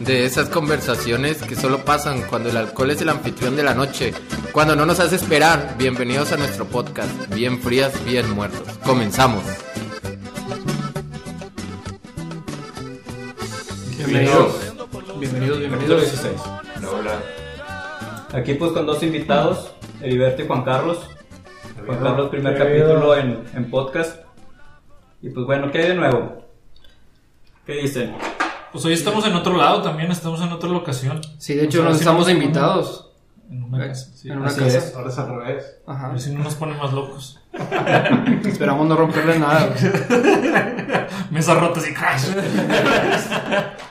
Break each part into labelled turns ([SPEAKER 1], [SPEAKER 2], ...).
[SPEAKER 1] de esas conversaciones que solo pasan cuando el alcohol es el anfitrión de la noche, cuando no nos hace esperar. Bienvenidos a nuestro podcast, bien frías, bien muertos. Comenzamos.
[SPEAKER 2] Bienvenidos. Bienvenidos, bienvenidos.
[SPEAKER 3] 16.
[SPEAKER 4] Hola,
[SPEAKER 3] Aquí pues con dos invitados, Heriberto y Juan Carlos. Juan Carlos, primer
[SPEAKER 2] Bienvenido.
[SPEAKER 3] capítulo en, en podcast. Y pues bueno, ¿qué hay de nuevo? ¿Qué dicen?
[SPEAKER 2] Pues hoy estamos en otro lado también, estamos en otra locación.
[SPEAKER 5] Sí, de hecho, nos estamos invitados.
[SPEAKER 2] En una casa, sí.
[SPEAKER 5] en una
[SPEAKER 3] así
[SPEAKER 5] casa.
[SPEAKER 3] es.
[SPEAKER 4] ahora es al revés.
[SPEAKER 2] A
[SPEAKER 5] Ajá.
[SPEAKER 2] ver si no nos pone más locos.
[SPEAKER 5] Esperamos no romperle nada. güey.
[SPEAKER 2] Mesas rotas y crash.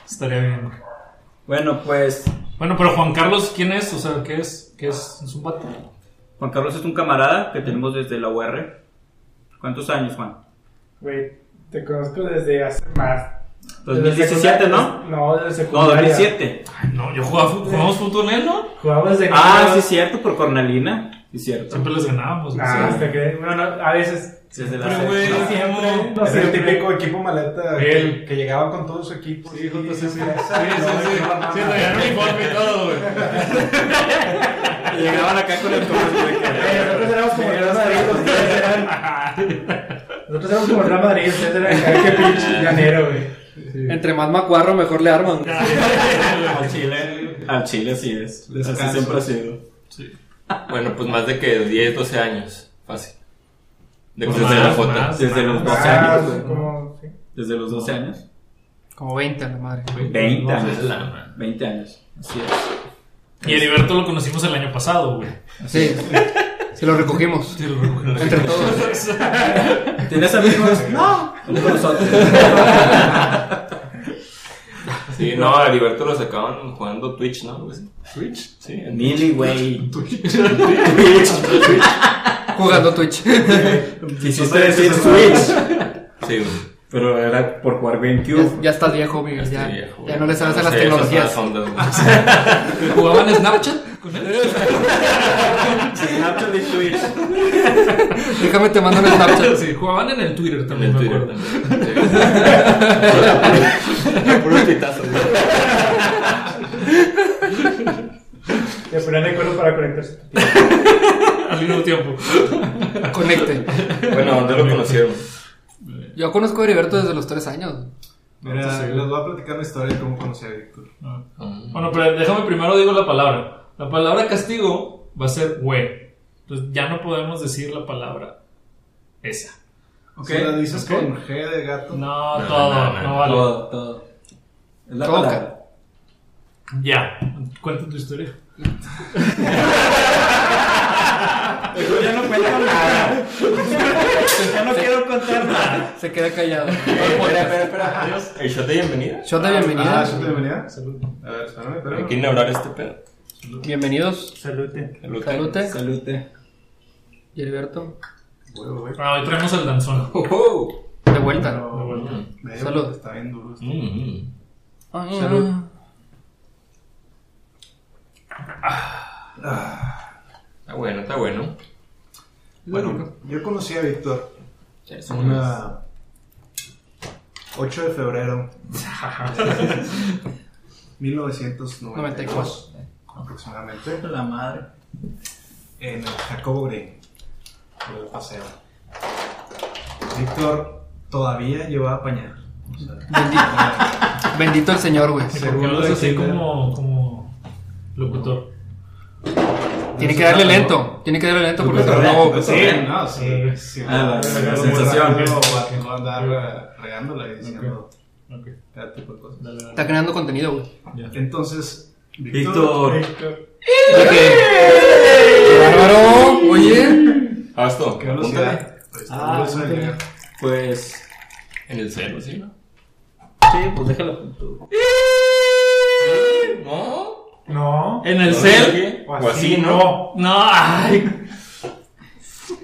[SPEAKER 2] Estaría bien.
[SPEAKER 3] Bueno, pues
[SPEAKER 2] Bueno, pero Juan Carlos, ¿quién es? O sea, ¿qué es? ¿Qué es? ¿Es un vato?
[SPEAKER 3] Juan Carlos es un camarada que tenemos desde la UR. ¿Cuántos años, Juan?
[SPEAKER 6] Güey, te conozco desde hace más. Desde
[SPEAKER 3] 2017,
[SPEAKER 6] secundaria-
[SPEAKER 3] ¿no?
[SPEAKER 6] No, desde
[SPEAKER 3] No,
[SPEAKER 6] secundaria.
[SPEAKER 3] 2007.
[SPEAKER 2] Ay, no, yo jugaba fútbol, jugamos fútbol, ¿eh? ¿no?
[SPEAKER 6] Jugabas de
[SPEAKER 3] Ah, sí,
[SPEAKER 6] niños.
[SPEAKER 3] es cierto, por Cornalina. Sí, es cierto.
[SPEAKER 2] Siempre les ganábamos. ¿no?
[SPEAKER 6] Ah,
[SPEAKER 2] Sí.
[SPEAKER 6] hasta que, bueno, a veces.
[SPEAKER 3] Desde la
[SPEAKER 2] Pero, güey,
[SPEAKER 3] sexta.
[SPEAKER 2] siempre-
[SPEAKER 6] No
[SPEAKER 4] es el
[SPEAKER 6] siempre.
[SPEAKER 4] típico equipo maleta
[SPEAKER 2] Él.
[SPEAKER 4] que, que llegaba con todo su equipo.
[SPEAKER 2] Sí, junto,
[SPEAKER 4] juntos
[SPEAKER 2] sí, sí. Sí, sí, sí. Sí, traían uniforme y todo, güey.
[SPEAKER 3] Y Llegaban acá con el Tomás
[SPEAKER 6] Eh,
[SPEAKER 3] Becker.
[SPEAKER 6] Nosotros éramos como el Real Madrid, ustedes eran- Nosotros éramos como el Real Madrid, ustedes eran acá, qué pinche llanero, güey.
[SPEAKER 5] Entre más macuarro, mejor le arman. güey.
[SPEAKER 3] Al Chile. Al Chile así es. Así
[SPEAKER 4] Descanso.
[SPEAKER 3] siempre ha sido.
[SPEAKER 2] Sí.
[SPEAKER 7] Bueno, pues más de que 10, 12 años. Fácil. De
[SPEAKER 2] Pues
[SPEAKER 7] desde
[SPEAKER 2] más,
[SPEAKER 7] la foto.
[SPEAKER 2] más,
[SPEAKER 3] Desde
[SPEAKER 2] más.
[SPEAKER 3] los 12
[SPEAKER 6] Ah,
[SPEAKER 3] años.
[SPEAKER 6] como- sí.
[SPEAKER 3] Desde los 12 años.
[SPEAKER 5] Como 20, la madre.
[SPEAKER 3] 20
[SPEAKER 7] Desde
[SPEAKER 3] años.
[SPEAKER 7] la mano.
[SPEAKER 3] 20 años. Así es.
[SPEAKER 2] Y Heriberto lo conocimos el año pasado, güey.
[SPEAKER 5] Sí. Se lo recogimos.
[SPEAKER 2] Sí, lo
[SPEAKER 5] Entre todos.
[SPEAKER 3] ¿Tienes amigos? No. Con nosotros.
[SPEAKER 7] Sí, no, a Heriberto lo sacaban jugando Twitch, ¿no? Algo así.
[SPEAKER 2] Twitch.
[SPEAKER 7] Sí, en-
[SPEAKER 3] Mili, güey.
[SPEAKER 5] Jugando Twitch.
[SPEAKER 3] Quisiste decir Switch.
[SPEAKER 7] Sí, güey.
[SPEAKER 3] Pero era por jugar
[SPEAKER 5] ya,
[SPEAKER 3] GameCube.
[SPEAKER 5] ya estás viejo, Miguel.
[SPEAKER 7] Este
[SPEAKER 5] Ya,
[SPEAKER 7] viejo,
[SPEAKER 5] ya no le sabes a
[SPEAKER 7] sé,
[SPEAKER 5] las
[SPEAKER 7] esas
[SPEAKER 5] tecnologías.
[SPEAKER 7] son las ondas, güey.
[SPEAKER 2] ¿Jugaban Snapchat con él?
[SPEAKER 3] Snapchat de Twitch.
[SPEAKER 5] Déjame te mando un Snapchat.
[SPEAKER 2] Sí, jugaban en el Twitter
[SPEAKER 7] En
[SPEAKER 2] también,
[SPEAKER 7] el
[SPEAKER 2] me
[SPEAKER 7] Twitter
[SPEAKER 2] acuerdo.
[SPEAKER 7] también. Sí. Puros pitazos, güey.
[SPEAKER 6] Te ponían el cuerpo para conectarse.
[SPEAKER 2] Al mismo tiempo.
[SPEAKER 5] Conecte.
[SPEAKER 7] Bueno, ¿dónde lo conocieron?
[SPEAKER 5] Yo conozco a Heriberto desde los 3 años.
[SPEAKER 4] Mira, les voy a platicar la historia de cómo conocí a Víctor.
[SPEAKER 2] Bueno, pero déjame primero digo la palabra. La palabra castigo va a ser güey. Entonces ya no podemos decir la palabra esa.
[SPEAKER 3] Ok.
[SPEAKER 4] Si la dices
[SPEAKER 2] ok.
[SPEAKER 4] con G de gato,
[SPEAKER 2] No,
[SPEAKER 7] No,
[SPEAKER 2] todo, no,
[SPEAKER 7] no, no,
[SPEAKER 2] vale.
[SPEAKER 3] Todo, todo. Es la
[SPEAKER 5] Todo
[SPEAKER 3] palabra.
[SPEAKER 2] Ya, cuenta tu historia.
[SPEAKER 3] Yo ya no cuento nada. Pues Ya no quiero contar nada.
[SPEAKER 5] Se queda callado.
[SPEAKER 7] Espera, espera, espera. El shot de bienvenida.
[SPEAKER 5] Shot de bienvenida.
[SPEAKER 4] Ah, ¿yo te bienvenida? A ver, espérame, espérame.
[SPEAKER 7] Hay que inaugurar este pedo.
[SPEAKER 5] Bienvenidos.
[SPEAKER 6] Salute.
[SPEAKER 7] El hotel.
[SPEAKER 5] Salute.
[SPEAKER 3] Salute.
[SPEAKER 5] Y Heriberto.
[SPEAKER 4] Güey, güey.
[SPEAKER 2] Ah, hoy traemos al danzón.
[SPEAKER 7] Oh,
[SPEAKER 5] De vuelta.
[SPEAKER 4] Pero- Me dio-
[SPEAKER 5] Salud.
[SPEAKER 4] Está bien duro. esto.
[SPEAKER 7] mm,
[SPEAKER 5] Ah, Salud.
[SPEAKER 7] Está bueno, está bueno.
[SPEAKER 4] Bueno, yo conocí a Víctor
[SPEAKER 7] Es una...
[SPEAKER 4] una 8 de febrero 1994
[SPEAKER 5] 94.
[SPEAKER 4] aproximadamente
[SPEAKER 3] La madre.
[SPEAKER 4] en el Jacobo Green por el paseo. Víctor todavía llevaba pañal. O sea,
[SPEAKER 5] Bendito el Señor, güey.
[SPEAKER 2] Porque lo
[SPEAKER 4] Seguro
[SPEAKER 2] haces así
[SPEAKER 4] de que-
[SPEAKER 2] como, como locutor.
[SPEAKER 5] Tiene que darle lento. Tiene que darle lento porque
[SPEAKER 4] Pues,
[SPEAKER 5] si no.
[SPEAKER 4] no, sí, no, sí, sí.
[SPEAKER 3] Ah, la- la
[SPEAKER 4] Muy
[SPEAKER 3] sensación.
[SPEAKER 4] rápido, va- va a andar eh, regándola y diciendo
[SPEAKER 2] Ok,
[SPEAKER 4] cada Este tipo de cosas.
[SPEAKER 2] dale, dale.
[SPEAKER 5] Está creando contenido, güey.
[SPEAKER 2] Ya.
[SPEAKER 4] Entonces,
[SPEAKER 3] Víctor.
[SPEAKER 5] De que- ¡Claro! Oye.
[SPEAKER 7] Haz todo.
[SPEAKER 4] ¿Qué velocidad? Pues,
[SPEAKER 3] Ah,
[SPEAKER 4] grueso del
[SPEAKER 3] apúntale.
[SPEAKER 4] dedo.
[SPEAKER 3] Pues.
[SPEAKER 7] En el cero, ¿sí? ¿no?
[SPEAKER 3] Sí, pues déjalo tú.
[SPEAKER 7] No.
[SPEAKER 6] No.
[SPEAKER 2] ¿En el cel?
[SPEAKER 7] O así, ¿no?
[SPEAKER 2] No, ay.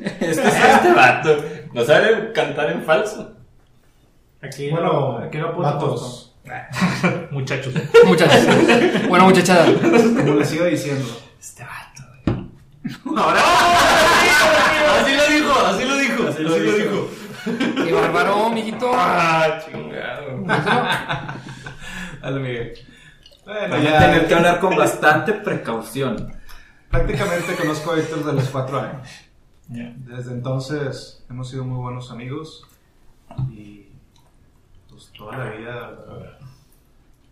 [SPEAKER 7] Este es este vato. No sabe cantar en falso.
[SPEAKER 6] Aquí no.
[SPEAKER 4] Bueno,
[SPEAKER 6] Aquí no apunta costo.
[SPEAKER 4] vatos,
[SPEAKER 2] Muchachos.
[SPEAKER 5] Muchachas. Bueno, muchachada.
[SPEAKER 4] como les iba diciendo,
[SPEAKER 2] Este vato.
[SPEAKER 7] Así lo dijo, así lo dijo. Así
[SPEAKER 3] lo dijo.
[SPEAKER 5] ¡Qué bárbaro, mijito!
[SPEAKER 7] Ah, chingado.
[SPEAKER 3] Dale, Miguel.
[SPEAKER 4] Bueno,
[SPEAKER 3] Van a
[SPEAKER 4] ya.
[SPEAKER 3] tener que hablar con bastante precaución.
[SPEAKER 4] Prácticamente conozco a Héctor de los cuatro años.
[SPEAKER 2] Ya.
[SPEAKER 4] Desde entonces hemos sido muy buenos amigos y pues toda la vida,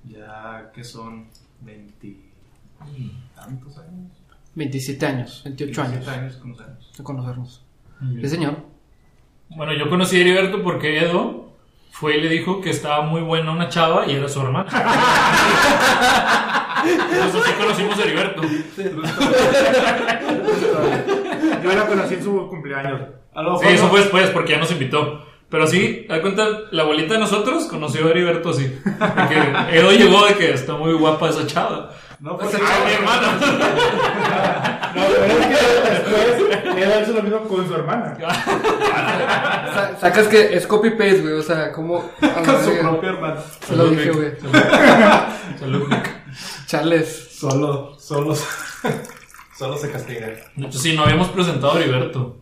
[SPEAKER 4] ya que son 20 tantos años,
[SPEAKER 5] 27 años, 28 años
[SPEAKER 4] 17 años conocemos.
[SPEAKER 5] de conocernos.
[SPEAKER 2] Muy bien.
[SPEAKER 5] Sí, señor.
[SPEAKER 2] Bueno, yo conocí a Heriberto porque Edo fue y le dijo que estaba muy buena una chava y era su hermana. Nosotros sí conocimos a Heriberto.
[SPEAKER 6] Yo la conocí en su cumpleaños.
[SPEAKER 4] A lo
[SPEAKER 2] Sí,
[SPEAKER 4] mejor
[SPEAKER 2] eso
[SPEAKER 4] no-
[SPEAKER 2] fue después porque ya nos invitó. Pero sí, da cuenta, la abuelita de nosotros conoció a Heriberto así. Porque Edo llegó de que está muy guapa esa chava.
[SPEAKER 4] no fue-
[SPEAKER 2] Ah, mi hermana.
[SPEAKER 6] No, pero es que después él hizo lo mismo con su hermana.
[SPEAKER 5] Sa- Sacas que es copy paste, güey. O sea, como.
[SPEAKER 4] con su propio hermano.
[SPEAKER 5] Se lo dije,
[SPEAKER 2] Nick.
[SPEAKER 5] güey.
[SPEAKER 2] Salud. Salud, Nick.
[SPEAKER 5] Charles.
[SPEAKER 4] Solo, solo, solo se castiga.
[SPEAKER 2] De hecho, sí, no habíamos presentado a Heriberto.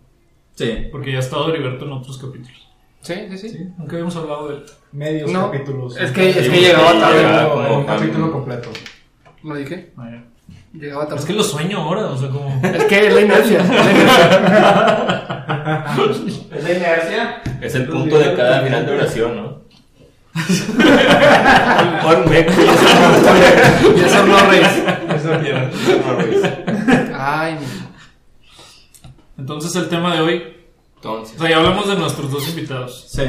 [SPEAKER 3] Sí.
[SPEAKER 2] Porque ya ha estado Heriberto en otros capítulos.
[SPEAKER 5] Sí, sí, sí.
[SPEAKER 2] Sí, nunca habíamos hablado de él.
[SPEAKER 4] Medios
[SPEAKER 5] No,
[SPEAKER 4] capítulos.
[SPEAKER 5] Es que, es
[SPEAKER 3] Sí,
[SPEAKER 5] que llegaba
[SPEAKER 3] sí,
[SPEAKER 5] tarde.
[SPEAKER 3] llegaba.
[SPEAKER 4] O- o un
[SPEAKER 3] Ah,
[SPEAKER 4] capítulo
[SPEAKER 3] no.
[SPEAKER 4] completo.
[SPEAKER 5] ¿No dije?
[SPEAKER 2] Vaya.
[SPEAKER 5] Llegaba
[SPEAKER 2] Pero
[SPEAKER 5] tarde.
[SPEAKER 2] Es que lo sueño ahora, o sea, como.
[SPEAKER 5] Es que es la inercia. es la inercia.
[SPEAKER 4] ¿Es la inercia?
[SPEAKER 3] Es el punto de cada final de oración, ¿no? Ponme cuidado.
[SPEAKER 5] Y eso no reís. Ay, mi-
[SPEAKER 2] Entonces, el tema de hoy. O
[SPEAKER 3] Entonces.
[SPEAKER 2] sea, ya hablamos de nuestros dos invitados.
[SPEAKER 3] Sí.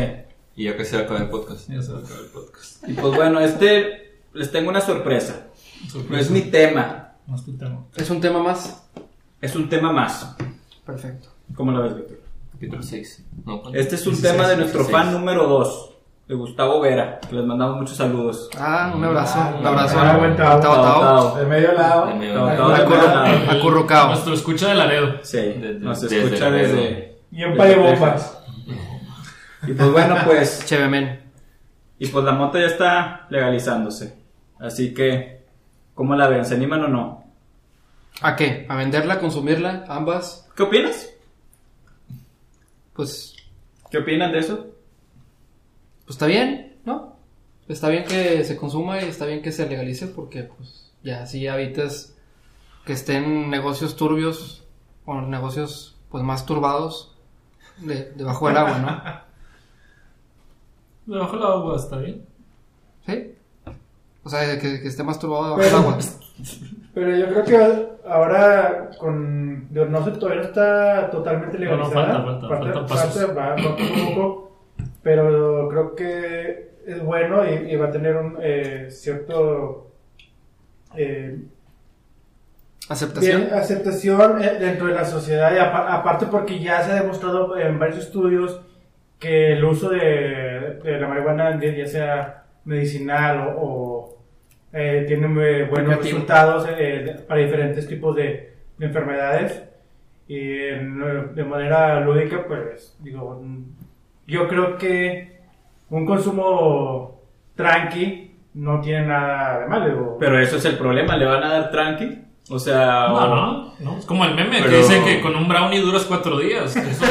[SPEAKER 3] Y ya que se acaba el podcast.
[SPEAKER 2] Ya se va a acabar el podcast.
[SPEAKER 3] Y pues bueno, este les tengo una sorpresa. No es mi tema,
[SPEAKER 2] No es tu tema.
[SPEAKER 5] es un tema más.
[SPEAKER 3] es un tema más.
[SPEAKER 5] Perfecto.
[SPEAKER 3] ¿Cómo la ves, Víctor?
[SPEAKER 7] Capítulo 6.
[SPEAKER 3] Este es un tema de nuestro fan número 2, de Gustavo Vera, que les mandamos muchos saludos.
[SPEAKER 5] Ah, un abrazo. Un abrazo.
[SPEAKER 6] Ah, buen tao.
[SPEAKER 5] Tao, tao.
[SPEAKER 3] Tao,
[SPEAKER 6] De medio lado.
[SPEAKER 7] De
[SPEAKER 4] Eh,
[SPEAKER 7] medio
[SPEAKER 3] tao,
[SPEAKER 7] lado.
[SPEAKER 3] tao,
[SPEAKER 5] Acurru-
[SPEAKER 3] tao, tao.
[SPEAKER 5] Acurrucado.
[SPEAKER 2] Nuestro escucha de Laredo.
[SPEAKER 3] Sí,
[SPEAKER 7] Desde-
[SPEAKER 3] nos
[SPEAKER 7] desde
[SPEAKER 3] escucha
[SPEAKER 7] Laredo.
[SPEAKER 3] desde...
[SPEAKER 6] Y un par de bombas.
[SPEAKER 3] Y pues bueno, pues...
[SPEAKER 5] Chevemen.
[SPEAKER 3] Y pues la mota ya está legalizándose. Así que, ¿cómo la ven? ¿Se animan o no?
[SPEAKER 5] ¿A qué? ¿A venderla? ¿Consumirla? ¿Ambas?
[SPEAKER 3] ¿Qué opinas?
[SPEAKER 5] Pues,
[SPEAKER 3] ¿Qué opinan de eso?
[SPEAKER 5] pues está bien, ¿no? Está bien que se consuma y está bien que se legalice porque, pues, ya así evitas que estén negocios turbios o negocios, pues, más turbados de- debajo del agua, ¿no?
[SPEAKER 2] Debajo de la agua, está bien.
[SPEAKER 5] ¿Sí? O sea, que, que esté más turbado debajo del agua.
[SPEAKER 6] Pero yo creo que ahora con Dios no sé, todavía no está totalmente
[SPEAKER 2] No, no,
[SPEAKER 6] legalizada.
[SPEAKER 2] falta, falta, faltan pasos.
[SPEAKER 6] va, va poco a poco, pero creo que es bueno y, y va a tener un eh, cierto eh,
[SPEAKER 5] ¿Aceptación?
[SPEAKER 6] Bien, aceptación eh, dentro de la sociedad y apa- aparte porque ya se ha demostrado en varios estudios que el uso de, de la marihuana, ya ya sea medicinal o, o, eh, tiene muy buenos
[SPEAKER 5] Recreativo.
[SPEAKER 6] resultados eh, de- para diferentes tipos de, de enfermedades y en, eh, de manera lúdica, pues digo, mm, yo creo que un consumo tranqui no tiene nada de malo. digo.
[SPEAKER 3] Pero eso es el problema, ¿le van a dar tranqui? O
[SPEAKER 5] Ah,
[SPEAKER 3] sea...
[SPEAKER 2] No, no, no. Es como el meme que
[SPEAKER 3] Pero-
[SPEAKER 2] dice que con un brownie duras cuatro días. Eso-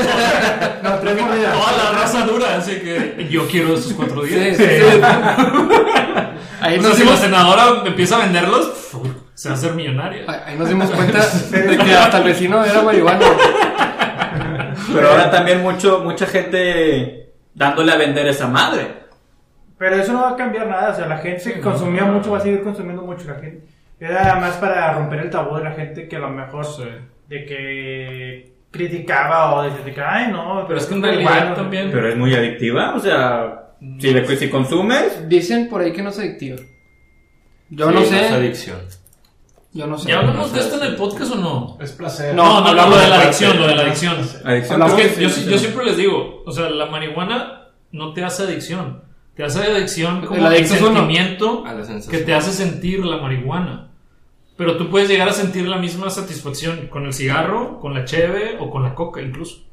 [SPEAKER 6] No, tres monedas.
[SPEAKER 2] toda la raza dura, así que yo quiero esos cuatro
[SPEAKER 5] Sí, sí,
[SPEAKER 2] días.
[SPEAKER 5] sí. Ahí
[SPEAKER 2] O sea, si
[SPEAKER 5] nos
[SPEAKER 2] la
[SPEAKER 5] dimos,
[SPEAKER 2] senadora empieza a venderlos, pf, se va a hacer millonaria.
[SPEAKER 5] ahí nos dimos cuenta de que hasta el vecino era marihuana.
[SPEAKER 3] Pero ahora también mucho, mucha gente dándole a vender esa madre.
[SPEAKER 6] Pero eso no va a cambiar nada, o sea, la gente que consumía mucho va a seguir consumiendo mucho la gente. Era más para romper el tabú de la gente que a lo mejor de que criticaba o decía de que, ay, no,
[SPEAKER 2] Pero es que en
[SPEAKER 6] muy
[SPEAKER 2] realidad
[SPEAKER 6] bueno".
[SPEAKER 2] también.
[SPEAKER 3] Pero es muy adictiva, o sea... Si, le, si consumes...
[SPEAKER 5] Dicen por ahí que no es adictiva. Yo no
[SPEAKER 7] Sí, Es
[SPEAKER 5] sé.
[SPEAKER 7] adicción.
[SPEAKER 5] Yo no sé.
[SPEAKER 2] ¿Ya hablamos de esto en el podcast o no?
[SPEAKER 4] Es placer.
[SPEAKER 5] No,
[SPEAKER 2] No, no, no,
[SPEAKER 5] hablamos
[SPEAKER 2] lo de la
[SPEAKER 5] aparte.
[SPEAKER 2] adicción, lo de la adicción.
[SPEAKER 3] Adicción.
[SPEAKER 2] Es que
[SPEAKER 3] Sí,
[SPEAKER 2] yo,
[SPEAKER 3] sí, sí.
[SPEAKER 2] yo siempre les digo, o sea, la marihuana no te hace adicción. Te hace adicción como
[SPEAKER 5] El
[SPEAKER 2] el,
[SPEAKER 5] adicto es uno.
[SPEAKER 2] sentimiento
[SPEAKER 7] A la sensación.
[SPEAKER 2] que te hace sentir la marihuana. Pero tú puedes llegar a sentir la misma satisfacción con el cigarro, con la cheve o con la coca incluso.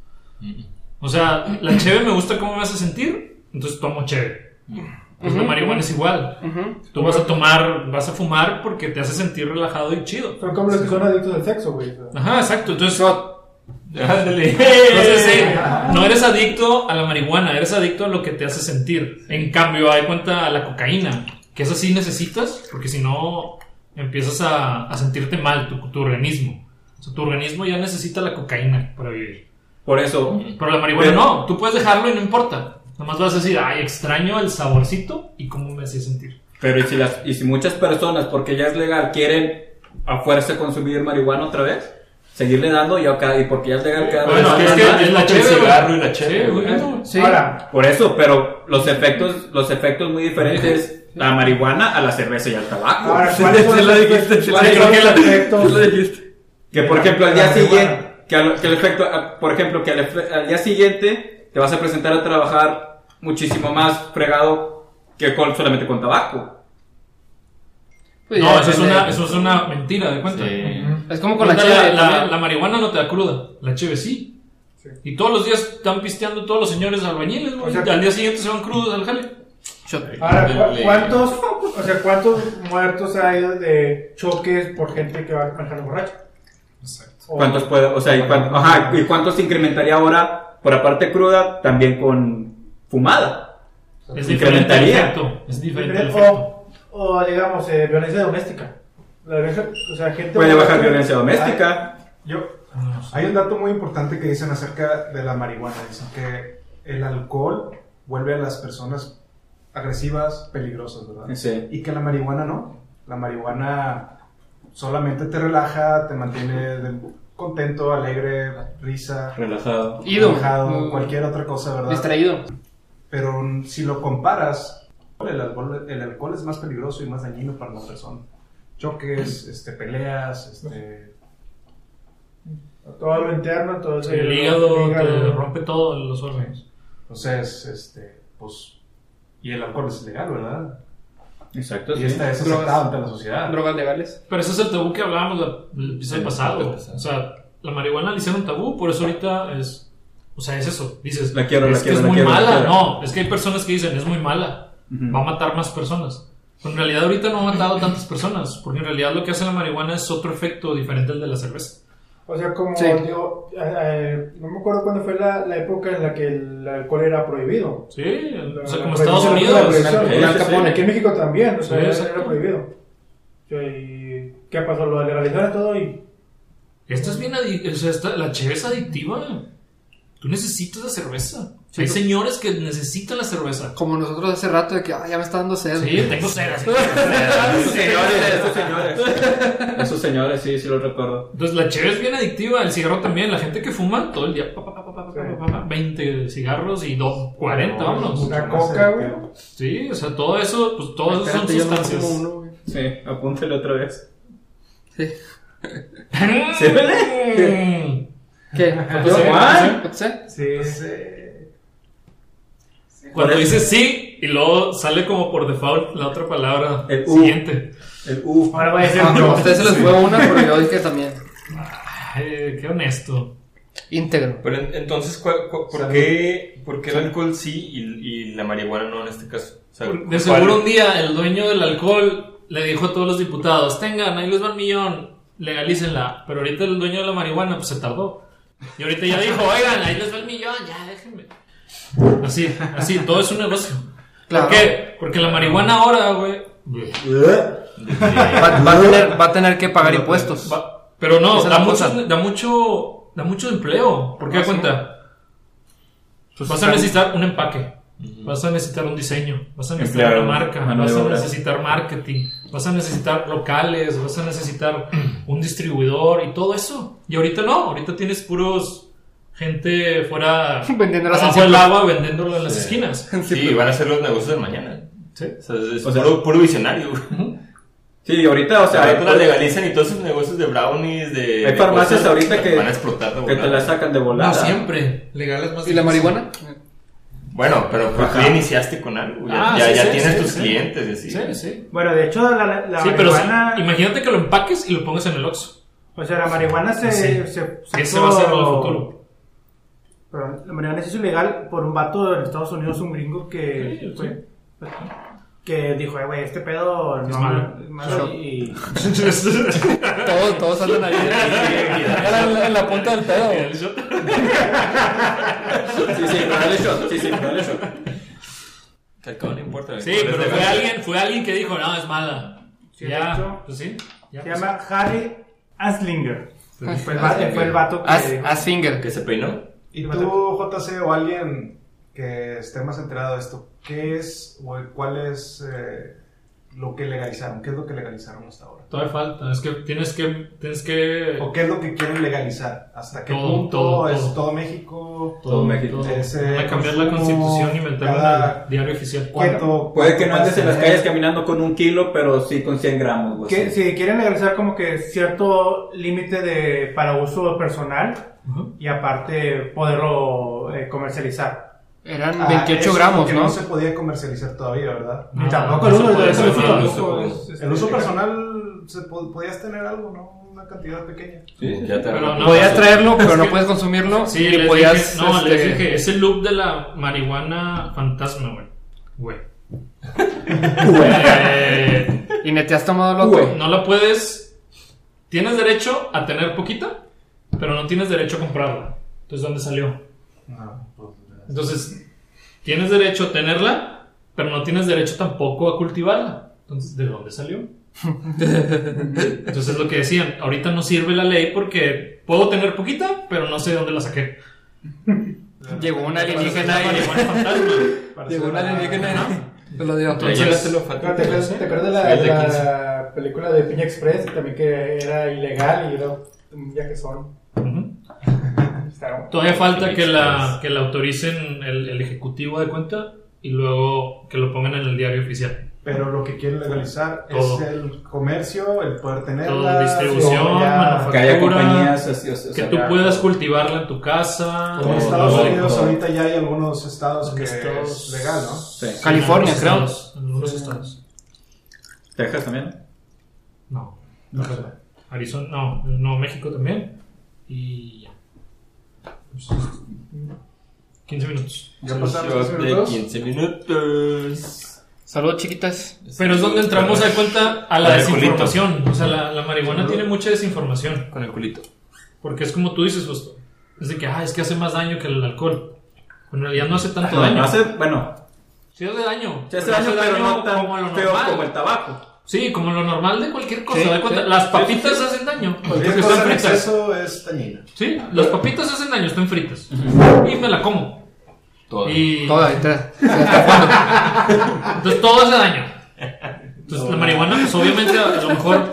[SPEAKER 2] O sea, la cheve me gusta cómo me hace sentir, entonces tomo cheve. Pues la
[SPEAKER 5] Ujú,
[SPEAKER 2] marihuana
[SPEAKER 5] ujú.
[SPEAKER 2] es igual.
[SPEAKER 5] Ujú.
[SPEAKER 2] Tú vas a tomar, vas a fumar porque te hace sentir relajado y chido.
[SPEAKER 6] Son como los que son adictos al sexo, güey. o sea.
[SPEAKER 2] Ajá, exacto. Entonces,
[SPEAKER 3] Ándale.
[SPEAKER 2] entonces, sí, no eres adicto a la marihuana, eres adicto a lo que te hace sentir. En cambio, hay cuenta a la cocaína. que eso sí necesitas, porque si no empiezas a, a sentirte mal tu, tu organismo. O sea, tu organismo ya necesita la cocaína para vivir.
[SPEAKER 3] Por eso,
[SPEAKER 2] Pero la marihuana
[SPEAKER 3] Pero-
[SPEAKER 2] no, tú puedes dejarlo y no importa. Nomás vas a decir, ay, extraño el saborcito y cómo me hacía sentir.
[SPEAKER 3] pero y si, las, y si muchas personas, porque ya es legal, quieren a fuerza consumir marihuana otra vez, seguirle dando y, acá- y porque ya es legal cada
[SPEAKER 2] Bueno,
[SPEAKER 3] vez
[SPEAKER 2] es
[SPEAKER 3] más,
[SPEAKER 2] que
[SPEAKER 3] más,
[SPEAKER 2] es la
[SPEAKER 7] el
[SPEAKER 2] chévere.
[SPEAKER 7] cigarro y
[SPEAKER 2] güey.
[SPEAKER 7] la cheve,
[SPEAKER 2] Sí,
[SPEAKER 7] güey.
[SPEAKER 2] güey, no,
[SPEAKER 5] Sí.
[SPEAKER 6] Ahora,
[SPEAKER 3] Por eso, pero los efectos, los efectos muy diferentes, la marihuana a la cerveza y al tabaco.
[SPEAKER 6] ahora ¿cuáles son los efectos? ¿Cuáles son los efectos?
[SPEAKER 3] Que por ejemplo al
[SPEAKER 6] La
[SPEAKER 3] día
[SPEAKER 6] marihuana.
[SPEAKER 3] siguiente, que, al- que el efecto, ah, por ejemplo, que al, efe- al día siguiente te vas a presentar a trabajar muchísimo más fregado que con, solamente con tabaco.
[SPEAKER 5] Pues
[SPEAKER 2] No,
[SPEAKER 5] ya
[SPEAKER 2] eso es,
[SPEAKER 5] depende.
[SPEAKER 2] una, eso es una mentira, de cuenta.
[SPEAKER 5] Es como con
[SPEAKER 2] Ahorita
[SPEAKER 5] la
[SPEAKER 2] La,
[SPEAKER 5] cheve.
[SPEAKER 2] la-
[SPEAKER 5] también.
[SPEAKER 2] la marihuana no te da cruda, la cheve sí. Y todos los días están pisteando todos los señores albañiles, güey.
[SPEAKER 6] O sea,
[SPEAKER 2] al día siguiente se van crudos al jale.
[SPEAKER 5] Shot.
[SPEAKER 6] Ahora, ¿cu- ¿cuántos, o sea, ¿cuántos muertos hay de choques por gente que va manejando borracha? O-
[SPEAKER 3] ¿Cuántos puede, o sea, y, cuán- ajá, y cuántos incrementaría ahora por aparte cruda también con fumada?
[SPEAKER 2] Es diferente el
[SPEAKER 3] Incrementaría.
[SPEAKER 2] efecto. Es diferente el efecto.
[SPEAKER 6] O, o, digamos, eh, violencia doméstica. La violencia, o sea, gente
[SPEAKER 3] Puede bajar
[SPEAKER 6] borracha-
[SPEAKER 3] violencia doméstica.
[SPEAKER 4] Yo, hay un dato muy importante que dicen acerca de la marihuana. Dicen que el alcohol vuelve a las personas agresivas, peligrosas, ¿verdad?
[SPEAKER 3] Sí.
[SPEAKER 4] Y que la marihuana no. La marihuana solamente te relaja, te mantiene de- contento, alegre, risa,
[SPEAKER 3] Relajado.
[SPEAKER 5] Ido.
[SPEAKER 4] relajado,
[SPEAKER 5] Mm.
[SPEAKER 4] cualquier otra cosa, ¿verdad?
[SPEAKER 5] Distraído.
[SPEAKER 4] Pero mm, si lo comparas, el alcohol, el alcohol es más peligroso y más dañino para la persona. Choques, este, peleas, este,
[SPEAKER 6] Ah, Todo lo interno, todo eso.
[SPEAKER 2] El hígado te
[SPEAKER 6] hígado.
[SPEAKER 2] rompe todos los órganos.
[SPEAKER 4] entonces, este, pues, y el alcohol es legal, ¿verdad?
[SPEAKER 3] Exacto.
[SPEAKER 4] Y
[SPEAKER 3] sí.
[SPEAKER 4] esta es
[SPEAKER 5] Drogas.
[SPEAKER 4] aceptado ante la sociedad.
[SPEAKER 5] Drogas legales.
[SPEAKER 2] Pero ese es el tabú que hablábamos la- el episodio
[SPEAKER 7] Sí, el
[SPEAKER 2] pasado.
[SPEAKER 7] episodio
[SPEAKER 2] O sea, la marihuana le hicieron tabú, por eso ahorita es. O sea, es eso. Dices,
[SPEAKER 3] La quiero,
[SPEAKER 2] es
[SPEAKER 3] la
[SPEAKER 2] que
[SPEAKER 3] quiero,
[SPEAKER 2] es
[SPEAKER 3] la
[SPEAKER 2] muy
[SPEAKER 3] quiero, la
[SPEAKER 2] mala.
[SPEAKER 3] quiero.
[SPEAKER 2] No, es que hay personas que dicen, es muy mala.
[SPEAKER 3] Ujú.
[SPEAKER 2] va a matar más personas. Pero en realidad ahorita no ha matado tantas personas, porque en realidad lo que hace la marihuana es otro efecto diferente al de la cerveza.
[SPEAKER 6] O sea, como
[SPEAKER 5] Sí.
[SPEAKER 6] yo, eh, eh, no me acuerdo cuándo fue la, la época en la que el alcohol era prohibido.
[SPEAKER 2] Sí, o sea,
[SPEAKER 6] La-
[SPEAKER 2] como
[SPEAKER 6] la
[SPEAKER 2] Estados
[SPEAKER 6] prohibición- la
[SPEAKER 2] Unidos.
[SPEAKER 6] prohibición.
[SPEAKER 3] Sí, sí, sí.
[SPEAKER 6] Aquí en México también, o sea,
[SPEAKER 2] Sí,
[SPEAKER 6] era-
[SPEAKER 2] exacto.
[SPEAKER 6] era prohibido. O sea, ¿Y qué pasó? Lo legalizaron todo y
[SPEAKER 2] Esto es bien adi- o sea, esta- la cheve es adictiva. Tú necesitas la cerveza.
[SPEAKER 5] Sí,
[SPEAKER 2] Hay
[SPEAKER 5] pero-
[SPEAKER 2] señores que necesitan la cerveza.
[SPEAKER 5] Como nosotros hace rato de que ah, ya me está dando sed.
[SPEAKER 2] Sí, tengo cera. sí.
[SPEAKER 3] Esos señores, esos señores. Esos señores, sí, sí lo recuerdo.
[SPEAKER 2] Entonces la cheve es bien adictiva, el cigarro también. La gente que fuma todo el día, pa, pa, pa, pa, pa, pa, pa, pa, pa, 20 cigarros y dos, 40,
[SPEAKER 3] Pues,
[SPEAKER 2] vámonos.
[SPEAKER 6] la
[SPEAKER 4] más
[SPEAKER 6] coca, güey.
[SPEAKER 4] adictivo.
[SPEAKER 2] Sí, o sea, todo eso, pues todas esas son
[SPEAKER 5] Espérate, yo no fumo
[SPEAKER 2] sustancias.
[SPEAKER 5] uno, güey.
[SPEAKER 3] Sí, apúntale otra vez.
[SPEAKER 5] Sí.
[SPEAKER 3] ¿Se
[SPEAKER 2] ve?
[SPEAKER 5] ¿Qué?
[SPEAKER 3] Yo, ¿cuál?
[SPEAKER 5] ¿Cuánto sé?
[SPEAKER 4] Sí, sí.
[SPEAKER 2] Cuando dices sí y luego sale como por default la otra palabra
[SPEAKER 3] El U.
[SPEAKER 2] siguiente.
[SPEAKER 3] El uf.
[SPEAKER 6] Ahora va a decir,
[SPEAKER 5] Ah,
[SPEAKER 6] no.
[SPEAKER 5] A ustedes se les fue una, pero yo dije también.
[SPEAKER 2] Ay, qué honesto.
[SPEAKER 5] Íntegro.
[SPEAKER 7] Pero en- entonces, ¿cuál- cu- ¿por qué, por qué el alcohol sí y, y la marihuana no en este caso? O sea,
[SPEAKER 2] De
[SPEAKER 7] ¿cuál-
[SPEAKER 2] seguro un día el dueño del alcohol le dijo a todos los diputados, tengan, ahí les va un millón, legalícenla. Pero ahorita el dueño de la marihuana pues se tardó. Y ahorita ya dijo, oigan, ahí les va el millón, ya déjenme. Así, así, todo es un negocio.
[SPEAKER 5] Claro.
[SPEAKER 2] ¿Por qué? Porque la marihuana ahora, güey,
[SPEAKER 5] Va, va a tener, va a tener que pagar impuestos.
[SPEAKER 2] Va- Pero no,
[SPEAKER 5] Esa es
[SPEAKER 2] da
[SPEAKER 5] la
[SPEAKER 2] mucho,
[SPEAKER 5] cosa.
[SPEAKER 2] da mucho da mucho empleo. ¿Por qué
[SPEAKER 5] Ah, sí.
[SPEAKER 2] cuenta?
[SPEAKER 5] Pues
[SPEAKER 2] vas a
[SPEAKER 5] están-
[SPEAKER 2] necesitar un empaque, vas a necesitar un diseño, vas a necesitar
[SPEAKER 3] Emplear
[SPEAKER 2] una marca,
[SPEAKER 3] mano de
[SPEAKER 2] vas a
[SPEAKER 3] obra.
[SPEAKER 2] necesitar marketing, vas a necesitar locales, vas a necesitar un distribuidor y todo eso. Y ahorita no, ahorita tienes puros gente fuera
[SPEAKER 5] Vendiendo las
[SPEAKER 2] abajo del agua vendiéndolo en las
[SPEAKER 7] Sí.
[SPEAKER 2] esquinas.
[SPEAKER 7] Sí, van a ser los negocios del mañana.
[SPEAKER 2] Sí.
[SPEAKER 7] O sea, es
[SPEAKER 3] O sea,
[SPEAKER 7] puro, puro visionario. güey.
[SPEAKER 3] Sí, ahorita, o
[SPEAKER 7] O sea,
[SPEAKER 3] sea,
[SPEAKER 7] ahorita la
[SPEAKER 3] hay,
[SPEAKER 7] legalizan y todos esos negocios de brownies, de.
[SPEAKER 3] hay
[SPEAKER 7] de
[SPEAKER 3] farmacias
[SPEAKER 7] cosas,
[SPEAKER 3] ahorita que,
[SPEAKER 7] Van a explotar de
[SPEAKER 3] que te
[SPEAKER 7] volada.
[SPEAKER 3] la sacan de volada.
[SPEAKER 2] No siempre, legal es más
[SPEAKER 5] ¿Y la
[SPEAKER 2] difícil.
[SPEAKER 5] marihuana?
[SPEAKER 7] Bueno, pero pues, tú
[SPEAKER 3] Ajá.
[SPEAKER 7] ya iniciaste con algo. Ya,
[SPEAKER 2] Ah,
[SPEAKER 7] ya,
[SPEAKER 2] sí,
[SPEAKER 7] ya
[SPEAKER 2] sí,
[SPEAKER 7] tienes
[SPEAKER 2] sí,
[SPEAKER 7] tus
[SPEAKER 2] sí.
[SPEAKER 7] clientes y así.
[SPEAKER 2] Sí, sí.
[SPEAKER 6] Bueno, de hecho, la, la, la
[SPEAKER 2] Sí, pero sí,
[SPEAKER 6] marihuana.
[SPEAKER 2] imagínate que lo empaques y lo pongas en el Oxxo.
[SPEAKER 6] o sea, la marihuana se.
[SPEAKER 2] Sí.
[SPEAKER 6] se,
[SPEAKER 2] Ese
[SPEAKER 6] se hizo-
[SPEAKER 2] va a ser el futuro.
[SPEAKER 6] Pero la marihuana se hizo ilegal por un vato en Estados Unidos, un gringo que.
[SPEAKER 2] Sí, sí.
[SPEAKER 6] fue- Que dijo, eh, güey, este pedo no,
[SPEAKER 2] Es malo.
[SPEAKER 6] es malo",
[SPEAKER 5] Sí.
[SPEAKER 6] y-
[SPEAKER 5] Todos, todos andan ahí. en, la, en la punta del pedo.
[SPEAKER 2] El shot.
[SPEAKER 3] Sí, sí, pero dale shot. Sí, sí, pero dale shot.
[SPEAKER 7] Que alcohol no importa.
[SPEAKER 2] Sí,
[SPEAKER 7] alcohol es
[SPEAKER 2] pero fue
[SPEAKER 7] legal.
[SPEAKER 2] alguien, fue alguien que dijo, no, es mala.
[SPEAKER 6] Sí,
[SPEAKER 2] ya,
[SPEAKER 6] de hecho.
[SPEAKER 2] pues sí. ya,
[SPEAKER 6] Se
[SPEAKER 2] pues,
[SPEAKER 6] llama Harry Aslinger. Fue
[SPEAKER 1] Aslinger.
[SPEAKER 6] el vato, fue el vato que.
[SPEAKER 5] As, as finger.
[SPEAKER 7] Que se peinó.
[SPEAKER 4] Y tú, JC, o alguien que esté más enterado de esto, ¿qué es o cuál es eh, lo que legalizaron? ¿Qué es lo que legalizaron hasta ahora?
[SPEAKER 2] Todavía falta. Es que tienes que. Tienes que
[SPEAKER 4] ¿O qué es lo que quieren legalizar? ¿Hasta qué
[SPEAKER 2] Todo,
[SPEAKER 4] punto
[SPEAKER 2] todo,
[SPEAKER 4] es
[SPEAKER 2] todo.
[SPEAKER 4] todo México?
[SPEAKER 7] Todo México.
[SPEAKER 4] Es, eh,
[SPEAKER 2] a cambiar la
[SPEAKER 4] consumo,
[SPEAKER 2] constitución y meterla en
[SPEAKER 4] cada-
[SPEAKER 2] el diario oficial.
[SPEAKER 4] ¿Cuánto-
[SPEAKER 3] Puede que no
[SPEAKER 4] cuánto
[SPEAKER 3] andes en las
[SPEAKER 4] pasa?
[SPEAKER 3] calles caminando con un kilo, pero sí con 100 gramos, güey.
[SPEAKER 6] Que,
[SPEAKER 3] Sí.
[SPEAKER 6] si quieren legalizar como que cierto límite de para uso personal
[SPEAKER 2] Ujú.
[SPEAKER 6] y aparte poderlo eh, comercializar.
[SPEAKER 5] Eran
[SPEAKER 4] Ah,
[SPEAKER 5] 28
[SPEAKER 4] eso
[SPEAKER 5] gramos,
[SPEAKER 4] porque
[SPEAKER 5] ¿no?
[SPEAKER 4] No se podía comercializar todavía, ¿verdad? Ah,
[SPEAKER 2] No,
[SPEAKER 6] y tampoco el
[SPEAKER 2] no
[SPEAKER 6] uso,
[SPEAKER 2] se puede
[SPEAKER 6] el uso
[SPEAKER 2] hacer nada.
[SPEAKER 6] tampoco
[SPEAKER 7] El
[SPEAKER 6] es,
[SPEAKER 7] uso,
[SPEAKER 6] este,
[SPEAKER 4] El uso personal, se po- podías tener algo, ¿no? Una cantidad pequeña.
[SPEAKER 7] Sí, ya te
[SPEAKER 2] Pero
[SPEAKER 7] arreglo.
[SPEAKER 2] no,
[SPEAKER 5] Podías
[SPEAKER 2] sí.
[SPEAKER 5] traerlo, pero
[SPEAKER 2] Es
[SPEAKER 5] no
[SPEAKER 2] que-
[SPEAKER 5] puedes consumirlo.
[SPEAKER 2] Sí,
[SPEAKER 5] y
[SPEAKER 2] les
[SPEAKER 5] podías.
[SPEAKER 2] dije, no,
[SPEAKER 5] este,
[SPEAKER 2] les dije, es el loop de la marihuana fantasma, güey. Güey. Eh,
[SPEAKER 5] Y ni te has tomado lo otro.
[SPEAKER 3] Güey.
[SPEAKER 2] no la puedes. Tienes derecho a tener poquita, pero no tienes derecho a comprarla. Entonces, ¿dónde salió?
[SPEAKER 6] Ah, pues,
[SPEAKER 2] Entonces, tienes derecho a tenerla, pero no tienes derecho tampoco a cultivarla. Entonces, ¿de dónde salió? Entonces, lo que decían, ahorita no sirve la ley porque puedo tener poquita, pero no sé de dónde la saqué.
[SPEAKER 5] Llegó un alienígena
[SPEAKER 2] Entonces,
[SPEAKER 5] y.
[SPEAKER 2] marihuana fantasma.
[SPEAKER 5] Llegó un alienígena y. Te lo dio.
[SPEAKER 2] Entonces-
[SPEAKER 7] Ya llegaste lo
[SPEAKER 6] Pero ¿Te acuerdas, te acuerdas de la,
[SPEAKER 7] Sí, el de
[SPEAKER 6] la
[SPEAKER 7] 15.
[SPEAKER 6] película de Piña Express? También que era ilegal y era un son
[SPEAKER 2] Ujú. Todavía falta que la, que la autoricen el, el ejecutivo de cuenta y luego que lo pongan en el diario oficial.
[SPEAKER 4] Pero lo que quieren legalizar
[SPEAKER 2] Todo.
[SPEAKER 4] es el comercio, el poder tenerla.
[SPEAKER 2] Todo, distribución,
[SPEAKER 4] o ya-
[SPEAKER 3] Que
[SPEAKER 2] manufactura.
[SPEAKER 3] haya compañías así, o sea,
[SPEAKER 2] Que
[SPEAKER 3] o sea,
[SPEAKER 2] tú
[SPEAKER 3] ya-
[SPEAKER 2] puedas cultivarla en tu casa.
[SPEAKER 4] Como en
[SPEAKER 2] todo,
[SPEAKER 4] Estados
[SPEAKER 2] todo.
[SPEAKER 4] Unidos ahorita ya hay algunos estados que
[SPEAKER 2] Estados-
[SPEAKER 4] es legal, ¿no?
[SPEAKER 3] Sí.
[SPEAKER 5] California,
[SPEAKER 2] En
[SPEAKER 5] creo.
[SPEAKER 2] algunos estados, En algunos estados.
[SPEAKER 3] Texas también.
[SPEAKER 2] No. no creo. Arizona, no, no, México también. Y ya. Pues, 15 minutos.
[SPEAKER 4] Ya pasaron
[SPEAKER 7] Shot
[SPEAKER 4] los
[SPEAKER 7] de
[SPEAKER 4] minutos.
[SPEAKER 7] 15 minutos.
[SPEAKER 5] Saludos, chiquitas.
[SPEAKER 2] Pero es donde entramos a cuenta a la
[SPEAKER 7] Con el culito.
[SPEAKER 2] desinformación. O sea, la, la marihuana tiene mucha desinformación.
[SPEAKER 7] Con el culito.
[SPEAKER 2] Porque es como tú dices, justo. Es de que, ah, es que hace más daño que el alcohol. En realidad no hace tanto
[SPEAKER 3] No,
[SPEAKER 2] daño.
[SPEAKER 3] no hace, bueno,
[SPEAKER 2] Sí hace daño.
[SPEAKER 3] se hace daño, pero no tan
[SPEAKER 2] como lo
[SPEAKER 3] feo
[SPEAKER 2] normal.
[SPEAKER 3] como el tabaco.
[SPEAKER 2] Sí, como lo normal de cualquier cosa.
[SPEAKER 5] Sí,
[SPEAKER 2] de cuenta,
[SPEAKER 5] sí.
[SPEAKER 2] Las papitas hacen daño. Porque
[SPEAKER 4] Cualquier
[SPEAKER 2] están
[SPEAKER 4] cosa en
[SPEAKER 2] fritas.
[SPEAKER 4] exceso es dañina.
[SPEAKER 2] Sí, las papitas hacen daño, están fritas. Y me la como.
[SPEAKER 7] Todo.
[SPEAKER 2] Y
[SPEAKER 5] Toda, ahorita.
[SPEAKER 2] entonces todo hace daño. Entonces la marihuana, pues obviamente a lo mejor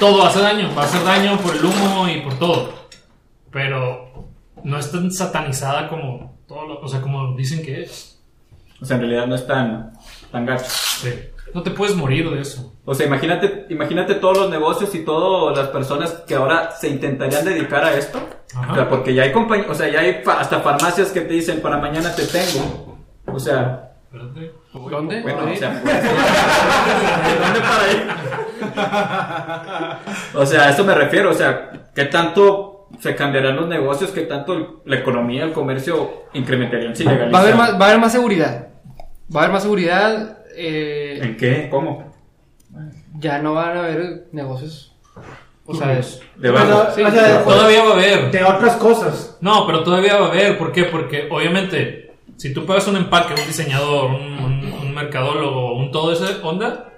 [SPEAKER 2] todo hace daño. Va a hacer daño por el humo y por todo. Pero no es tan satanizada como todo lo- o sea, como dicen que es.
[SPEAKER 3] O sea, en realidad no es tan, tan gacho.
[SPEAKER 2] Sí. No te puedes morir de eso.
[SPEAKER 3] O sea, imagínate, imagínate todos los negocios y todas las personas que ahora se intentarían dedicar a esto.
[SPEAKER 2] Ajá.
[SPEAKER 3] O sea, porque ya hay compañ- o sea, ya hay fa- hasta farmacias que te dicen para mañana te tengo. O sea,
[SPEAKER 2] Espérate.
[SPEAKER 5] ¿Dónde?
[SPEAKER 3] bueno, o
[SPEAKER 5] ¿Dónde?
[SPEAKER 3] sea, pues, ¿de dónde para ir? O sea, a eso me refiero, o sea, ¿qué tanto se cambiarán los negocios? ¿Qué tanto el- la economía, el comercio incrementarían si legalizan?
[SPEAKER 5] Va a haber más, va a haber más seguridad. Va a haber más seguridad. eh,
[SPEAKER 3] ¿En qué? ¿Cómo?
[SPEAKER 5] ya no van a haber negocios. O sea, es-
[SPEAKER 3] ¿De bajo?
[SPEAKER 5] Sí,
[SPEAKER 6] o sea,
[SPEAKER 3] sí.
[SPEAKER 2] Todavía va a haber.
[SPEAKER 6] de otras cosas.
[SPEAKER 2] No, pero todavía va a haber. ¿Por qué? Porque obviamente, si tú pagas un empaque, un diseñador, un, un- un mercadólogo, un todo ese onda,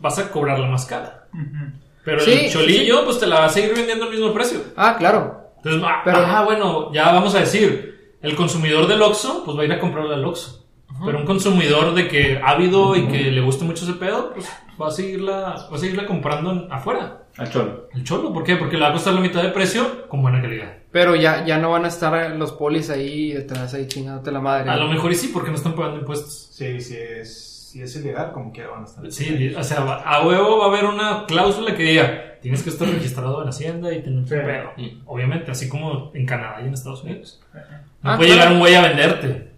[SPEAKER 2] vas a cobrarla más cara. Pero
[SPEAKER 5] Sí,
[SPEAKER 2] el cholillo, pues te la va a seguir vendiendo al mismo precio.
[SPEAKER 5] ah, claro.
[SPEAKER 2] Entonces, ah,
[SPEAKER 5] Pero-
[SPEAKER 2] ah, bueno, ya vamos a decir, el consumidor del Oxxo, pues va a ir a comprarla al Oxxo. Pero un consumidor de que ávido y que le gusta mucho ese pedo, pues va a seguirla, va a seguirla comprando en- afuera.
[SPEAKER 3] Al cholo.
[SPEAKER 2] El cholo, ¿por qué? Porque le va a costar la mitad de precio con buena calidad.
[SPEAKER 5] Pero ya, ya no van a estar los polis ahí detrás ahí chingándote la madre.
[SPEAKER 2] A lo mejor y sí, porque no están pagando impuestos.
[SPEAKER 4] Sí, sí es, sí es ilegal, como quiera van a estar.
[SPEAKER 2] Sí, o sea, va- a huevo va a haber una cláusula que diga, tienes que estar registrado en Hacienda y tener tu
[SPEAKER 6] Sí.
[SPEAKER 2] pedo". Y, Obviamente, así como en Canadá y en Estados Unidos. No
[SPEAKER 5] Ah,
[SPEAKER 2] puede
[SPEAKER 5] claro.
[SPEAKER 2] llegar un güey a venderte.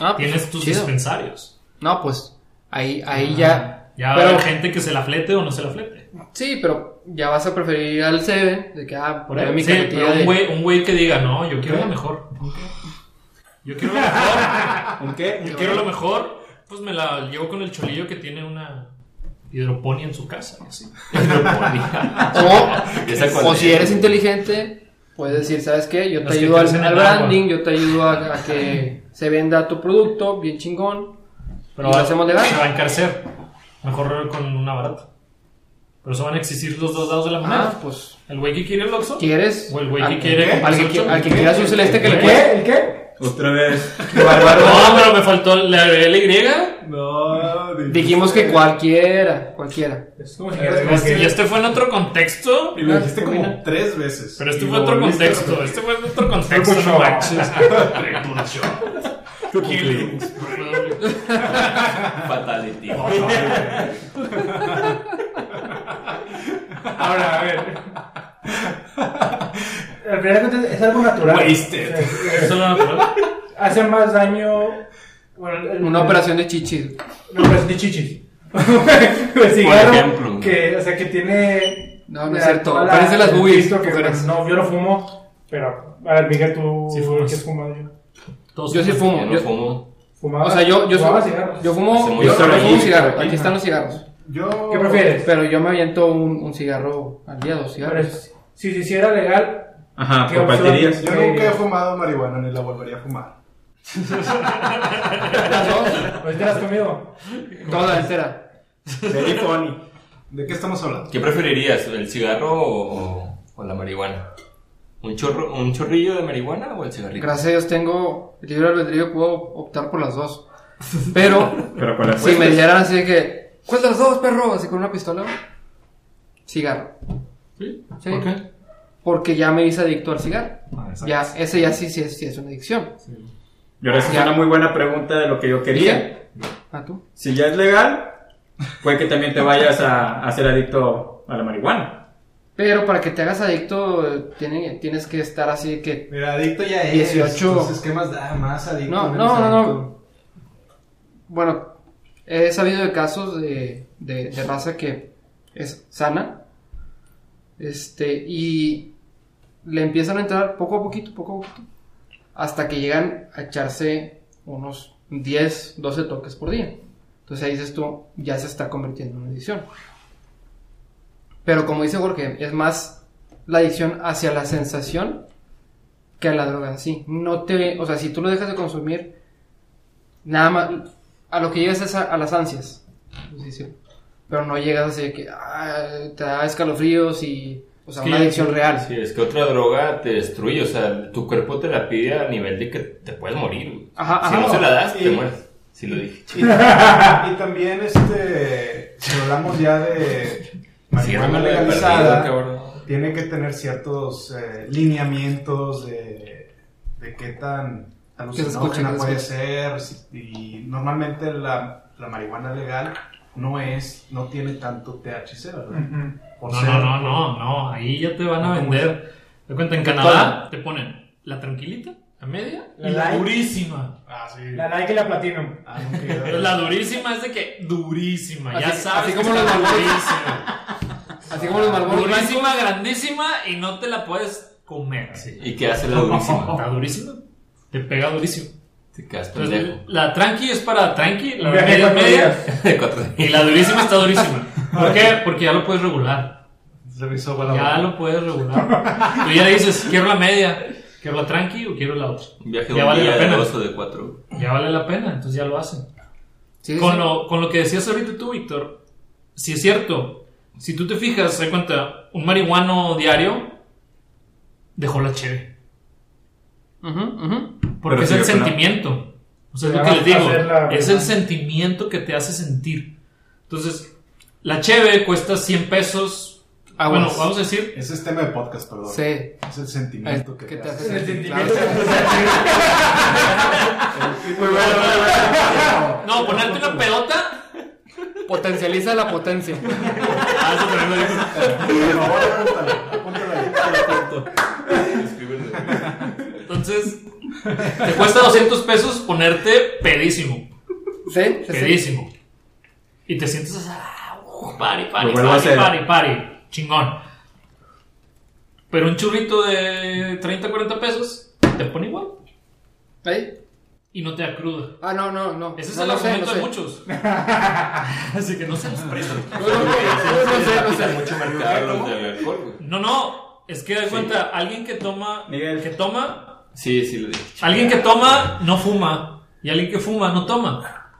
[SPEAKER 5] Ah, pues,
[SPEAKER 2] Tienes tus
[SPEAKER 5] chido.
[SPEAKER 2] dispensarios.
[SPEAKER 5] No, pues ahí, ahí ya.
[SPEAKER 2] Ya va a
[SPEAKER 5] pero-
[SPEAKER 2] haber gente que se la flete o no se la flete.
[SPEAKER 5] Sí, pero ya vas a preferir al CB de que, ah,
[SPEAKER 2] Por
[SPEAKER 5] por ahí mi
[SPEAKER 2] sí,
[SPEAKER 5] cajetilla
[SPEAKER 2] pero un
[SPEAKER 5] de- ¿Eh?
[SPEAKER 2] güey, un güey que diga, no, yo quiero lo mejor. Yo quiero lo mejor.
[SPEAKER 3] ¿En qué?
[SPEAKER 2] yo quiero lo mejor. Pues me la llevo con el cholillo que tiene una hidroponía en su casa. y así.
[SPEAKER 5] O, o si eres inteligente, Puedes decir, ¿sabes qué? Yo te
[SPEAKER 2] Las que
[SPEAKER 5] ayudo al,
[SPEAKER 2] crecen
[SPEAKER 5] al
[SPEAKER 2] en agua.
[SPEAKER 5] branding, yo te ayudo a, a que se venda tu producto bien chingón. Pero lo hacemos legal.
[SPEAKER 2] Se va a encarcer. Mejor con una barata. Pero eso van a existir los dos lados de la moneda.
[SPEAKER 5] Ah, pues,
[SPEAKER 2] El güey que quiere el Oxxo.
[SPEAKER 5] ¿quieres?
[SPEAKER 2] O el güey que
[SPEAKER 5] Al-
[SPEAKER 2] quiere
[SPEAKER 5] Al que, qui- al que quiera su celeste que le
[SPEAKER 2] ¿Qué?
[SPEAKER 5] puede.
[SPEAKER 6] ¿El qué?
[SPEAKER 3] Otra vez.
[SPEAKER 2] No, pero me faltó la L
[SPEAKER 4] No,
[SPEAKER 5] Dijimos que cualquiera, cualquiera.
[SPEAKER 6] Es como si
[SPEAKER 2] Y este fue en otro contexto.
[SPEAKER 4] Y lo dijiste como tres veces.
[SPEAKER 2] Pero este
[SPEAKER 4] Y
[SPEAKER 2] fue
[SPEAKER 4] lo
[SPEAKER 2] otro
[SPEAKER 4] volviste a
[SPEAKER 2] contexto. Este fue en otro contexto. No manches.
[SPEAKER 3] Fatality.
[SPEAKER 6] Ahora, a ver. Al final de cuentas, es algo natural.
[SPEAKER 4] Wasted.
[SPEAKER 6] O sea, es-
[SPEAKER 2] Eso no
[SPEAKER 6] hace más daño. bueno, el-
[SPEAKER 5] Una operación de chichis.
[SPEAKER 6] Una operación de chichis. Pues sí,
[SPEAKER 3] Por
[SPEAKER 6] claro,
[SPEAKER 3] ejemplo.
[SPEAKER 6] Que, o sea, que tiene.
[SPEAKER 5] No, no es
[SPEAKER 6] la-
[SPEAKER 5] cierto.
[SPEAKER 6] toda la-
[SPEAKER 5] Parecen las
[SPEAKER 6] el
[SPEAKER 5] boobies,
[SPEAKER 6] pisto que,
[SPEAKER 5] mujeres.
[SPEAKER 6] pues, no, yo no fumo. Pero, a ver, Miguel, tú.
[SPEAKER 2] Sí fumas.
[SPEAKER 6] ¿Qué has fumado yo?
[SPEAKER 5] Yo sí fumo.
[SPEAKER 3] Yo no
[SPEAKER 5] yo-
[SPEAKER 3] fumo.
[SPEAKER 6] ¿Fumaba?
[SPEAKER 5] o sea, yo, yo,
[SPEAKER 6] fumaba
[SPEAKER 5] fumo,
[SPEAKER 6] cigarros.
[SPEAKER 5] yo fumo,
[SPEAKER 3] Hacemos
[SPEAKER 5] yo
[SPEAKER 3] cigarro.
[SPEAKER 5] fumo un cigarro. Aquí están los cigarros.
[SPEAKER 4] Yo.
[SPEAKER 6] ¿Qué prefieres?
[SPEAKER 5] Pero yo me aviento un, un cigarro al día, dos
[SPEAKER 6] Pero
[SPEAKER 5] cigarros.
[SPEAKER 6] es- si se hiciera legal,
[SPEAKER 3] Ajá,
[SPEAKER 6] ¿Qué
[SPEAKER 3] Ah, por
[SPEAKER 6] opción?
[SPEAKER 3] baterías.
[SPEAKER 4] Yo nunca he fumado marihuana ni la volvería a fumar.
[SPEAKER 5] Las dos,
[SPEAKER 6] ahorita las conmigo.
[SPEAKER 5] toda entera.
[SPEAKER 4] ¿De qué estamos hablando?
[SPEAKER 3] ¿Qué preferirías, el cigarro o, o- o la marihuana? ¿Un, chorro, ¿Un chorrillo de marihuana o el cigarrito?
[SPEAKER 5] Gracias a Dios tengo el libre albedrío, puedo optar por las dos. Pero
[SPEAKER 3] Pero con la
[SPEAKER 5] si me dijeran así de que, ¿cuál de las dos, perro? Así con una pistola, cigarro. Sí.
[SPEAKER 2] ¿Por qué?
[SPEAKER 5] Porque ya me hice adicto al cigarro.
[SPEAKER 2] exacto.
[SPEAKER 5] Ya, ese ya sí, sí, es- sí es una adicción.
[SPEAKER 3] Y ahora esa es
[SPEAKER 5] Ya.
[SPEAKER 3] una muy buena pregunta de lo que yo quería.
[SPEAKER 5] ¿A tú?
[SPEAKER 3] Si ya es legal, puede que también te vayas a, a ser adicto a la marihuana.
[SPEAKER 5] Pero para que te hagas adicto, eh, tiene- tienes que estar así de que.
[SPEAKER 4] Mira, adicto ya es.
[SPEAKER 5] 18.
[SPEAKER 4] Entonces, ¿qué más da? Más adicto.
[SPEAKER 5] No,
[SPEAKER 4] menos
[SPEAKER 5] no, no, no.
[SPEAKER 4] adicto.
[SPEAKER 5] Bueno, he sabido de casos de, de, de raza que es sana. Este, y le empiezan a entrar poco a poquito, poco a poquito. Hasta que llegan a echarse unos 10, 12 toques por día. Entonces ahí dices tú, ya se está convirtiendo en una adicción. Pero como dice Jorge, es más la adicción hacia la sensación que a la droga en sí. No te, o sea, si tú lo dejas de consumir, nada más, a lo que llegas es a, a las ansias. Pues sí, sí. Pero no llegas así de que ah, te da escalofríos y, o sea,
[SPEAKER 2] Sí,
[SPEAKER 5] una adicción
[SPEAKER 2] sí,
[SPEAKER 5] real.
[SPEAKER 3] Sí, es que otra droga te destruye, o sea, tu cuerpo te la pide a nivel de que te puedes morir. güey.
[SPEAKER 5] Ajá,
[SPEAKER 3] si
[SPEAKER 5] ajá.
[SPEAKER 3] no se la das, te
[SPEAKER 4] Y-
[SPEAKER 3] mueres. Si lo dije.
[SPEAKER 4] Y, y también, este. Si hablamos ya de marihuana
[SPEAKER 3] Cigarro de
[SPEAKER 4] legalizada.
[SPEAKER 3] perdido, cabrón.
[SPEAKER 4] tiene que tener ciertos eh, lineamientos de, de qué tan
[SPEAKER 5] se escuche,
[SPEAKER 4] alucinógena
[SPEAKER 5] que se
[SPEAKER 4] puede ser si- y normalmente la, la marihuana legal no es no tiene tanto
[SPEAKER 5] Mm.
[SPEAKER 4] THC, ¿verdad?
[SPEAKER 6] Ujú.
[SPEAKER 4] Por
[SPEAKER 2] No,
[SPEAKER 4] ser-
[SPEAKER 2] no, no, no, no, ahí ya te van
[SPEAKER 5] Ah,
[SPEAKER 2] a vender. Te cuenta, en Canadá te ponen la tranquilita, la media y
[SPEAKER 6] La
[SPEAKER 2] la
[SPEAKER 6] light.
[SPEAKER 2] durísima.
[SPEAKER 4] Ah, sí.
[SPEAKER 6] La Nike y la Platinum.
[SPEAKER 4] Ah, no, que-
[SPEAKER 2] Pero la durísima es de que durísima, ya
[SPEAKER 5] Así-
[SPEAKER 2] sabes
[SPEAKER 5] así
[SPEAKER 2] que
[SPEAKER 5] como
[SPEAKER 2] está
[SPEAKER 5] los Marlboro.
[SPEAKER 2] durísima.
[SPEAKER 5] Así como los Marlboro blancos.
[SPEAKER 2] Durísima, grandísima y no te la puedes comer. Sí.
[SPEAKER 3] ¿Y qué hace la durísima?
[SPEAKER 2] Está durísima, te pega durísimo.
[SPEAKER 3] Te quedas
[SPEAKER 2] Entonces,
[SPEAKER 3] pendejo.
[SPEAKER 2] la tranqui es para tranqui, la
[SPEAKER 6] Un viaje de
[SPEAKER 2] media es
[SPEAKER 6] cuatro
[SPEAKER 2] media
[SPEAKER 6] días.
[SPEAKER 3] De cuatro días.
[SPEAKER 2] y la durísima está durísima. ¿Por qué? Porque ya lo puedes regular.
[SPEAKER 4] se me hizo agua la
[SPEAKER 2] Ya
[SPEAKER 4] boca.
[SPEAKER 2] lo puedes regular. Tú ya dices, quiero la media, quiero la tranqui o quiero la otra.
[SPEAKER 3] Un viaje de
[SPEAKER 2] ya
[SPEAKER 3] un
[SPEAKER 2] vale
[SPEAKER 3] día,
[SPEAKER 2] la
[SPEAKER 3] de
[SPEAKER 2] pena.
[SPEAKER 3] dos o de cuatro.
[SPEAKER 2] Ya vale la pena, entonces ya lo hacen.
[SPEAKER 5] Sí, sí,
[SPEAKER 2] con,
[SPEAKER 5] sí.
[SPEAKER 2] Lo, con lo que decías ahorita tú, Víctor, si es cierto, si tú te fijas, se cuenta, un marihuano diario dejó la cheve.
[SPEAKER 5] Ujú, ujú.
[SPEAKER 2] Porque
[SPEAKER 3] Pero
[SPEAKER 2] es el
[SPEAKER 3] sigue con la-
[SPEAKER 2] sentimiento. O sea, es
[SPEAKER 6] Ya
[SPEAKER 2] lo que
[SPEAKER 6] vas
[SPEAKER 2] les
[SPEAKER 6] a
[SPEAKER 2] digo.
[SPEAKER 6] hacer la-
[SPEAKER 2] Es el sentimiento que te hace sentir. Entonces, la cheve cuesta 100 pesos.
[SPEAKER 5] Aguas.
[SPEAKER 2] Ah, Bueno, vamos a decir
[SPEAKER 4] Ese es tema de podcast, perdón.
[SPEAKER 5] Sí.
[SPEAKER 4] Es el sentimiento que,
[SPEAKER 5] ¿Qué
[SPEAKER 4] te
[SPEAKER 5] te hace
[SPEAKER 4] hace.
[SPEAKER 6] El
[SPEAKER 5] sentir?
[SPEAKER 6] sentimiento
[SPEAKER 5] Claro.
[SPEAKER 2] No, ponerte una pelota.
[SPEAKER 5] Potencializa la potencia.
[SPEAKER 2] Ah, eso también lo dijo.
[SPEAKER 4] Por favor, apúntalo, apúntalo ahí.
[SPEAKER 2] Entonces, te cuesta 200 pesos ponerte pedísimo.
[SPEAKER 5] Sí, sí, sí.
[SPEAKER 2] Pedísimo. Y te sientes ah, uh, pari,
[SPEAKER 3] Lo
[SPEAKER 2] pari,
[SPEAKER 3] vuelvo a
[SPEAKER 2] pari,
[SPEAKER 3] hacer.
[SPEAKER 2] pari, pari. Chingón. Pero un churrito de 30, 40 pesos te pone igual.
[SPEAKER 5] ¿Ahí?
[SPEAKER 2] Y no te da cruda.
[SPEAKER 5] Ah, no, no, no.
[SPEAKER 2] Ese es
[SPEAKER 5] No
[SPEAKER 2] el
[SPEAKER 5] lo sé,
[SPEAKER 2] argumento
[SPEAKER 5] no
[SPEAKER 2] de
[SPEAKER 5] sé.
[SPEAKER 2] muchos. Así que no se los preso.
[SPEAKER 5] No, no, no, no sé, no sé.
[SPEAKER 3] Mucho mercado los del alcohol, güey.
[SPEAKER 2] No, no. Es que de cuenta, alguien que toma.
[SPEAKER 3] Miguel.
[SPEAKER 2] Que toma.
[SPEAKER 3] Sí, sí, lo dije.
[SPEAKER 2] Alguien que toma no fuma. Y alguien que fuma no toma.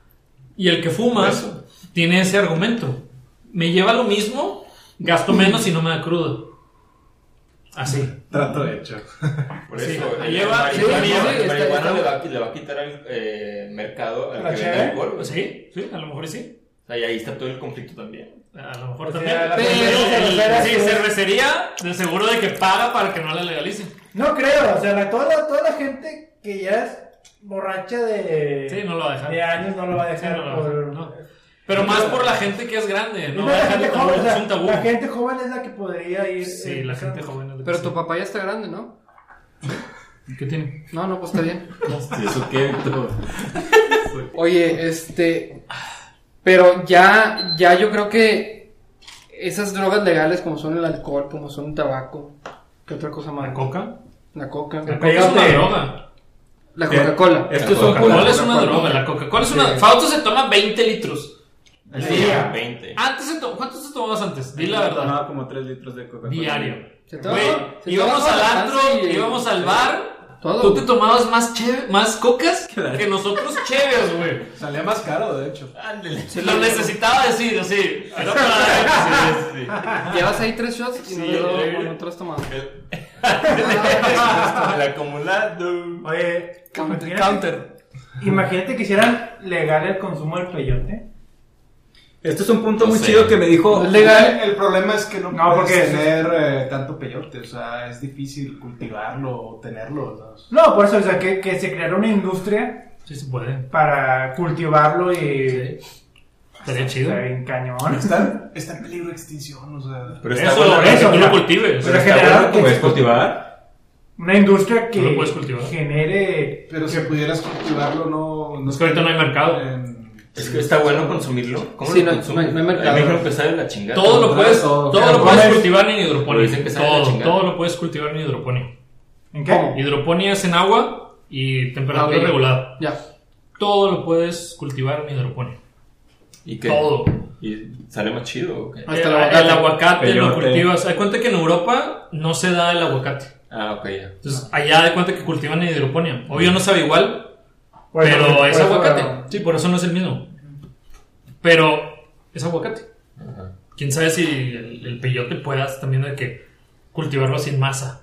[SPEAKER 2] Y el que fuma tiene ese argumento. Me lleva lo mismo, gasto menos y no me da crudo. Así.
[SPEAKER 4] Trato de hecho.
[SPEAKER 7] Por
[SPEAKER 2] Sí,
[SPEAKER 7] eso,
[SPEAKER 2] ahí
[SPEAKER 7] el
[SPEAKER 2] lleva-
[SPEAKER 7] marihuana-
[SPEAKER 5] sí, sí,
[SPEAKER 7] el
[SPEAKER 5] está-
[SPEAKER 7] marihuana
[SPEAKER 5] está-
[SPEAKER 7] le va, a qui- le va a quitar al eh, mercado al
[SPEAKER 6] ¿La
[SPEAKER 7] que vende
[SPEAKER 6] cheve?
[SPEAKER 7] alcohol. güey.
[SPEAKER 2] Sí, sí, a lo mejor sí.
[SPEAKER 7] O sea, y ahí está todo el conflicto también.
[SPEAKER 2] A lo mejor
[SPEAKER 6] O sea,
[SPEAKER 2] también.
[SPEAKER 6] la
[SPEAKER 2] Pero
[SPEAKER 6] cervecería-
[SPEAKER 2] el-
[SPEAKER 6] cervecería-
[SPEAKER 2] sí, cervecería, de seguro de que paga para que no la legalicen.
[SPEAKER 6] No creo, o sea, la- toda, la- toda la gente que ya es borracha de,
[SPEAKER 2] Sí, no lo va a dejar.
[SPEAKER 6] de años no lo va a
[SPEAKER 2] Sí,
[SPEAKER 6] dejar.
[SPEAKER 2] no lo va a
[SPEAKER 6] por-
[SPEAKER 2] dejar, no. Pero más por la gente que es grande. No
[SPEAKER 6] No,
[SPEAKER 2] va a
[SPEAKER 6] la,
[SPEAKER 2] dejar
[SPEAKER 6] gente
[SPEAKER 2] el tabú,
[SPEAKER 6] joven, o sea,
[SPEAKER 2] es un tabú.
[SPEAKER 6] la gente joven es la que podría ir. eh,
[SPEAKER 2] Sí, la gente joven. es la que
[SPEAKER 5] Pero
[SPEAKER 2] sí.
[SPEAKER 5] tu papá ya está grande, ¿no?
[SPEAKER 2] ¿Qué tiene?
[SPEAKER 5] No, no, pues está bien.
[SPEAKER 3] Sí, eso qué, Víctor?
[SPEAKER 5] Oye, este. Pero ya, ya yo creo que esas drogas legales, como son el alcohol, como son el tabaco, ¿qué otra cosa más?
[SPEAKER 2] ¿La coca?
[SPEAKER 5] La coca.
[SPEAKER 2] La coca es una
[SPEAKER 6] Cállate.
[SPEAKER 2] droga.
[SPEAKER 5] La Coca-Cola.
[SPEAKER 3] Estos son
[SPEAKER 2] La coca
[SPEAKER 3] como.
[SPEAKER 2] es una droga. La Coca-Cola es una. Fausto se toma 20 litros.
[SPEAKER 3] Al
[SPEAKER 6] Sí.
[SPEAKER 3] día, 20.
[SPEAKER 2] Antes se to- ¿Cuántos te tomabas antes? Di la verdad.
[SPEAKER 3] Tomaba como 3 litros de
[SPEAKER 2] pues,
[SPEAKER 3] Coca-Cola.
[SPEAKER 2] Diario.
[SPEAKER 5] Se toma-
[SPEAKER 2] Güey,
[SPEAKER 5] se
[SPEAKER 2] íbamos
[SPEAKER 5] toma
[SPEAKER 2] al
[SPEAKER 5] la taza
[SPEAKER 2] antro,
[SPEAKER 5] y-
[SPEAKER 2] íbamos al bar.
[SPEAKER 5] Todo.
[SPEAKER 2] Tú te tomabas más cheve, más cocas
[SPEAKER 3] Claro.
[SPEAKER 2] que nosotros cheves, güey.
[SPEAKER 4] Salía más caro, de hecho.
[SPEAKER 2] Se lo necesitaba decir, así. Era para-
[SPEAKER 5] Llevas ahí tres shots y
[SPEAKER 2] Sí,
[SPEAKER 5] no, no,
[SPEAKER 2] eh.
[SPEAKER 5] no te lo has tomado.
[SPEAKER 7] El acumulado.
[SPEAKER 6] Oye,
[SPEAKER 5] Counter.
[SPEAKER 6] imagínate- Imagínate que hicieran legal el consumo del peyote.
[SPEAKER 3] Este es un punto
[SPEAKER 7] No
[SPEAKER 3] muy
[SPEAKER 7] sé.
[SPEAKER 3] chido que me dijo.
[SPEAKER 5] Es legal.
[SPEAKER 4] El problema es que no,
[SPEAKER 6] No,
[SPEAKER 4] puedes
[SPEAKER 6] porque-
[SPEAKER 4] tener eh, tanto peyote, o sea, es difícil cultivarlo o tenerlo. ¿no?
[SPEAKER 6] No, por eso, o sea, que, que se creara una industria
[SPEAKER 2] Sí, se puede.
[SPEAKER 6] para cultivarlo y.
[SPEAKER 2] Estaría chido.
[SPEAKER 6] Está bien cañón.
[SPEAKER 4] Está, está en peligro de extinción, o sea.
[SPEAKER 7] Pero está
[SPEAKER 2] Eso,
[SPEAKER 7] bueno,
[SPEAKER 3] ¿eh?
[SPEAKER 2] eso,
[SPEAKER 6] eso,
[SPEAKER 2] que tú
[SPEAKER 6] mira.
[SPEAKER 2] lo cultives.
[SPEAKER 6] Pero
[SPEAKER 7] Pero
[SPEAKER 6] que le
[SPEAKER 7] está
[SPEAKER 6] hagan
[SPEAKER 7] bueno que
[SPEAKER 6] que-
[SPEAKER 7] puedes cultivar.
[SPEAKER 6] Una industria que
[SPEAKER 2] No lo puedes cultivar.
[SPEAKER 6] genere.
[SPEAKER 4] Pero si pudieras cultivarlo, no.
[SPEAKER 2] Es que ahorita no hay mercado.
[SPEAKER 4] En-
[SPEAKER 7] Es que está bueno consumirlo. ¿Cómo
[SPEAKER 5] Sí,
[SPEAKER 7] lo
[SPEAKER 5] no- no
[SPEAKER 7] consumes?
[SPEAKER 5] hay- no hay mercado.
[SPEAKER 7] A mí me dijeron que sabe la chingada.
[SPEAKER 2] Todo lo puedes, todo,
[SPEAKER 4] todo.
[SPEAKER 2] lo
[SPEAKER 4] Pero
[SPEAKER 2] puedes
[SPEAKER 6] comes-
[SPEAKER 2] cultivar en
[SPEAKER 7] Pero dicen que
[SPEAKER 2] hidroponía.
[SPEAKER 7] sabe la
[SPEAKER 2] Todo,
[SPEAKER 7] chingada.
[SPEAKER 2] todo lo puedes cultivar en hidroponía.
[SPEAKER 6] ¿En
[SPEAKER 5] ¿Cómo?
[SPEAKER 6] qué?
[SPEAKER 2] Hidroponía es en agua y temperatura
[SPEAKER 5] Ah, ok.
[SPEAKER 2] regulada.
[SPEAKER 5] Ya.
[SPEAKER 2] Todo lo puedes cultivar en hidroponía.
[SPEAKER 7] Y que
[SPEAKER 2] Todo.
[SPEAKER 7] Y sale más chido. ¿o qué?
[SPEAKER 5] Hasta el
[SPEAKER 2] el,
[SPEAKER 5] aguacate.
[SPEAKER 2] el aguacate lo
[SPEAKER 3] Peyote.
[SPEAKER 2] cultivas. Hay cuenta que en Europa no se da el aguacate.
[SPEAKER 7] Ah, ok, ya.
[SPEAKER 2] Entonces, allá de cuenta que cultivan en hidroponía. Obvio no sabe igual,
[SPEAKER 6] Por eso-
[SPEAKER 2] pero
[SPEAKER 6] por
[SPEAKER 2] es
[SPEAKER 6] eso-
[SPEAKER 2] aguacate. Sí, por eso no es el mismo. Pero es aguacate. Quién sabe si el, el peyote puedas también de que cultivarlo sin masa.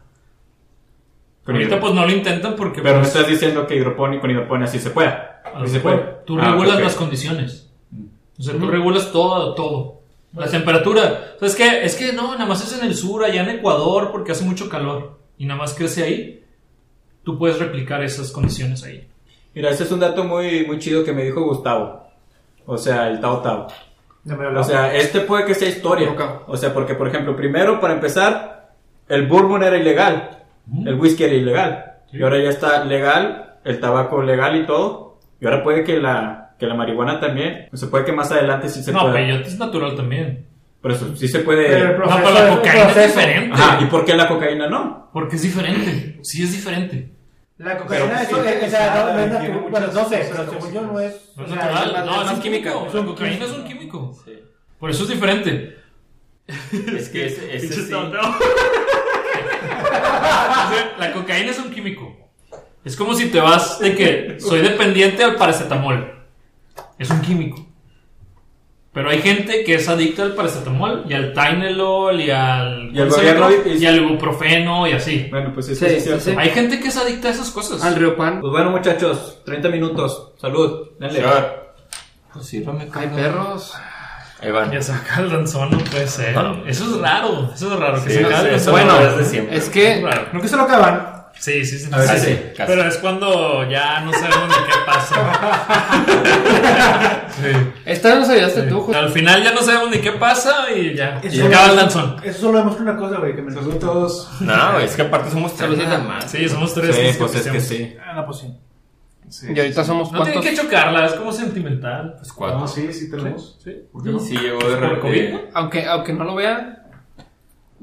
[SPEAKER 3] Con
[SPEAKER 2] Ahorita
[SPEAKER 3] hidro-
[SPEAKER 2] pues no lo intentan porque
[SPEAKER 3] Pero me
[SPEAKER 2] pues,
[SPEAKER 3] estás diciendo que hidropónico con hidroponía sí se puede.
[SPEAKER 2] a lo
[SPEAKER 3] Sí se
[SPEAKER 2] mejor
[SPEAKER 3] puede.
[SPEAKER 2] tú
[SPEAKER 3] Ah,
[SPEAKER 2] regulas
[SPEAKER 3] ok.
[SPEAKER 2] las condiciones. O sea, tú regulas todo, todo. La temperatura. O sea, es que, es que no, nada más es en el sur, allá en Ecuador, porque hace mucho calor. Y nada más crece ahí. Tú puedes replicar esas condiciones ahí.
[SPEAKER 3] Mira, ese es un dato muy, muy chido que me dijo Gustavo. O sea, el Tao Tao.
[SPEAKER 6] No me habló.
[SPEAKER 3] O sea, este puede que sea historia.
[SPEAKER 5] Ok.
[SPEAKER 3] O sea, porque, por ejemplo, primero, para empezar, el bourbon era ilegal.
[SPEAKER 2] Mm.
[SPEAKER 3] El whisky era ilegal. Y ahora ya está legal, el tabaco legal y todo. Y ahora puede que la, que la marihuana también. O sea, puede que más adelante sí se
[SPEAKER 2] no,
[SPEAKER 3] pueda.
[SPEAKER 2] peyote es natural también.
[SPEAKER 3] Por eso, sí se puede.
[SPEAKER 6] Pero el
[SPEAKER 2] No,
[SPEAKER 6] proceso-
[SPEAKER 2] pero la
[SPEAKER 6] el
[SPEAKER 2] cocaína es
[SPEAKER 6] proceso-
[SPEAKER 2] diferente.
[SPEAKER 3] Ajá, ¿y por qué la cocaína no?
[SPEAKER 2] Porque es diferente. Sí, es diferente.
[SPEAKER 6] La cocaína
[SPEAKER 4] Pero- pues,
[SPEAKER 6] es, o sea, no, no es
[SPEAKER 4] Tiene
[SPEAKER 6] natural,
[SPEAKER 4] muchas
[SPEAKER 6] bueno, no sé,
[SPEAKER 4] cosas
[SPEAKER 6] pero según yo no es.
[SPEAKER 2] No es
[SPEAKER 6] o sea,
[SPEAKER 2] natural,
[SPEAKER 6] es-
[SPEAKER 2] no, es, un químico.
[SPEAKER 3] químico.
[SPEAKER 2] La cocaína es un químico. Por eso es diferente.
[SPEAKER 7] Es que ese, ese sí.
[SPEAKER 2] La cocaína es un químico. Es como si te vas de que soy dependiente al paracetamol. Es un químico. Pero hay gente que es adicta al paracetamol y al Tylenol y al
[SPEAKER 3] Y al
[SPEAKER 2] ¿cómo se llama?
[SPEAKER 3] gobierno y-
[SPEAKER 2] y al ibuprofeno y así.
[SPEAKER 3] Bueno, pues
[SPEAKER 5] Sí,
[SPEAKER 3] eso sí, es
[SPEAKER 5] sí,
[SPEAKER 3] cierto.
[SPEAKER 5] sí.
[SPEAKER 2] Hay gente que es adicta a esas cosas.
[SPEAKER 5] Al Río Pan.
[SPEAKER 3] Pues bueno, muchachos, 30 minutos. Salud. Denle.
[SPEAKER 7] Pues sírvame,
[SPEAKER 5] Hay
[SPEAKER 7] cabrón.
[SPEAKER 5] perros.
[SPEAKER 7] Ahí van.
[SPEAKER 2] Ya saca el danzón, no puede ser. Eso es raro. Eso es raro. Que
[SPEAKER 7] Sí,
[SPEAKER 2] saca el
[SPEAKER 7] eso
[SPEAKER 2] danzón.
[SPEAKER 7] no es de siempre.
[SPEAKER 5] Es que.
[SPEAKER 2] Raro.
[SPEAKER 6] Creo que se lo acaban.
[SPEAKER 2] Sí, sí, sí.
[SPEAKER 3] A ver,
[SPEAKER 2] sí,
[SPEAKER 3] sí,
[SPEAKER 2] sí.
[SPEAKER 3] sí,
[SPEAKER 7] casi.
[SPEAKER 2] Pero es cuando ya no sabemos ni qué pasa. sí.
[SPEAKER 5] Esta no sabías tú, José.
[SPEAKER 2] Al final ya no sabemos ni qué pasa y ya. Y
[SPEAKER 6] solo-
[SPEAKER 2] acaba el danzón.
[SPEAKER 6] Eso solo demuestra una cosa, güey, que me
[SPEAKER 4] Saludos a todos.
[SPEAKER 7] No, güey, es que aparte somos tres
[SPEAKER 5] Saludita.
[SPEAKER 7] nada más.
[SPEAKER 2] Sí, somos tres.
[SPEAKER 3] Sí,
[SPEAKER 2] que
[SPEAKER 3] pues es que
[SPEAKER 2] estamos.
[SPEAKER 3] sí.
[SPEAKER 6] Ah, no, pues sí.
[SPEAKER 4] Sí.
[SPEAKER 5] Y ahorita somos
[SPEAKER 2] No tienen
[SPEAKER 5] cuantos.
[SPEAKER 2] que chocarla, es como sentimental.
[SPEAKER 7] Pues cuatro.
[SPEAKER 4] No, sí, sí tenemos.
[SPEAKER 7] ¿Por qué no? Sí, llegó de
[SPEAKER 2] ¿Por COVID?
[SPEAKER 7] repente.
[SPEAKER 5] Aunque, aunque no lo vean,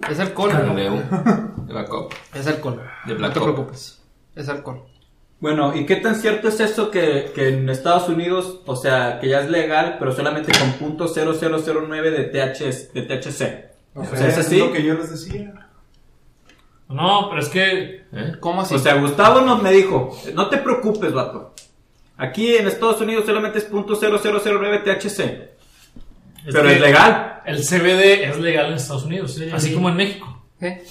[SPEAKER 5] es alcohol.
[SPEAKER 7] De un- de la copa.
[SPEAKER 5] Es alcohol.
[SPEAKER 7] De
[SPEAKER 5] no
[SPEAKER 7] Black
[SPEAKER 5] te
[SPEAKER 7] Ops.
[SPEAKER 5] preocupes. Es alcohol.
[SPEAKER 3] Bueno, ¿y qué tan cierto es eso que, que en Estados Unidos, o sea, que ya es legal, pero solamente con punto 0009 de, THC de THC? O sea, es así.
[SPEAKER 4] lo que yo les decía.
[SPEAKER 2] No, pero es que.
[SPEAKER 7] ¿Eh?
[SPEAKER 5] ¿Cómo así?
[SPEAKER 3] O sea, Gustavo nos me dijo, no te preocupes, vato. Aquí en Estados Unidos solamente es .0009 THC.
[SPEAKER 2] es
[SPEAKER 3] pero
[SPEAKER 2] que
[SPEAKER 3] es legal.
[SPEAKER 2] El CBD es legal en Estados Unidos, así como en México.
[SPEAKER 5] ¿Qué?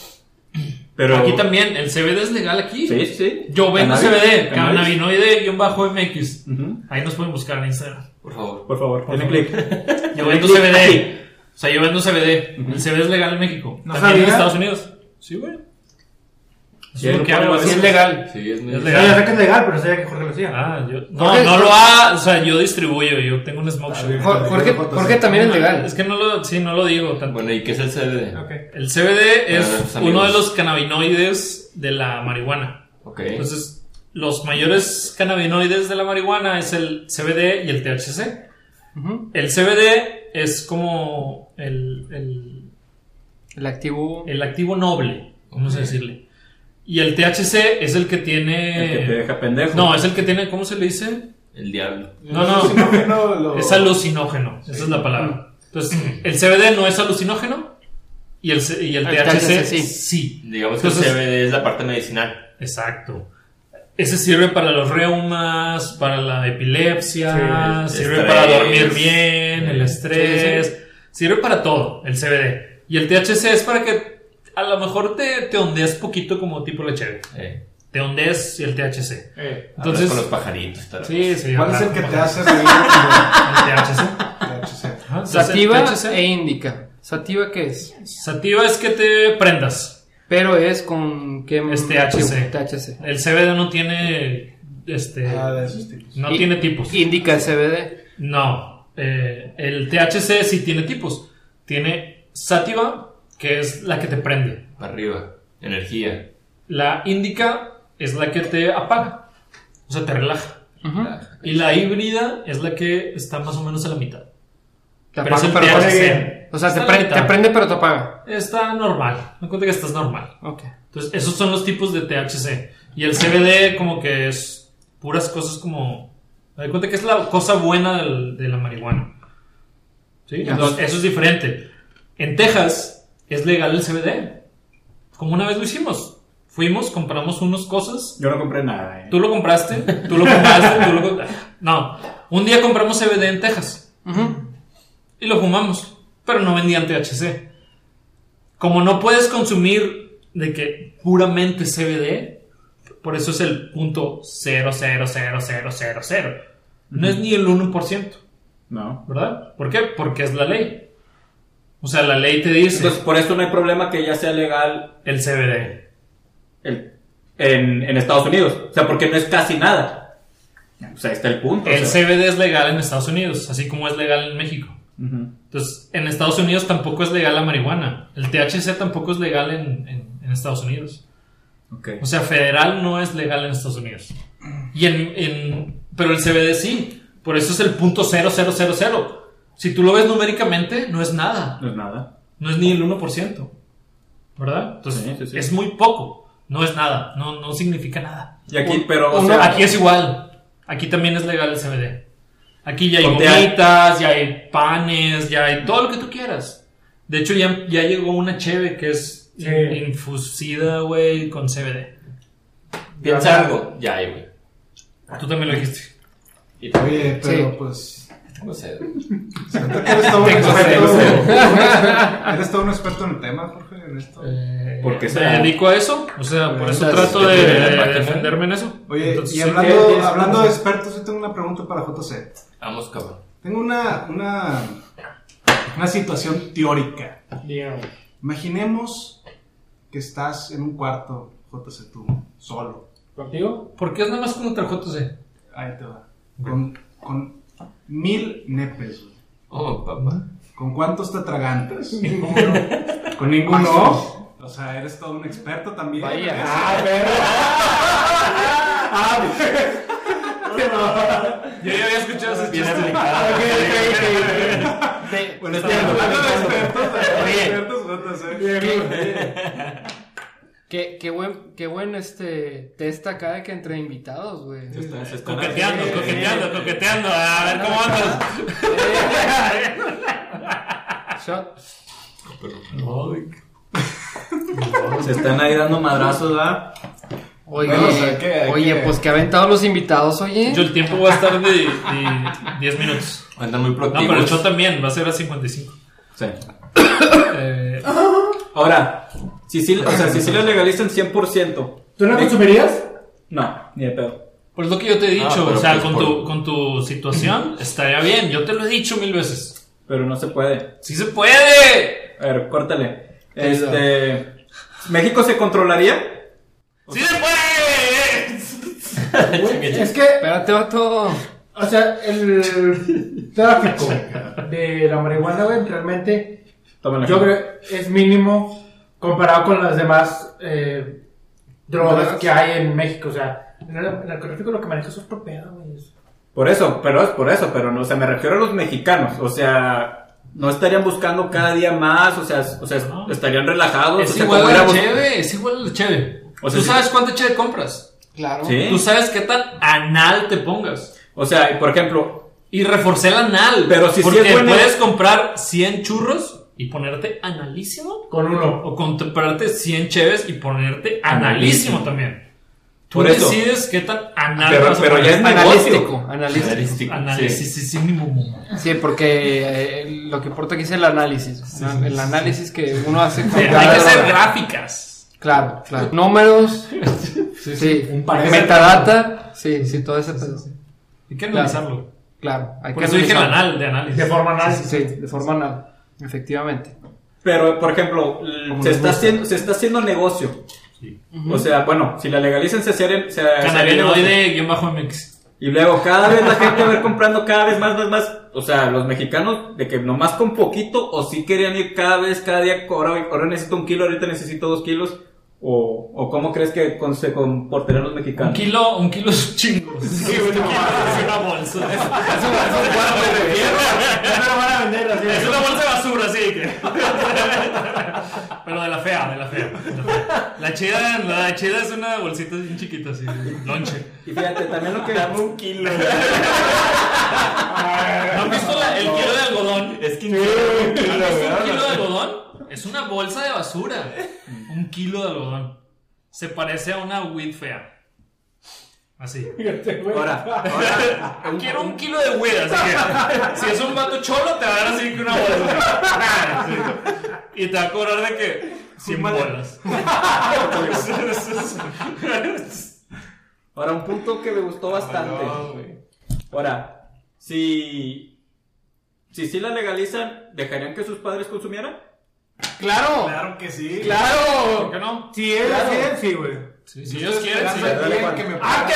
[SPEAKER 3] Pero
[SPEAKER 2] Aquí también, el CBD es legal aquí.
[SPEAKER 3] Sí, sí.
[SPEAKER 2] Yo vendo
[SPEAKER 3] Cannabis,
[SPEAKER 2] CBD,
[SPEAKER 3] cannabis.
[SPEAKER 2] cannabinoide-mx.
[SPEAKER 3] Ujú.
[SPEAKER 2] Ahí nos pueden buscar en Instagram.
[SPEAKER 7] Por favor.
[SPEAKER 3] Por favor, denle clic.
[SPEAKER 2] Yo vendo
[SPEAKER 3] Aquí.
[SPEAKER 2] CBD. O sea, yo vendo CBD. El CBD es legal en México.
[SPEAKER 8] No
[SPEAKER 2] También en
[SPEAKER 8] sabía.
[SPEAKER 2] Estados Unidos. Sí, güey.
[SPEAKER 3] Sí,
[SPEAKER 2] Es lo que hago,
[SPEAKER 3] claro, así
[SPEAKER 2] es
[SPEAKER 3] es.
[SPEAKER 2] legal.
[SPEAKER 7] Sí, es muy
[SPEAKER 2] Es
[SPEAKER 6] Yo ya sé
[SPEAKER 2] legal.
[SPEAKER 6] que es legal, pero no sabía que Jorge lo hacía.
[SPEAKER 2] Ah, yo- no, no Ah, lo ha. O sea, yo distribuyo. Yo tengo un smoke shop.
[SPEAKER 5] Jo- Jorge, Jorge también es legal.
[SPEAKER 2] Es que no lo, sí, no lo digo tanto.
[SPEAKER 7] Bueno, ¿y qué es el CBD?
[SPEAKER 6] Ok.
[SPEAKER 2] El CBD
[SPEAKER 7] Para
[SPEAKER 2] es
[SPEAKER 7] los amigos.
[SPEAKER 2] uno de los cannabinoides de la marihuana.
[SPEAKER 7] Ok.
[SPEAKER 2] Entonces, los mayores cannabinoides de la marihuana es el CBD y el THC.
[SPEAKER 5] Ujú.
[SPEAKER 2] El CBD es como el, el,
[SPEAKER 5] El activo.
[SPEAKER 2] el activo noble, vamos a decirle. Y el THC es el que
[SPEAKER 3] El
[SPEAKER 2] tiene...
[SPEAKER 3] que te deja pendejo.
[SPEAKER 2] no, es el que tiene, ¿cómo se le dice?
[SPEAKER 7] el diablo.
[SPEAKER 2] No, no, es alucinógeno, esa es la palabra. Entonces, el CBD no es alucinógeno y el, C- y el
[SPEAKER 5] El
[SPEAKER 2] THC,
[SPEAKER 5] THC sí.
[SPEAKER 2] sí.
[SPEAKER 7] Digamos que
[SPEAKER 2] Entonces-
[SPEAKER 7] el CBD es la parte medicinal.
[SPEAKER 2] Exacto. Ese sirve para los reumas, para la epilepsia,
[SPEAKER 7] Sí,
[SPEAKER 2] sirve
[SPEAKER 7] estrés.
[SPEAKER 2] para dormir bien, el
[SPEAKER 7] Sí.
[SPEAKER 2] estrés, sirve para todo el CBD. Y el THC es para que a lo mejor te, te ondees poquito como tipo leche.
[SPEAKER 7] Eh,
[SPEAKER 2] Te ondees y el THC.
[SPEAKER 6] Eh,
[SPEAKER 7] hablas
[SPEAKER 2] Entonces,
[SPEAKER 7] con los pajaritos. tal.
[SPEAKER 2] sí, sí.
[SPEAKER 4] ¿Cuál es
[SPEAKER 2] hablar
[SPEAKER 4] el que
[SPEAKER 2] con
[SPEAKER 4] te
[SPEAKER 2] los-
[SPEAKER 4] hace seguir con
[SPEAKER 2] El THC.
[SPEAKER 4] el
[SPEAKER 2] Ajá, entonces,
[SPEAKER 4] THC?
[SPEAKER 2] el
[SPEAKER 5] Sativa
[SPEAKER 2] THC.
[SPEAKER 5] e indica. Sativa qué es?
[SPEAKER 2] Sativa es que te prendas.
[SPEAKER 5] Pero es con qué
[SPEAKER 2] Es THC.
[SPEAKER 5] activo? THC.
[SPEAKER 2] El CBD no tiene, este,
[SPEAKER 4] Ah, de esos tipos.
[SPEAKER 2] no
[SPEAKER 5] Y-
[SPEAKER 2] tiene tipos.
[SPEAKER 5] Indica el CBD.
[SPEAKER 2] No, eh, el THC sí tiene tipos. Tiene sativa, que es la que te prende.
[SPEAKER 7] Para arriba. Energía.
[SPEAKER 2] La índica es la que te apaga, o sea, te relaja.
[SPEAKER 5] Ujú.
[SPEAKER 7] Ah,
[SPEAKER 2] Y la híbrida es la que está más o menos a la mitad.
[SPEAKER 5] Te
[SPEAKER 2] Pero es
[SPEAKER 5] apaga,
[SPEAKER 2] el
[SPEAKER 5] pero
[SPEAKER 2] THC.
[SPEAKER 5] pone bien. O sea,
[SPEAKER 2] Está
[SPEAKER 5] te,
[SPEAKER 2] a la
[SPEAKER 5] pre-
[SPEAKER 2] mitad.
[SPEAKER 5] te prende pero te apaga.
[SPEAKER 2] Está normal, me cuenta que estás normal.
[SPEAKER 5] Ok.
[SPEAKER 2] Entonces, esos son los tipos de THC. Y el CBD como que es puras cosas como... Me doy cuenta que es la cosa buena del- de la marihuana. ¿Sí?
[SPEAKER 5] Ya.
[SPEAKER 2] Entonces, eso es diferente. En Texas es legal el CBD. Como una vez lo hicimos. Fuimos, compramos unas cosas.
[SPEAKER 3] Yo no compré nada. eh.
[SPEAKER 2] Tú lo compraste, tú lo compraste, tú lo compraste. No, un día compramos CBD en Texas
[SPEAKER 5] Ujú.
[SPEAKER 2] y lo fumamos, pero no vendían THC. Como no puedes consumir de que puramente CBD, por eso es el punto 0.00000. No es ni el 1%,
[SPEAKER 3] No.
[SPEAKER 2] ¿verdad? ¿Por qué? Porque es la ley. O sea, la ley te dice
[SPEAKER 3] Entonces, por eso no hay problema que ya sea legal
[SPEAKER 2] el CBD.
[SPEAKER 3] el- en, en Estados Unidos. O sea, porque no es casi nada. O sea, ahí está el punto. o
[SPEAKER 2] El
[SPEAKER 3] sea.
[SPEAKER 2] CBD es legal en Estados Unidos, así como es legal en México.
[SPEAKER 3] Ujú.
[SPEAKER 2] Entonces, en Estados Unidos tampoco es legal la marihuana. El THC tampoco es legal en, en- en Estados Unidos.
[SPEAKER 3] Ok.
[SPEAKER 2] O sea, federal no es legal en Estados Unidos. Y en, en- pero el CBD sí. Por eso es el punto 0000. Si tú lo ves numéricamente, no es nada.
[SPEAKER 3] No es nada.
[SPEAKER 2] No es ni el 1%. ¿Verdad? Entonces,
[SPEAKER 3] Sí, sí, sí.
[SPEAKER 2] es muy poco. No es nada. No, no significa nada.
[SPEAKER 3] Y aquí,
[SPEAKER 5] Un-
[SPEAKER 3] pero, o
[SPEAKER 5] uno-
[SPEAKER 3] sea,
[SPEAKER 2] Aquí es igual. Aquí también es legal el CBD. Aquí ya hay
[SPEAKER 3] Porque hay-
[SPEAKER 2] gomitas, ya hay panes, ya hay todo lo que tú quieras. De hecho, ya, ya llegó una cheve que es
[SPEAKER 6] Sí.
[SPEAKER 2] in- infusida, güey, con CBD.
[SPEAKER 7] Piensa algo. Ya, ahí, güey.
[SPEAKER 2] Tú también lo dijiste.
[SPEAKER 7] Y también
[SPEAKER 4] Oye, pero
[SPEAKER 5] Sí.
[SPEAKER 4] pues.
[SPEAKER 7] tengo sed.
[SPEAKER 4] Siento que eres todo un experto. Eres todo un experto en el tema, Jorge, en esto.
[SPEAKER 2] Eh,
[SPEAKER 3] porque
[SPEAKER 2] Me
[SPEAKER 3] sea.
[SPEAKER 2] dedico a eso. O sea, por eso
[SPEAKER 4] Entonces,
[SPEAKER 2] trato
[SPEAKER 7] ¿qué
[SPEAKER 2] de,
[SPEAKER 7] te viene para qué?
[SPEAKER 2] defenderme en eso.
[SPEAKER 4] Oye,
[SPEAKER 2] Entonces,
[SPEAKER 4] y
[SPEAKER 2] sí.
[SPEAKER 4] hablando,
[SPEAKER 6] ¿qué- qué-
[SPEAKER 4] hablando de expertos, yo tengo una pregunta para JC.
[SPEAKER 7] Vamos, cabrón.
[SPEAKER 4] Tengo una, una, una situación teórica.
[SPEAKER 6] digamos.
[SPEAKER 4] Imaginemos que estás en un cuarto, JC, tú, solo.
[SPEAKER 6] ¿Contigo?
[SPEAKER 2] ¿Por qué es nada más como eh? tarjotose?
[SPEAKER 4] Ahí te va. Con, con mil nepes, güey.
[SPEAKER 7] Oh, papá.
[SPEAKER 4] ¿Con cuántos te atragantas? Ninguno. ¿Con ninguno? O sea, eres todo un experto también. Ah,
[SPEAKER 5] Vaya.
[SPEAKER 9] Ah,
[SPEAKER 2] Yo ya había escuchado esas
[SPEAKER 4] Bueno,
[SPEAKER 9] este
[SPEAKER 4] estoy hablando de expertos, de expertos, JC.
[SPEAKER 5] Qué, qué buen, qué buen este test acá de que entre invitados, güey.
[SPEAKER 3] Se están
[SPEAKER 2] Coqueteando,
[SPEAKER 3] haciendo-
[SPEAKER 2] coqueteando, coqueteando. A ver cómo andas.
[SPEAKER 5] Shot.
[SPEAKER 7] Pero-
[SPEAKER 3] Se están ahí dando madrazos, ¿verdad?
[SPEAKER 5] Oye,
[SPEAKER 9] Bueno, o sea, que hay
[SPEAKER 5] oye,
[SPEAKER 9] que-
[SPEAKER 5] pues que ha aventado los invitados, oye.
[SPEAKER 2] Yo el tiempo va a estar de de 10 minutos.
[SPEAKER 7] Andan muy
[SPEAKER 2] No, pero el show
[SPEAKER 7] proactivos.
[SPEAKER 2] también va a ser a 55.
[SPEAKER 3] Sí.
[SPEAKER 2] Eh,
[SPEAKER 3] Ahora, si sí, o sea, si sí lo legalizan 100%.
[SPEAKER 6] ¿Tú la consumirías?
[SPEAKER 3] No, ni de pedo.
[SPEAKER 2] Pues lo que yo te he dicho,
[SPEAKER 7] Ah, pero
[SPEAKER 2] o sea,
[SPEAKER 7] pues
[SPEAKER 2] con,
[SPEAKER 7] por-
[SPEAKER 2] tu, con tu situación estaría bien. Yo te lo he dicho mil veces.
[SPEAKER 3] Pero no se puede.
[SPEAKER 2] ¡Sí se puede!
[SPEAKER 3] A ver, córtale. Este. ¿México se controlaría?
[SPEAKER 2] ¡Sí se puede!
[SPEAKER 6] Güey, es que,
[SPEAKER 5] Espérate, vato.
[SPEAKER 6] o sea, el tráfico de la marihuana, güey, realmente
[SPEAKER 3] Tómala.
[SPEAKER 6] yo creo es mínimo comparado con las demás eh, drogas
[SPEAKER 5] Drogas.
[SPEAKER 6] que hay en México. O sea, el nar- el narcotráfico lo que maneja es otro pedo, güey. es-
[SPEAKER 3] Por eso, pero es por eso, pero no, o sea, me refiero a los mexicanos, o sea, no estarían buscando cada día más, o sea, s- o sea, s- estarían relajados, o
[SPEAKER 2] Es
[SPEAKER 3] sea,
[SPEAKER 2] igual
[SPEAKER 3] como
[SPEAKER 2] a la
[SPEAKER 3] éramos-
[SPEAKER 2] cheve, es igual a la cheve.
[SPEAKER 3] O sea,
[SPEAKER 2] Tú
[SPEAKER 3] sí.
[SPEAKER 2] sabes cuánta cheve compras.
[SPEAKER 5] Claro.
[SPEAKER 3] Sí.
[SPEAKER 2] Tú sabes qué tan anal te pongas.
[SPEAKER 3] o sea, y por ejemplo,
[SPEAKER 2] Y reforcé el anal.
[SPEAKER 3] Pero si sí
[SPEAKER 2] Porque
[SPEAKER 3] es bueno-
[SPEAKER 2] puedes comprar 100 churros y ponerte analísimo.
[SPEAKER 6] Con uno.
[SPEAKER 2] O comprarte 100 cheves y ponerte analísimo, también. Tú
[SPEAKER 3] Por eso.
[SPEAKER 2] decides qué tan anal
[SPEAKER 3] Pero-
[SPEAKER 2] vas a
[SPEAKER 3] pero ya
[SPEAKER 2] poner.
[SPEAKER 3] es
[SPEAKER 5] Analístico, analístico.
[SPEAKER 2] Análisis, sí, sí, mi mamá.
[SPEAKER 5] Sí, porque eh, lo que importa aquí es el análisis. el análisis que uno hace con
[SPEAKER 2] Hay que
[SPEAKER 5] cada
[SPEAKER 2] hacer
[SPEAKER 5] droga.
[SPEAKER 2] gráficas.
[SPEAKER 5] Claro, claro. Números. Sí,
[SPEAKER 9] un par de-
[SPEAKER 5] Metadata. Sí, sí, todo ese pedo.
[SPEAKER 2] Hay que
[SPEAKER 5] Claro.
[SPEAKER 2] analizarlo.
[SPEAKER 5] Claro, hay
[SPEAKER 2] Por
[SPEAKER 5] que
[SPEAKER 2] eso dije el
[SPEAKER 5] analizarlo.
[SPEAKER 2] anal, de análisis.
[SPEAKER 6] De forma anal.
[SPEAKER 5] Sí, sí, de forma anal. Efectivamente.
[SPEAKER 3] pero por ejemplo, l-
[SPEAKER 5] Como
[SPEAKER 3] se
[SPEAKER 5] nos
[SPEAKER 3] está
[SPEAKER 5] gusta.
[SPEAKER 3] haciendo se está haciendo negocio. O sea, bueno, si la legalizan se haría, se, se haría negocio.
[SPEAKER 2] Cannabinoide guión bajo MX.
[SPEAKER 3] Y luego cada vez la gente va a ir comprando cada vez más, más, más. O sea, los mexicanos de que nomás con poquito o si querían ir cada vez, cada día, ahora, ahora necesito un kilo, ahorita necesito dos kilos. O, o cómo crees que con- se comportarían los
[SPEAKER 2] Un
[SPEAKER 3] mexicanos.
[SPEAKER 2] kilo, un kilo es un chingo. Sí, un kilo es una bolsa.
[SPEAKER 6] Ya me lo van a vender así.
[SPEAKER 2] Es una bolsa de basura, sí. que- Pero de la fea, de la fea. La chida, la chida es una bolsita bien chiquita, así, lonche.
[SPEAKER 3] Y fíjate, también lo que...
[SPEAKER 7] un kilo.
[SPEAKER 2] ¿No han visto la- el kilo de algodón?
[SPEAKER 7] Es que un kilo,
[SPEAKER 2] ¿Un kilo de
[SPEAKER 7] ¿verdad?
[SPEAKER 2] algodón? Es una bolsa de basura. Un kilo de algodón. Se parece a una weed fea. Así.
[SPEAKER 3] Ahora, ahora,
[SPEAKER 2] Quiero un kilo de weed, así que si es un vato cholo, te va a dar así que una bolsa. Sí. Y te va a cobrar de que 100 bolas.
[SPEAKER 3] ahora un punto que me gustó bastante. Ahora, si... Si sí la legalizan, ¿dejarían que sus padres consumieran?
[SPEAKER 5] ¡Claro!
[SPEAKER 4] Claro que sí.
[SPEAKER 5] ¡Claro!
[SPEAKER 2] ¿Por qué no?
[SPEAKER 6] Sí, es, sí, es, sí, güey.
[SPEAKER 2] Si ellos quieren, sí. ¡Ah,
[SPEAKER 9] que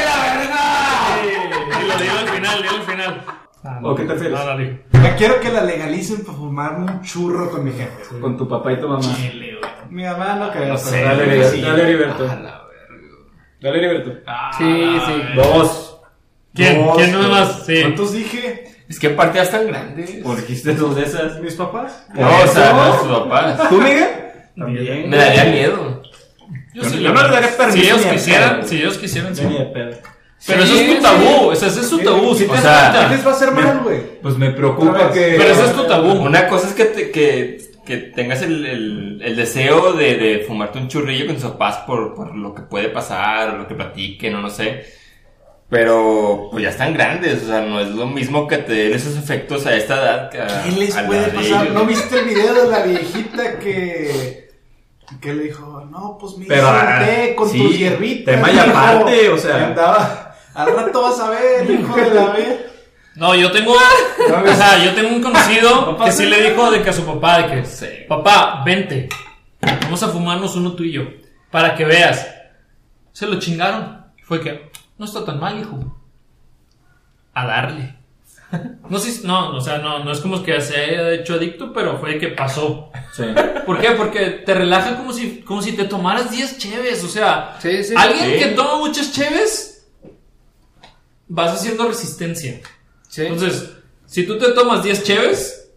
[SPEAKER 9] me
[SPEAKER 2] Y lo digo al final, digo al final.
[SPEAKER 3] ¿O qué te refieres?
[SPEAKER 2] No, no, digo.
[SPEAKER 9] Ya quiero que la legalicen para fumarme un churro con mi gente.
[SPEAKER 3] Con tu papá y tu mamá.
[SPEAKER 9] Mi mamá no creo. pero
[SPEAKER 3] Dale,
[SPEAKER 9] creo que
[SPEAKER 3] Heriberto.
[SPEAKER 9] sí.
[SPEAKER 3] Dale, Heriberto. Dale, Heriberto.
[SPEAKER 2] Ah,
[SPEAKER 5] Sí, sí.
[SPEAKER 3] Dos.
[SPEAKER 2] ¿Quién?
[SPEAKER 9] Dos,
[SPEAKER 2] ¿Quién no es
[SPEAKER 9] güey.
[SPEAKER 2] más? Sí.
[SPEAKER 9] ¿Cuántos dije?
[SPEAKER 1] Es que partidas tan grandes.
[SPEAKER 3] Porque hiciste dos de esas.
[SPEAKER 9] ¿Mis papás?
[SPEAKER 7] No, o sea, nuestros papás.
[SPEAKER 3] ¿Tú, Miguel?
[SPEAKER 9] También.
[SPEAKER 1] Me daría miedo.
[SPEAKER 2] Yo,
[SPEAKER 3] Yo
[SPEAKER 2] sí
[SPEAKER 3] no
[SPEAKER 2] lo-
[SPEAKER 3] le daré permiso
[SPEAKER 2] Si ellos
[SPEAKER 3] ni a
[SPEAKER 2] quisieran,
[SPEAKER 3] pedo.
[SPEAKER 2] si ellos quisieran, sí.
[SPEAKER 3] Ni de pedo.
[SPEAKER 2] Pero eso es tu
[SPEAKER 5] sí.
[SPEAKER 2] tabú, o sea, ese es su tabú.
[SPEAKER 9] Sí,
[SPEAKER 2] o
[SPEAKER 9] te-
[SPEAKER 2] sea,
[SPEAKER 9] ¿Qué les va a hacer mal, güey?
[SPEAKER 3] Pues me preocupa
[SPEAKER 9] Otra vez.
[SPEAKER 3] que.
[SPEAKER 2] pero ese es tu tabú.
[SPEAKER 7] Una cosa es que, te- que, que tengas el, el- el deseo de, de fumarte un churrillo con tus papás por, por lo que puede pasar o lo que platiquen o no sé. Pero pues ya están grandes, o sea, no es lo mismo que te den esos efectos a esta edad que a,
[SPEAKER 9] ¿Qué les
[SPEAKER 7] a la
[SPEAKER 9] puede
[SPEAKER 7] de
[SPEAKER 9] pasar?
[SPEAKER 7] ellos.
[SPEAKER 9] ¿No viste el video de la viejita que... Que le dijo, no, pues me
[SPEAKER 3] Pero,
[SPEAKER 9] hice
[SPEAKER 3] ah,
[SPEAKER 9] un té con
[SPEAKER 3] sí,
[SPEAKER 9] tus hierbitas.
[SPEAKER 3] tema y
[SPEAKER 9] hijo".
[SPEAKER 3] aparte, o sea.
[SPEAKER 9] Y andaba, al rato vas a ver, hijo de la ver.
[SPEAKER 2] No, yo tengo. o sea, yo tengo un conocido que sí le dijo de que a su papá, de que, papá, vente, vamos a fumarnos uno tú y yo, para que veas. Se lo chingaron. Fue que, no está tan mal, hijo. A darle. No sé, si- no, o sea, no, no es como que se haya hecho adicto, pero fue que pasó.
[SPEAKER 3] Sí.
[SPEAKER 2] ¿Por qué? Porque te relaja como si, como si te tomaras 10 cheves. O sea,
[SPEAKER 5] Sí, sí.
[SPEAKER 2] alguien
[SPEAKER 7] Sí.
[SPEAKER 2] que toma muchas cheves, vas haciendo resistencia.
[SPEAKER 5] Sí.
[SPEAKER 2] Entonces, si tú te tomas 10 cheves,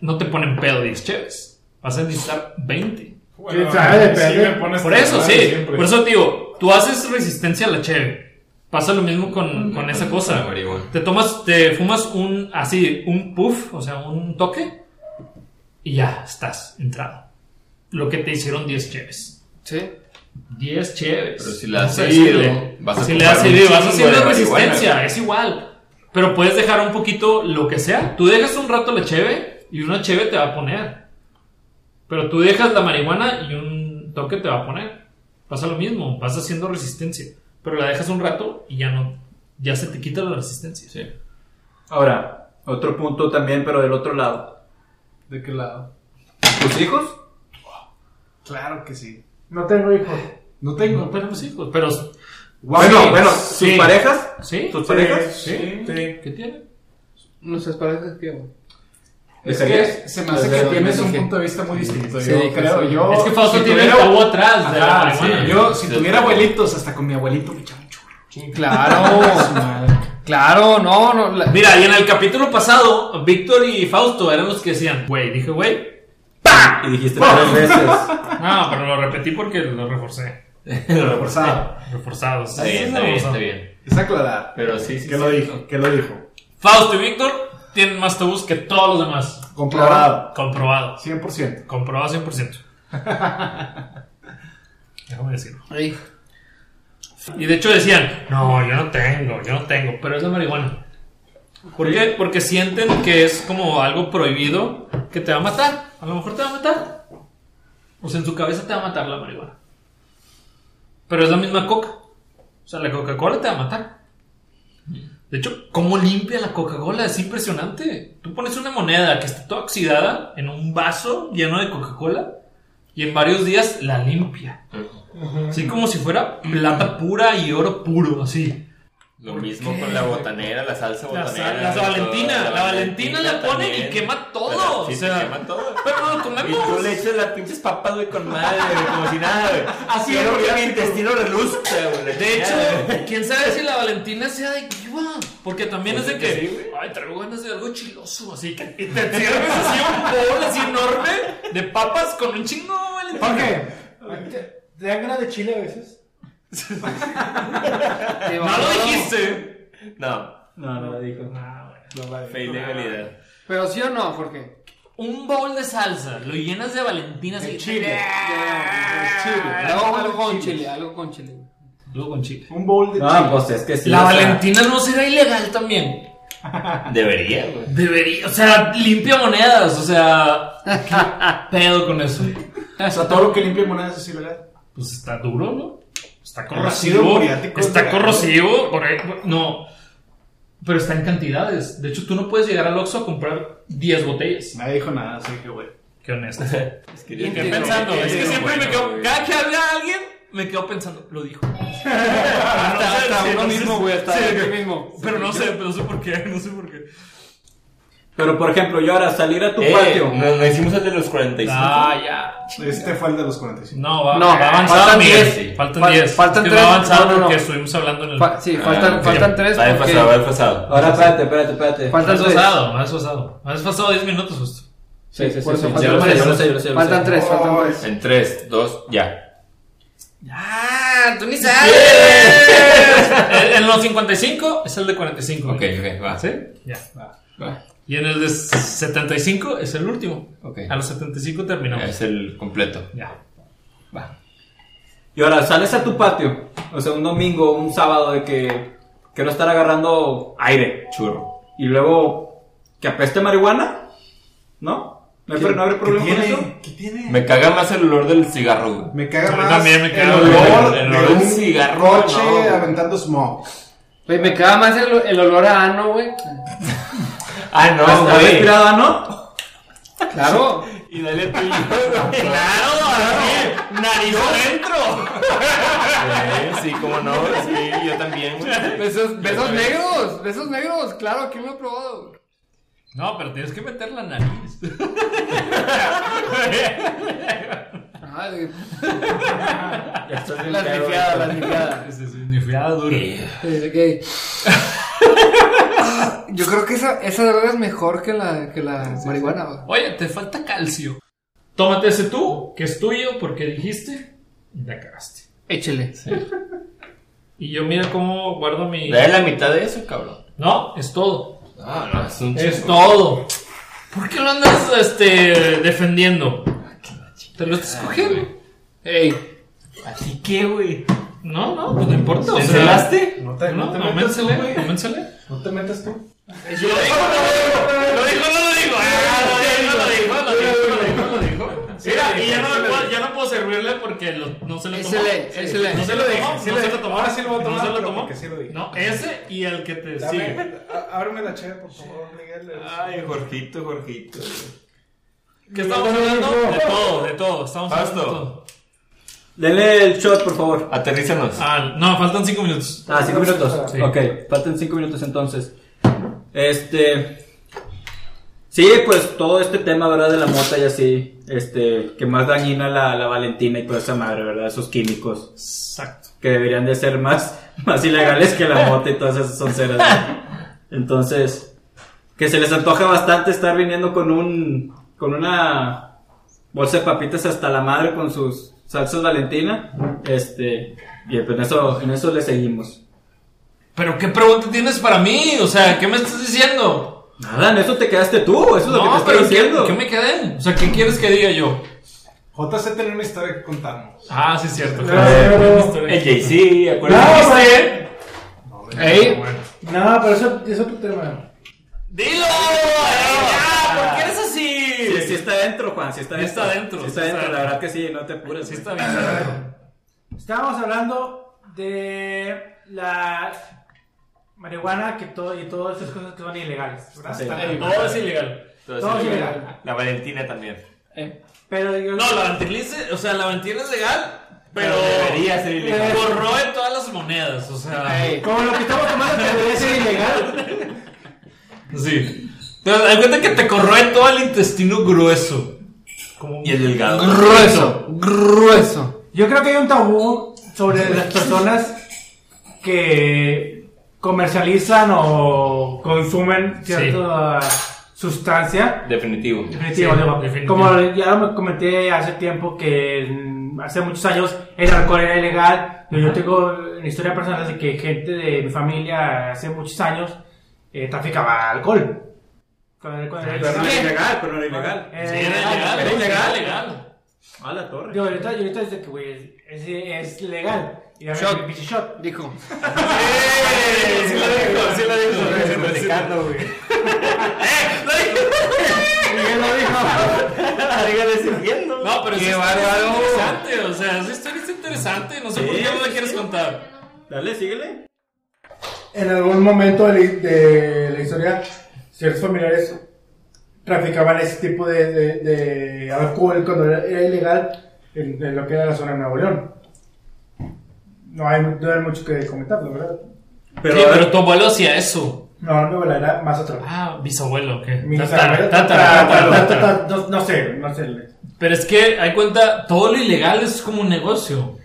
[SPEAKER 2] no te ponen pedo 10 cheves. Vas a necesitar 20.
[SPEAKER 6] ¿Quién sabe? Depende.
[SPEAKER 2] Por eso, sí. Por eso, te digo, tú haces resistencia a la cheve. Pasa lo mismo con, con esa cosa.
[SPEAKER 7] marihuana.
[SPEAKER 2] Te tomas, te fumas un, así, un puff, o sea, un toque, y ya estás entrado. lo que te hicieron 10 cheves.
[SPEAKER 5] Sí.
[SPEAKER 2] 10 cheves.
[SPEAKER 7] Pero si le has
[SPEAKER 2] pues, Vamos a
[SPEAKER 7] seguido,
[SPEAKER 2] decirle.
[SPEAKER 7] vas a
[SPEAKER 2] Si le
[SPEAKER 7] ocupar
[SPEAKER 2] has
[SPEAKER 7] un
[SPEAKER 2] seguido, vas
[SPEAKER 7] chingo
[SPEAKER 2] haciendo
[SPEAKER 7] de marihuana.
[SPEAKER 2] resistencia, es igual. Pero puedes dejar un poquito lo que sea. Tú dejas un rato la cheve y una cheve te va a poner. Pero tú dejas la marihuana y un toque te va a poner. Pasa lo mismo, vas haciendo resistencia. Pero la dejas un rato y ya no. Ya se te quita la resistencia.
[SPEAKER 7] Sí.
[SPEAKER 3] Ahora, otro punto también, pero del otro lado.
[SPEAKER 9] ¿De qué lado?
[SPEAKER 3] ¿Tus hijos?
[SPEAKER 9] Claro que sí.
[SPEAKER 6] No tengo hijos.
[SPEAKER 9] No
[SPEAKER 2] No
[SPEAKER 9] tengo.
[SPEAKER 2] tenemos hijos, pues, pero.
[SPEAKER 3] Bueno, bueno,
[SPEAKER 2] sí.
[SPEAKER 3] ¿sus parejas?
[SPEAKER 2] ¿Sí?
[SPEAKER 3] ¿Tus parejas?
[SPEAKER 2] Sí. ¿Qué tiene?
[SPEAKER 5] No sé, parece que. güey.
[SPEAKER 9] Es
[SPEAKER 3] ¿Dejarías?
[SPEAKER 9] que se me hace que
[SPEAKER 3] Desde
[SPEAKER 9] tienes un
[SPEAKER 3] 2012.
[SPEAKER 9] punto de vista muy distinto.
[SPEAKER 5] Sí,
[SPEAKER 9] yo
[SPEAKER 5] sí,
[SPEAKER 9] creo,
[SPEAKER 5] sí.
[SPEAKER 9] yo.
[SPEAKER 2] Es que Fausto
[SPEAKER 9] si
[SPEAKER 2] tiene el
[SPEAKER 9] tuviera-
[SPEAKER 2] tabú atrás de la
[SPEAKER 9] Ajá,
[SPEAKER 2] marihuana.
[SPEAKER 9] sí. Yo, si tuviera abuelitos, hasta con mi abuelito me echaba un churro. Su
[SPEAKER 5] Claro.
[SPEAKER 9] madre.
[SPEAKER 5] claro, no, no. la-
[SPEAKER 2] Mira, y en el capítulo pasado, Víctor y Fausto eran los que decían, güey, dije, güey.
[SPEAKER 3] Y dijiste tres veces.
[SPEAKER 2] No, pero lo repetí porque lo reforcé.
[SPEAKER 9] Forzado.
[SPEAKER 2] Reforzado. sí,
[SPEAKER 7] Está bien, está bien, está
[SPEAKER 2] reforzado.
[SPEAKER 7] bien.
[SPEAKER 9] Es aclarar.
[SPEAKER 7] Pero sí, sí.
[SPEAKER 9] ¿Qué
[SPEAKER 7] sí.
[SPEAKER 9] lo dijo? ¿Qué lo dijo?
[SPEAKER 2] Fausto y Víctor tienen más tabús que todos los demás.
[SPEAKER 9] Comprobado.
[SPEAKER 2] Comprobado.
[SPEAKER 9] 100%.
[SPEAKER 2] Comprobado 100%. Déjame decirlo.
[SPEAKER 5] Ay,
[SPEAKER 2] Y de hecho decían, no, yo no tengo, yo no tengo, pero es la marihuana. ¿Por qué? Porque sienten que es como algo prohibido que te va a matar. A lo mejor te va a matar. O sea, en su cabeza te va a matar la marihuana. Pero es la misma coca. O sea, la Coca-Cola te va a matar. De hecho, ¿cómo limpia la Coca-Cola? Es impresionante. Tú pones una moneda que está toda oxidada en un vaso lleno de Coca-Cola y en varios días la limpia. Así como si fuera plata pura y oro puro, así.
[SPEAKER 7] Lo mismo con la botanera, la salsa
[SPEAKER 2] La sal-
[SPEAKER 7] botanera.
[SPEAKER 2] la
[SPEAKER 7] todo,
[SPEAKER 2] Valentina, la Valentina la ponen y
[SPEAKER 7] también.
[SPEAKER 2] quema todo,
[SPEAKER 7] Pero sí,
[SPEAKER 2] o
[SPEAKER 7] se
[SPEAKER 2] sea.
[SPEAKER 7] quema todo.
[SPEAKER 2] Pero no lo
[SPEAKER 7] Y tú
[SPEAKER 2] comemos.
[SPEAKER 7] le echas las pinches papas, güey, con madre, güey, como si nada, güey.
[SPEAKER 2] Así
[SPEAKER 7] Quiero
[SPEAKER 2] es,
[SPEAKER 7] que mi
[SPEAKER 2] clásico.
[SPEAKER 7] intestino reluzca, güey.
[SPEAKER 2] De hecho, quién sabe si la Valentina sea de Kiva. Porque también es
[SPEAKER 7] Pues
[SPEAKER 2] de
[SPEAKER 7] es que sí,
[SPEAKER 2] que, ay, traigo ganas de algo chiloso. Así que y te sirves así un bowl así enorme de papas con un chingo de Valentina.
[SPEAKER 6] Jorge, ¿te dan ganas de chile a veces?
[SPEAKER 5] te
[SPEAKER 2] No lo
[SPEAKER 5] valoro.
[SPEAKER 2] dijiste.
[SPEAKER 7] No,
[SPEAKER 3] No, no lo dijo.
[SPEAKER 7] fe y legalidad.
[SPEAKER 5] Pero sí o no, Jorge.
[SPEAKER 2] Un bowl de salsa, lo llenas de Valentina así.
[SPEAKER 9] Chile.
[SPEAKER 5] Algo, algo con chile, algo con chile.
[SPEAKER 2] Luego con chile.
[SPEAKER 9] Un bowl de
[SPEAKER 3] No, pues es que sí.
[SPEAKER 2] La
[SPEAKER 3] o sea,
[SPEAKER 2] Valentina no será ilegal también.
[SPEAKER 7] Ah. Debería, güey.
[SPEAKER 2] Debería, o sea, limpia monedas, o sea, ¿qué pedo con eso?
[SPEAKER 9] O sea, todo lo que limpia monedas es ilegal.
[SPEAKER 2] Pues está duro, ¿no? Está
[SPEAKER 9] Ácido
[SPEAKER 2] corrosivo.
[SPEAKER 9] muriático,
[SPEAKER 2] Está
[SPEAKER 9] ¿verdad?
[SPEAKER 2] corrosivo, por ahí- no. Pero está en cantidades. De hecho, tú no puedes llegar al Oxxo a comprar 10 botellas.
[SPEAKER 9] Nadie dijo nada, así que, güey.
[SPEAKER 2] Qué honesto.
[SPEAKER 7] Es que
[SPEAKER 5] Y
[SPEAKER 7] yo
[SPEAKER 5] estoy
[SPEAKER 7] creo
[SPEAKER 2] pensando, es que
[SPEAKER 7] es
[SPEAKER 2] siempre me
[SPEAKER 7] bueno,
[SPEAKER 2] quedo,
[SPEAKER 7] güey.
[SPEAKER 2] cada que habla alguien, me quedo pensando, lo dijo.
[SPEAKER 5] Hasta, hasta
[SPEAKER 2] Sí,
[SPEAKER 5] uno
[SPEAKER 2] entonces-
[SPEAKER 5] mismo, güey, hasta
[SPEAKER 2] sí,
[SPEAKER 5] de
[SPEAKER 2] ok.
[SPEAKER 5] ti mismo.
[SPEAKER 2] Pero no sé, pero no sé por qué, no sé por qué.
[SPEAKER 3] Pero por ejemplo, yo ahora salir a tu
[SPEAKER 7] Eh,
[SPEAKER 3] patio.
[SPEAKER 7] no, no hicimos el de los 45.
[SPEAKER 2] Ah, ya.
[SPEAKER 9] Este fue el de los 45.
[SPEAKER 2] No, va,
[SPEAKER 5] No,
[SPEAKER 2] va avanzado.
[SPEAKER 5] faltan
[SPEAKER 2] Miguel.
[SPEAKER 5] 10.
[SPEAKER 2] Faltan
[SPEAKER 5] Fal-
[SPEAKER 2] 10.
[SPEAKER 5] faltan
[SPEAKER 2] Es que
[SPEAKER 5] tres.
[SPEAKER 2] Va avanzado
[SPEAKER 5] No, no, no.
[SPEAKER 2] porque estuvimos hablando en el.
[SPEAKER 5] Fa- sí,
[SPEAKER 7] Ah,
[SPEAKER 5] faltan,
[SPEAKER 7] ok.
[SPEAKER 5] faltan tres.
[SPEAKER 7] Va
[SPEAKER 5] porque-
[SPEAKER 7] desfasado, va desfasado.
[SPEAKER 3] Ahora espérate, espérate, espérate.
[SPEAKER 5] Faltan
[SPEAKER 2] Has
[SPEAKER 5] tres.
[SPEAKER 2] pasado, has pasado. Has pasado 10 minutos justo.
[SPEAKER 3] Sí, sí, sí.
[SPEAKER 5] Por eso
[SPEAKER 3] sí.
[SPEAKER 5] faltan
[SPEAKER 3] Yo lo sé,
[SPEAKER 5] tres.
[SPEAKER 3] yo lo sé, yo lo sé, yo lo
[SPEAKER 5] Faltan
[SPEAKER 3] sé.
[SPEAKER 5] tres, faltan
[SPEAKER 9] Oh,
[SPEAKER 5] tres.
[SPEAKER 7] En 3, 2, ya.
[SPEAKER 2] Ah, tú ni sabes. en los 55 es el de 45.
[SPEAKER 7] Ok, ok, va.
[SPEAKER 2] ¿Sí? Ya.
[SPEAKER 7] Va.
[SPEAKER 2] Y en el de 75 es el último.
[SPEAKER 7] Ok.
[SPEAKER 2] A los 75 terminamos.
[SPEAKER 7] Es el completo.
[SPEAKER 2] Ya.
[SPEAKER 7] Va.
[SPEAKER 3] Y ahora sales a tu patio. O sea, un domingo, un sábado de que quiero estar agarrando aire.
[SPEAKER 7] Churro.
[SPEAKER 3] Y luego que apeste marihuana. ¿No? No hay, no habrá problema con eso.
[SPEAKER 9] ¿Qué tiene?
[SPEAKER 7] Me caga más el olor del cigarro, güey.
[SPEAKER 9] Me caga
[SPEAKER 2] A mí
[SPEAKER 9] más
[SPEAKER 2] también me
[SPEAKER 9] el
[SPEAKER 2] caga
[SPEAKER 9] olor
[SPEAKER 7] el- el
[SPEAKER 9] de
[SPEAKER 7] olor
[SPEAKER 9] un
[SPEAKER 7] del cigarro,
[SPEAKER 9] coche
[SPEAKER 7] no.
[SPEAKER 9] aventando smoke.
[SPEAKER 5] Güey, me queda más el, el olor a ano, güey.
[SPEAKER 7] Ah, no,
[SPEAKER 3] ¿Has
[SPEAKER 7] güey.
[SPEAKER 3] respirado ano?
[SPEAKER 5] Claro.
[SPEAKER 7] Y dale tú y yo, güey.
[SPEAKER 2] Claro, nariz adentro.
[SPEAKER 7] Eh, Sí, cómo no, sí, yo también, güey.
[SPEAKER 5] Besos, besos negros, besos negros, claro, ¿quién lo ha probado?
[SPEAKER 2] No, pero tienes que meter la nariz.
[SPEAKER 5] Ay,
[SPEAKER 3] Las
[SPEAKER 5] nifiadas, Ah, las nifiadas.
[SPEAKER 2] Nifleada dura.
[SPEAKER 5] Eh, gay. Yo creo que esa, esa droga es mejor que la, que la marihuana. güey.
[SPEAKER 2] Oye, te falta calcio. Tómate ese tú, que es tuyo, porque dijiste y la cagaste.
[SPEAKER 5] Échele.
[SPEAKER 2] Y yo mira cómo guardo mi...
[SPEAKER 7] Dale la mitad de eso, cabrón.
[SPEAKER 2] No, es todo.
[SPEAKER 7] Ah, no, es un
[SPEAKER 2] Es
[SPEAKER 7] chingo.
[SPEAKER 2] todo. ¿Por qué lo andas este, defendiendo? Te lo estás cogiendo. Ey.
[SPEAKER 7] Así que, güey.
[SPEAKER 2] No, no, pues no importa. o sea,
[SPEAKER 7] ¿Cancelaste?
[SPEAKER 9] No te,
[SPEAKER 2] No,
[SPEAKER 9] no te metas tú,
[SPEAKER 2] convéncele,
[SPEAKER 9] güey.
[SPEAKER 2] convéncele.
[SPEAKER 9] No te metas tú.
[SPEAKER 2] Yo lo digo, lo digo, no lo digo. Ah, lo digo, no lo digo, lo digo, lo digo, lo digo. Mira, y ya no, me puedo- ya no puedo servirle porque lo- no se lo tomó.
[SPEAKER 5] Échele, échele.
[SPEAKER 2] No se lo tomó, no
[SPEAKER 9] Sí
[SPEAKER 2] se
[SPEAKER 9] le-
[SPEAKER 2] lo tomó.
[SPEAKER 9] Ahora sí lo voy a tomar.
[SPEAKER 2] No se lo
[SPEAKER 9] pero
[SPEAKER 2] tomó.
[SPEAKER 9] porque sí lo dije.
[SPEAKER 2] No, ese y el que te
[SPEAKER 9] Dame-
[SPEAKER 2] sigue.
[SPEAKER 9] a- Ábreme la cheve, por favor, Miguel.
[SPEAKER 7] Ay, Jorgito, Jorgito.
[SPEAKER 2] ¿Qué estamos hablando? De todo, de todo. Estamos hablando de
[SPEAKER 7] Pasto.
[SPEAKER 2] todo.
[SPEAKER 3] Denle el shot, por favor.
[SPEAKER 7] Aterrízanos.
[SPEAKER 2] Ah, no, faltan cinco minutos.
[SPEAKER 3] Ah, cinco minutos.
[SPEAKER 2] Sí.
[SPEAKER 3] Ok, faltan cinco minutos entonces. Este. Sí, pues todo este tema, ¿verdad? De la mota y así. Este, que más dañina la, la Valentina y toda esa madre, ¿verdad? Esos químicos.
[SPEAKER 2] Exacto.
[SPEAKER 3] que deberían de ser más, más ilegales que la mota y todas esas onceras. ¿no? Entonces, que se les antoja bastante estar viniendo con un con una bolsa de papitas hasta la madre con sus salsas Valentina, este y en eso en eso le seguimos.
[SPEAKER 2] Pero qué pregunta tienes para mí, o sea, ¿qué me estás diciendo?
[SPEAKER 3] Nada, en eso te quedaste tú, eso es lo que te
[SPEAKER 2] No,
[SPEAKER 3] estoy
[SPEAKER 2] pero ¿qué,
[SPEAKER 3] diciendo.
[SPEAKER 2] ¿qué me quedé? O sea, ¿qué quieres que diga yo?
[SPEAKER 9] JC tenía una historia que contarnos.
[SPEAKER 2] Ah, sí es cierto.
[SPEAKER 3] Eh, pues,
[SPEAKER 7] El JC, acuérdate.
[SPEAKER 6] No, güey.
[SPEAKER 5] Ey,
[SPEAKER 6] No, pero eso es otro tema.
[SPEAKER 2] ¡Dilo! ¡Ya! ¿Por qué eres así?
[SPEAKER 3] Sí, sí está dentro, Juan, sí está
[SPEAKER 2] Sí
[SPEAKER 3] dentro.
[SPEAKER 2] está dentro,
[SPEAKER 3] Sí
[SPEAKER 2] sí está
[SPEAKER 3] está dentro, la
[SPEAKER 2] dentro.
[SPEAKER 3] verdad que sí, no te apures.
[SPEAKER 2] Sí
[SPEAKER 3] güey.
[SPEAKER 2] está bien.
[SPEAKER 6] Estábamos hablando de la marihuana que todo, y todas esas cosas que son ilegales. ¿verdad?
[SPEAKER 3] Sí.
[SPEAKER 2] Todo es ilegal.
[SPEAKER 6] Todo es ilegal.
[SPEAKER 7] La Valentina también.
[SPEAKER 5] eh,
[SPEAKER 6] Pero yo-
[SPEAKER 2] No, la ventilice, o sea, la ventina es legal, pero
[SPEAKER 7] debería ser ilegal.
[SPEAKER 2] borró de todas las monedas, o sea.
[SPEAKER 5] ey.
[SPEAKER 6] como lo que estamos tomando que debería ser ilegal.
[SPEAKER 2] Sí. Pero da cuenta que te corroe todo el intestino grueso. Como
[SPEAKER 7] Y el delgado.
[SPEAKER 5] Grueso, grueso.
[SPEAKER 6] Yo creo que hay un tabú sobre las personas que comercializan o consumen cierta sustancia.
[SPEAKER 7] Definitivo.
[SPEAKER 6] Definitivo,
[SPEAKER 2] Sí,
[SPEAKER 6] digo,
[SPEAKER 2] definitivo.
[SPEAKER 6] Como ya lo comenté hace tiempo que mm, hace muchos años el alcohol era ilegal. Yo, yo tengo una historia personal de que gente de mi familia hace muchos años eh, traficaba alcohol. Con el- con el-
[SPEAKER 3] Pero no era ilegal, pero no era ilegal.
[SPEAKER 6] Eh,
[SPEAKER 2] Sí, era legal.
[SPEAKER 3] Era ilegal.
[SPEAKER 2] legal.
[SPEAKER 3] A la torre.
[SPEAKER 6] Yo ahorita, yo ahorita desde que, güey, es, es legal. Y dame
[SPEAKER 5] Shot.
[SPEAKER 6] mi pinche shot.
[SPEAKER 5] Dijo.
[SPEAKER 2] Sí, sí la dijo, sí la dijo. Eh,
[SPEAKER 3] Platicando, güey.
[SPEAKER 6] Miguel lo dijo.
[SPEAKER 2] No, pero esa historia está interesante, o sea, esa historia está interesante, no sé por qué no la quieres contar.
[SPEAKER 3] Dale, síguele.
[SPEAKER 10] En algún momento de, la- de la historia, ciertos familiares traficaban ese tipo de, de, de alcohol cuando era, era ilegal en, en lo que era la zona de Nuevo León. No hay, no hay mucho que comentar, la verdad.
[SPEAKER 3] Pero,
[SPEAKER 2] sí, pero tu abuelo hacía eso.
[SPEAKER 10] No, mi abuela era más atrás.
[SPEAKER 2] Ah, bisabuelo, ¿qué?
[SPEAKER 10] Mi tatara-
[SPEAKER 2] Tatara,
[SPEAKER 6] Ah,
[SPEAKER 2] tatara,
[SPEAKER 10] tatara-
[SPEAKER 2] tatara, tatara.
[SPEAKER 10] tatara- No no sé, no sé.
[SPEAKER 2] Pero es que, hay cuenta, todo lo ilegal es como un negocio.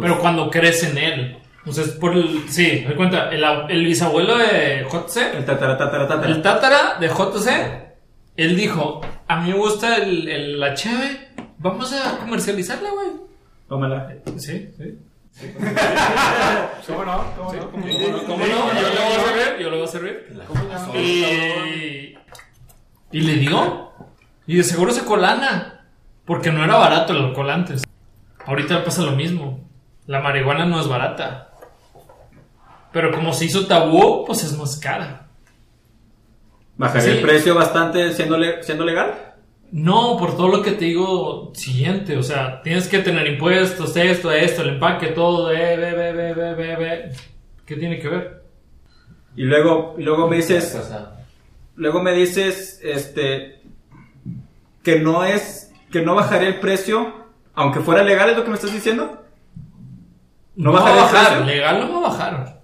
[SPEAKER 2] pero cuando crees en él. O sea, es por el. Sí, hay cuenta, el, ab- el bisabuelo de JC,
[SPEAKER 3] El tatara, tatara, tatara.
[SPEAKER 2] el tátara de JC, él dijo: A mí me gusta el, el, la cheve, vamos a comercializarla, güey.
[SPEAKER 3] Tómala.
[SPEAKER 2] Sí, sí.
[SPEAKER 9] ¿Cómo no? ¿Cómo no?
[SPEAKER 2] ¿Cómo no? Yo lo voy a servir, yo lo voy a servir. Y, y le dio. Y de seguro se colana. Porque no era barato el alcohol antes. Ahorita pasa lo mismo. La marihuana no es barata. Pero como se hizo tabú, pues es más cara.
[SPEAKER 3] Bajaría
[SPEAKER 2] Sí.
[SPEAKER 3] el precio bastante siendo, le- siendo legal.
[SPEAKER 2] No, por todo lo que te digo siguiente. O sea, tienes que tener impuestos, esto, esto, el empaque, todo. Eh, ve, ve, ve, ve, ve, ve. ¿Qué tiene que ver?
[SPEAKER 3] Y luego, y luego me dices, luego me dices, este, que no es, que no bajaría el precio, aunque fuera legal, es lo que me estás diciendo. No
[SPEAKER 2] va
[SPEAKER 3] baja
[SPEAKER 2] a
[SPEAKER 3] de
[SPEAKER 2] bajar.
[SPEAKER 3] precio.
[SPEAKER 2] Legal no va a bajar.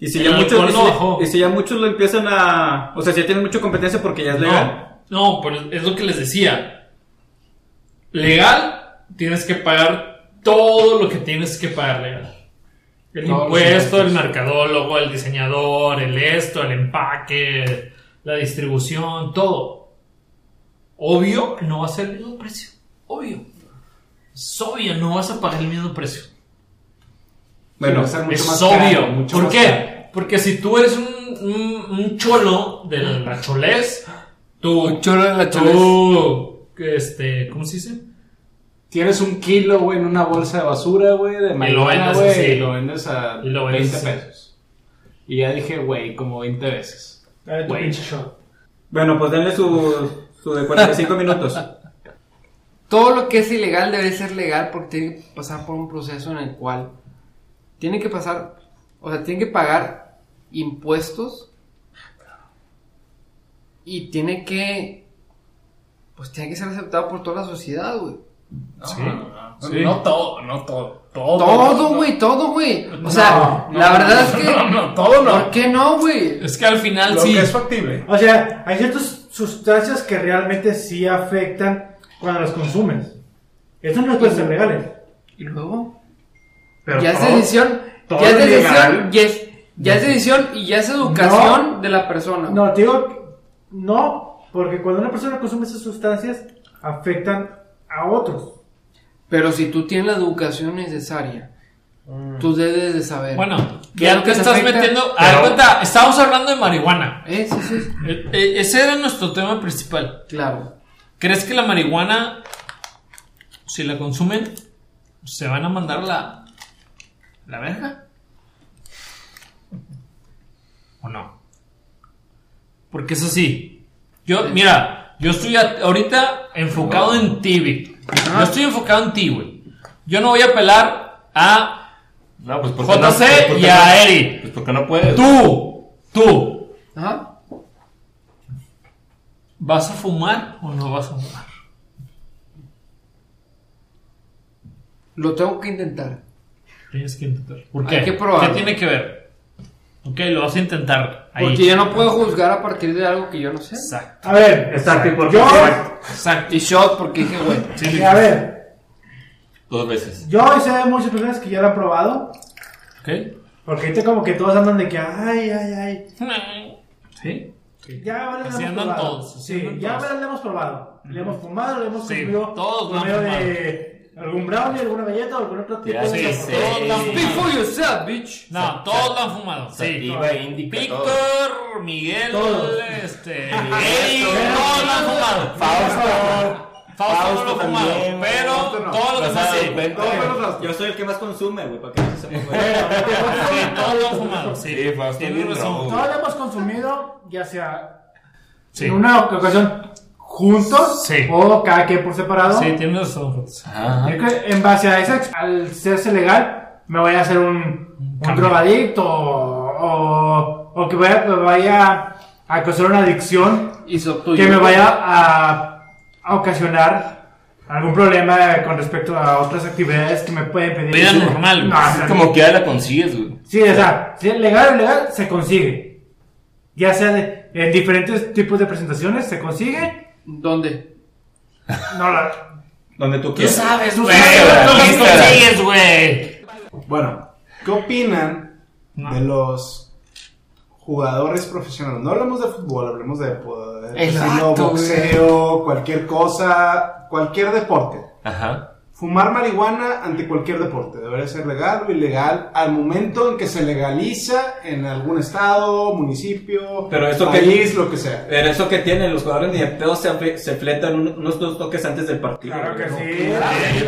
[SPEAKER 3] Y si,
[SPEAKER 2] El
[SPEAKER 3] ya muchos,
[SPEAKER 2] alcohol
[SPEAKER 3] y,
[SPEAKER 2] Eh, no
[SPEAKER 3] si-
[SPEAKER 2] bajó.
[SPEAKER 3] y si ya muchos lo empiezan a, o sea, si ya tienen mucha competencia porque ya es legal.
[SPEAKER 2] No, no, pero es lo que les decía. Legal, tienes que pagar todo lo que tienes que pagar legal. El
[SPEAKER 5] Todos los
[SPEAKER 2] impuesto, el
[SPEAKER 5] impuestos.
[SPEAKER 2] mercadólogo, el diseñador, el esto, el empaque, la distribución, todo. Obvio que no va a ser el mismo precio. Obvio. Es obvio, no vas a pagar el mismo precio.
[SPEAKER 3] Bueno,
[SPEAKER 2] Es obvio. ¿Por qué? Porque si tú eres un, un- un cholo de la cholés, tú.
[SPEAKER 5] Un cholo de la
[SPEAKER 2] Tú. Este, ¿Cómo se dice?
[SPEAKER 9] Tienes un kilo, güey, en una bolsa de basura, güey, de marihuana,
[SPEAKER 2] vendes
[SPEAKER 9] güey,
[SPEAKER 2] así.
[SPEAKER 9] y lo vendes a
[SPEAKER 2] Y lo vendes
[SPEAKER 9] 20
[SPEAKER 2] así.
[SPEAKER 9] pesos. Y ya dije, güey, como 20 veces.
[SPEAKER 6] Dale tu
[SPEAKER 9] Güey.
[SPEAKER 6] pinche shot.
[SPEAKER 3] Bueno, pues denle su, su de 45 minutos.
[SPEAKER 5] Todo lo que es ilegal debe ser legal porque tiene que pasar por un proceso en el cual tiene que pasar, o sea, tiene que pagar impuestos y tiene que, pues tiene que ser aceptado por toda la sociedad, güey.
[SPEAKER 9] No, no todo, no todo. Todo,
[SPEAKER 5] Todo, güey, todo, güey. O sea, la verdad es que,
[SPEAKER 9] No, no, todo no.
[SPEAKER 5] ¿por qué no, güey?
[SPEAKER 2] Es que al final
[SPEAKER 9] Lo
[SPEAKER 2] sí.
[SPEAKER 9] que es factible.
[SPEAKER 6] O sea, hay ciertas sustancias que realmente sí afectan cuando las consumes. Estas no pueden ser legales.
[SPEAKER 5] Y luego.
[SPEAKER 8] Pero
[SPEAKER 5] ya es
[SPEAKER 8] todo-
[SPEAKER 5] decisión,
[SPEAKER 8] todo
[SPEAKER 5] ya es
[SPEAKER 8] es
[SPEAKER 5] decisión,
[SPEAKER 8] legal.
[SPEAKER 5] y es- ya es decisión y ya es educación de la persona.
[SPEAKER 6] No, te digo, no, porque cuando una persona consume esas sustancias, afectan a otros.
[SPEAKER 5] Pero si tú tienes la educación necesaria, tú debes de saber.
[SPEAKER 2] Bueno,
[SPEAKER 5] ¿Qué es
[SPEAKER 2] ya
[SPEAKER 5] lo que
[SPEAKER 2] te
[SPEAKER 5] te
[SPEAKER 2] estás
[SPEAKER 5] afecta?
[SPEAKER 2] metiendo. A ver, cuenta, estábamos hablando de marihuana.
[SPEAKER 5] Eh, sí, sí, sí.
[SPEAKER 2] E- e- Ese era nuestro tema principal.
[SPEAKER 5] claro.
[SPEAKER 2] ¿Crees que la marihuana, si la consumen, se van a mandar la. la verga? ¿O no? Porque es así. Yo, mira, yo estoy a- ahorita enfocado en ti, Vic. Yo estoy enfocado en ti, güey. Yo no voy a apelar a
[SPEAKER 7] No, pues porque no, pues,
[SPEAKER 2] JC
[SPEAKER 7] ¿por
[SPEAKER 2] y
[SPEAKER 7] qué
[SPEAKER 2] a
[SPEAKER 7] no?
[SPEAKER 2] Eri.
[SPEAKER 7] Pues porque no puedes.
[SPEAKER 2] Tú, tú,
[SPEAKER 5] Ajá.
[SPEAKER 2] ¿vas a fumar o no vas a fumar?
[SPEAKER 5] Lo tengo que intentar.
[SPEAKER 2] Tienes que intentar. ¿Por
[SPEAKER 5] Hay
[SPEAKER 2] qué?
[SPEAKER 5] que probarlo.
[SPEAKER 2] ¿Qué tiene que ver? Ok, lo vas a intentar. Ahí.
[SPEAKER 5] Porque yo no puedo juzgar a partir de algo que yo no sé.
[SPEAKER 2] Exacto.
[SPEAKER 6] A ver,
[SPEAKER 3] Exacto, y por
[SPEAKER 6] yo,
[SPEAKER 2] Exacto.
[SPEAKER 5] Y shot porque dije, güey.
[SPEAKER 2] Sí,
[SPEAKER 6] a ver,
[SPEAKER 7] Dos veces.
[SPEAKER 6] yo sé de muchas personas que ya lo han probado,
[SPEAKER 2] ok.
[SPEAKER 6] porque ahorita como que todos andan de que, ay, ay, ay.
[SPEAKER 2] Sí.
[SPEAKER 6] Ya ahora le
[SPEAKER 2] Así
[SPEAKER 6] hemos
[SPEAKER 2] andan
[SPEAKER 6] probado.
[SPEAKER 2] todos, así
[SPEAKER 6] sí,
[SPEAKER 2] andan
[SPEAKER 6] ya
[SPEAKER 2] todos.
[SPEAKER 6] ahora le hemos probado. Le hemos fumado, le hemos
[SPEAKER 2] Sí,
[SPEAKER 6] consumido.
[SPEAKER 2] todos lo
[SPEAKER 6] por
[SPEAKER 2] han
[SPEAKER 6] medio de algún brownie, alguna galleta o algún otro tipo
[SPEAKER 7] Ya
[SPEAKER 6] de.
[SPEAKER 7] sí,
[SPEAKER 6] sabor.
[SPEAKER 7] sí.
[SPEAKER 2] Todos lo han
[SPEAKER 5] Speak
[SPEAKER 2] fumado.
[SPEAKER 5] for yourself, bitch.
[SPEAKER 2] No, todos lo han fumado. Sí.
[SPEAKER 7] Sativa, indica, todo.
[SPEAKER 2] Víctor, Miguel,
[SPEAKER 6] Todos.
[SPEAKER 2] este, Eri, todos lo han fumado.
[SPEAKER 3] Fausto.
[SPEAKER 2] Fausto no lo ha
[SPEAKER 3] Fausto
[SPEAKER 2] fumado,
[SPEAKER 3] también,
[SPEAKER 2] pero
[SPEAKER 3] Fausto no. pues.
[SPEAKER 2] todos los
[SPEAKER 7] ¿No se ha
[SPEAKER 2] demás
[SPEAKER 7] dado
[SPEAKER 2] sí.
[SPEAKER 7] cuenta?
[SPEAKER 3] Yo soy el que más consume, güey, para que no se sepa, güey.
[SPEAKER 2] Sí, todos lo han fumado. Sí,
[SPEAKER 7] Sí, Fausto
[SPEAKER 2] Tiene
[SPEAKER 7] bien
[SPEAKER 2] razón.
[SPEAKER 7] rojo.
[SPEAKER 6] Todos lo hemos consumido, ya sea
[SPEAKER 2] Sí.
[SPEAKER 6] en una ocasión juntos
[SPEAKER 2] Sí.
[SPEAKER 6] o cada quien por separado.
[SPEAKER 2] Sí, tienes razón. Jotos.
[SPEAKER 7] Ajá.
[SPEAKER 6] Yo creo que en base a eso, al hacerse legal, me voy a hacer un, un
[SPEAKER 2] Cambio.
[SPEAKER 6] drogadicto o, o que vaya, me vaya a causar una adicción
[SPEAKER 5] Y so tuyo.
[SPEAKER 6] que me vaya a, a ocasionar algún problema con respecto a otras actividades que me pueden pedir.
[SPEAKER 2] Vida normal,
[SPEAKER 6] No,
[SPEAKER 2] pues,
[SPEAKER 6] o sea,
[SPEAKER 7] Es como que ya la consigues, güey.
[SPEAKER 6] Sí, o sea, si es legal o legal, se consigue. Ya sea de- en diferentes tipos de presentaciones, se consigue.
[SPEAKER 5] ¿Dónde?
[SPEAKER 6] No, la,
[SPEAKER 3] Donde tú quieras.
[SPEAKER 2] sabes,
[SPEAKER 6] Tú
[SPEAKER 2] güey.
[SPEAKER 6] sabes,
[SPEAKER 2] Tú las
[SPEAKER 7] Instagram.
[SPEAKER 2] consigues, güey.
[SPEAKER 9] Bueno, ¿qué opinan de los jugadores profesionales? No hablemos de fútbol, hablemos de poder,
[SPEAKER 5] Exacto,
[SPEAKER 9] estilo boxeo, cualquier cosa, cualquier deporte.
[SPEAKER 7] Ajá.
[SPEAKER 9] Fumar marihuana ante cualquier deporte debería ser legal o ilegal al momento en que se legaliza en algún estado, municipio,
[SPEAKER 3] Pero eso que-
[SPEAKER 9] país, lo que sea.
[SPEAKER 3] Pero eso que tienen los jugadores ni de pedo se, afle- se fletan un- unos dos toques antes del partido.
[SPEAKER 6] claro que
[SPEAKER 3] güey, ¿no?
[SPEAKER 6] sí.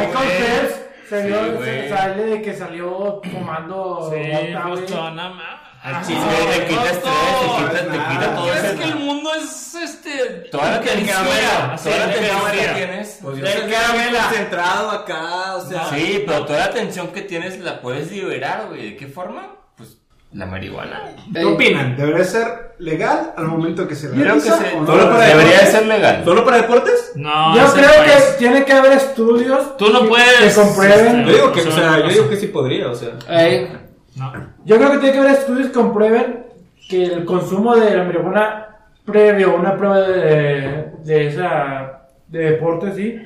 [SPEAKER 6] Michael Phelps se vio- se sale de que salió fumando.
[SPEAKER 2] Sí,
[SPEAKER 6] mota, güey.
[SPEAKER 2] justo, nada más.
[SPEAKER 7] Al chile te quita estrés, te quita, te quita todo
[SPEAKER 2] ¿Crees
[SPEAKER 7] ese...
[SPEAKER 2] que el mundo es este?
[SPEAKER 7] Toda la
[SPEAKER 2] caramela,
[SPEAKER 7] tecnología, toda la
[SPEAKER 2] sí,
[SPEAKER 7] tecnología
[SPEAKER 2] tecnología.
[SPEAKER 7] que tienes.
[SPEAKER 3] Pues yo estoy bien concentrado acá, o sea.
[SPEAKER 7] Sí, pero toda la tensión que tienes la puedes liberar, güey. ¿De qué forma? Pues la marihuana.
[SPEAKER 9] ¿Qué opinan? ¿Debería ser legal al momento en que se
[SPEAKER 3] Creo que
[SPEAKER 9] legaliza?
[SPEAKER 3] se-
[SPEAKER 9] o no?
[SPEAKER 3] solo para-
[SPEAKER 7] Debería de ser legal.
[SPEAKER 3] ¿Solo para deportes?
[SPEAKER 2] No,
[SPEAKER 6] Yo
[SPEAKER 2] es el
[SPEAKER 6] creo
[SPEAKER 2] país.
[SPEAKER 6] que tiene que haber estudios
[SPEAKER 2] Tú no
[SPEAKER 6] que-
[SPEAKER 2] puedes, este,
[SPEAKER 6] que comprueben.
[SPEAKER 3] Yo digo que, o sea, yo
[SPEAKER 2] no,
[SPEAKER 3] digo que sí podría, o sea.
[SPEAKER 5] Ey,
[SPEAKER 2] No.
[SPEAKER 6] Yo creo que tiene que haber estudios que comprueben que el consumo de la marihuana previo a una prueba de, de esa de deporte sí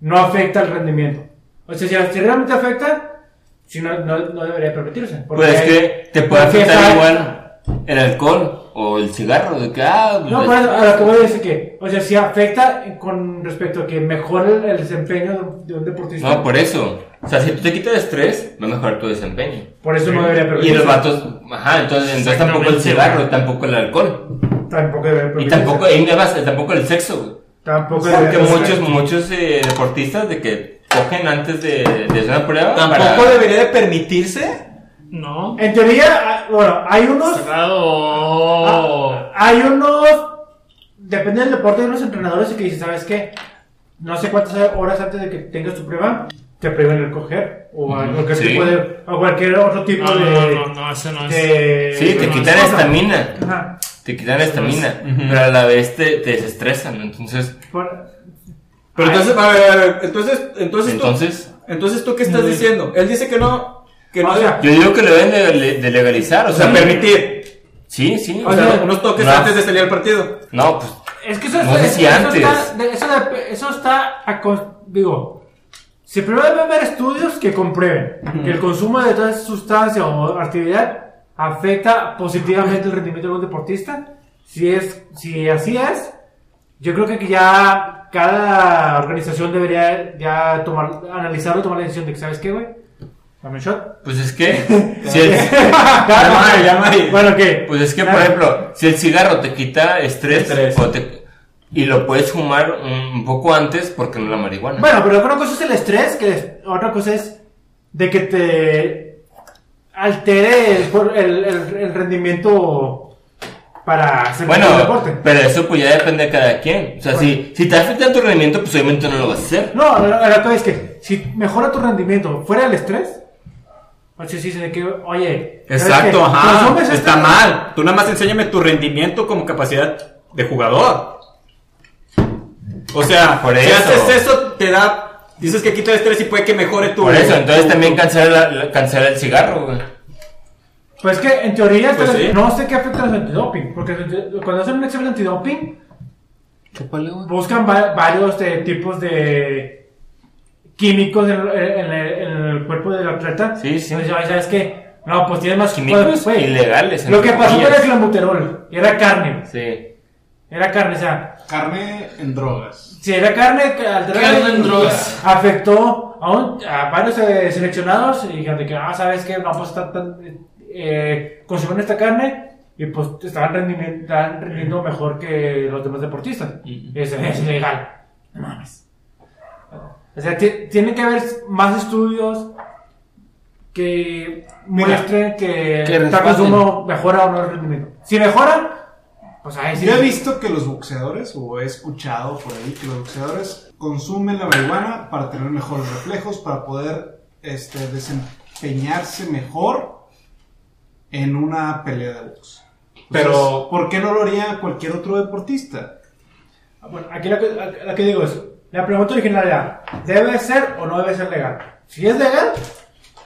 [SPEAKER 6] no afecta el rendimiento. O sea, si, si realmente afecta, si no, no, no debería permitirse. porque
[SPEAKER 7] Pues es que te puede
[SPEAKER 6] porque
[SPEAKER 7] afectar
[SPEAKER 6] está-
[SPEAKER 7] igual el alcohol o el cigarro, de que ah,
[SPEAKER 6] No,
[SPEAKER 7] pues,
[SPEAKER 6] por eso, a lo que voy a decir que, o sea, si afecta con respecto a que mejore el, el desempeño de un- de un deportista,
[SPEAKER 7] no, por eso. O sea, si tú te quitas el estrés, va a mejorar tu desempeño.
[SPEAKER 6] por eso no debería
[SPEAKER 7] Y
[SPEAKER 6] permitirse.
[SPEAKER 7] los vatos, ajá, entonces, entonces tampoco el
[SPEAKER 2] Exactamente,
[SPEAKER 7] cigarro,
[SPEAKER 2] güey.
[SPEAKER 7] tampoco el alcohol.
[SPEAKER 6] Tampoco debería
[SPEAKER 7] Y
[SPEAKER 6] permitirse.
[SPEAKER 7] tampoco, y nada más, tampoco el sexo, güey.
[SPEAKER 6] Tampoco
[SPEAKER 7] Porque
[SPEAKER 6] debería-
[SPEAKER 7] muchos, muchos eh, deportistas de que cogen antes de, de hacer una prueba.
[SPEAKER 3] Tampoco
[SPEAKER 7] para-
[SPEAKER 3] debería de permitirse.
[SPEAKER 2] No.
[SPEAKER 6] En teoría, ah, bueno, hay unos.
[SPEAKER 2] Cerrado.
[SPEAKER 6] Ah, Hay unos. Depende del deporte, hay unos entrenadores que dicen, ¿sabes qué? No sé cuántas horas antes de que tengas tu prueba, te prohíben el coger. O a cualquier,
[SPEAKER 7] sí.
[SPEAKER 6] tipo de- o cualquier otro tipo
[SPEAKER 2] No,
[SPEAKER 6] de.
[SPEAKER 2] no, no, no, ese no es.
[SPEAKER 6] de-
[SPEAKER 7] Sí, te
[SPEAKER 6] de-
[SPEAKER 7] quitan
[SPEAKER 6] cosa.
[SPEAKER 7] estamina.
[SPEAKER 6] Ajá.
[SPEAKER 7] Te quitan estamina. Pero a la vez te, te desestresan. Entonces,
[SPEAKER 6] Por-
[SPEAKER 3] Pero entonces, a ver, a ver, entonces, entonces,
[SPEAKER 7] entonces
[SPEAKER 3] tú, entonces tú qué estás diciendo? Él dice que no, que no.
[SPEAKER 6] O sea,
[SPEAKER 7] yo digo que lo deben de, de legalizar. O
[SPEAKER 3] o
[SPEAKER 7] sea,
[SPEAKER 3] sea,
[SPEAKER 7] permite.
[SPEAKER 3] permitir.
[SPEAKER 7] Sí, sí.
[SPEAKER 3] O sea, unos toques
[SPEAKER 7] no,
[SPEAKER 3] antes de salir al partido.
[SPEAKER 7] No, pues.
[SPEAKER 6] Es que eso,
[SPEAKER 7] No
[SPEAKER 6] es-
[SPEAKER 7] sé si
[SPEAKER 6] eso
[SPEAKER 7] antes.
[SPEAKER 6] está, de- eso, de- eso está a con- digo, si primero debe haber estudios que comprueben que el consumo de toda esa sustancia o actividad afecta positivamente el rendimiento de un deportista. Si es, si así es, yo creo que aquí ya cada organización debería ya tomar, analizarlo, tomar la decisión de que sabes qué, güey, dame un shot.
[SPEAKER 7] Pues es que. si el-
[SPEAKER 3] Llama, llama ahí.
[SPEAKER 6] Bueno, ¿qué?
[SPEAKER 7] pues es que, por ejemplo, si el cigarro te quita estrés,
[SPEAKER 3] Estrés.
[SPEAKER 7] o te- y lo puedes fumar un, un poco antes porque no la marihuana.
[SPEAKER 6] Bueno, pero una cosa es el estrés, que es- otra cosa es de que te altere el, cor- el- el- el rendimiento para hacer
[SPEAKER 7] Bueno,
[SPEAKER 6] el deporte.
[SPEAKER 7] pero eso pues ya depende de cada quien. O sea, si, si te afecta tu rendimiento, pues obviamente no lo vas a hacer.
[SPEAKER 6] No, lo- lo- lo que es que si mejora tu rendimiento fuera del estrés, o sea, sí, se de que, oye, ¿sabes
[SPEAKER 3] Exacto,
[SPEAKER 6] qué?
[SPEAKER 3] ajá.
[SPEAKER 6] Consumes
[SPEAKER 3] Está
[SPEAKER 6] este-
[SPEAKER 3] mal. Tú nada más enséñame tu rendimiento como capacidad de jugador. O sea,
[SPEAKER 7] Por
[SPEAKER 3] si
[SPEAKER 7] eso.
[SPEAKER 3] haces eso, te da. Dices que quita el estrés y puede que mejore tu.
[SPEAKER 7] Por eso, entonces
[SPEAKER 3] tu-
[SPEAKER 7] también cancela, la- la- cancela el cigarro, güey.
[SPEAKER 6] Pues que en teoría
[SPEAKER 3] Pues
[SPEAKER 6] hasta-
[SPEAKER 3] sí.
[SPEAKER 6] no sé qué afecta al antidoping, porque el anti- cuando hacen un examen de antidoping,
[SPEAKER 5] ¿Qué palo, güey?
[SPEAKER 6] buscan va- varios eh, tipos de químicos en, en- en el cuerpo del atleta. Pues,
[SPEAKER 7] Sí, sí.
[SPEAKER 6] Entonces, ay, ¿sabes qué? No, pues tienes más
[SPEAKER 7] Químicos
[SPEAKER 6] pues, güey,
[SPEAKER 7] ilegales, entre
[SPEAKER 6] Lo que pasó
[SPEAKER 7] comillas.
[SPEAKER 6] era clambuterol. Era carne.
[SPEAKER 7] Sí.
[SPEAKER 6] Era carne, o sea,
[SPEAKER 4] Carne en drogas.
[SPEAKER 6] si era carne, que alteraba-
[SPEAKER 2] Carne en drogas.
[SPEAKER 6] afectó a, un- a varios eh, seleccionados y dijeron de que, ah, ¿sabes qué? Vamos a estar tan, eh, consumiendo esta carne. Y pues estaban rendiendo, estaban rindiendo mejor que los demás deportistas. Eso es ilegal. No mames. O sea, ti- tiene que haber más estudios que muestren que,
[SPEAKER 5] que
[SPEAKER 6] el
[SPEAKER 5] respalden.
[SPEAKER 6] consumo mejora o no el rendimiento. Si mejora, pues ahí sí.
[SPEAKER 4] Yo he visto que los boxeadores, o he escuchado por ahí, que los boxeadores consumen la marihuana para tener mejores reflejos, para poder este, desempeñarse mejor en una pelea de box.
[SPEAKER 3] Pero-
[SPEAKER 4] ¿por qué no lo haría cualquier otro deportista?
[SPEAKER 6] Ah, Bueno, aquí lo que, lo que digo es, la pregunta original era, ¿debe ser o no debe ser legal? Si es legal,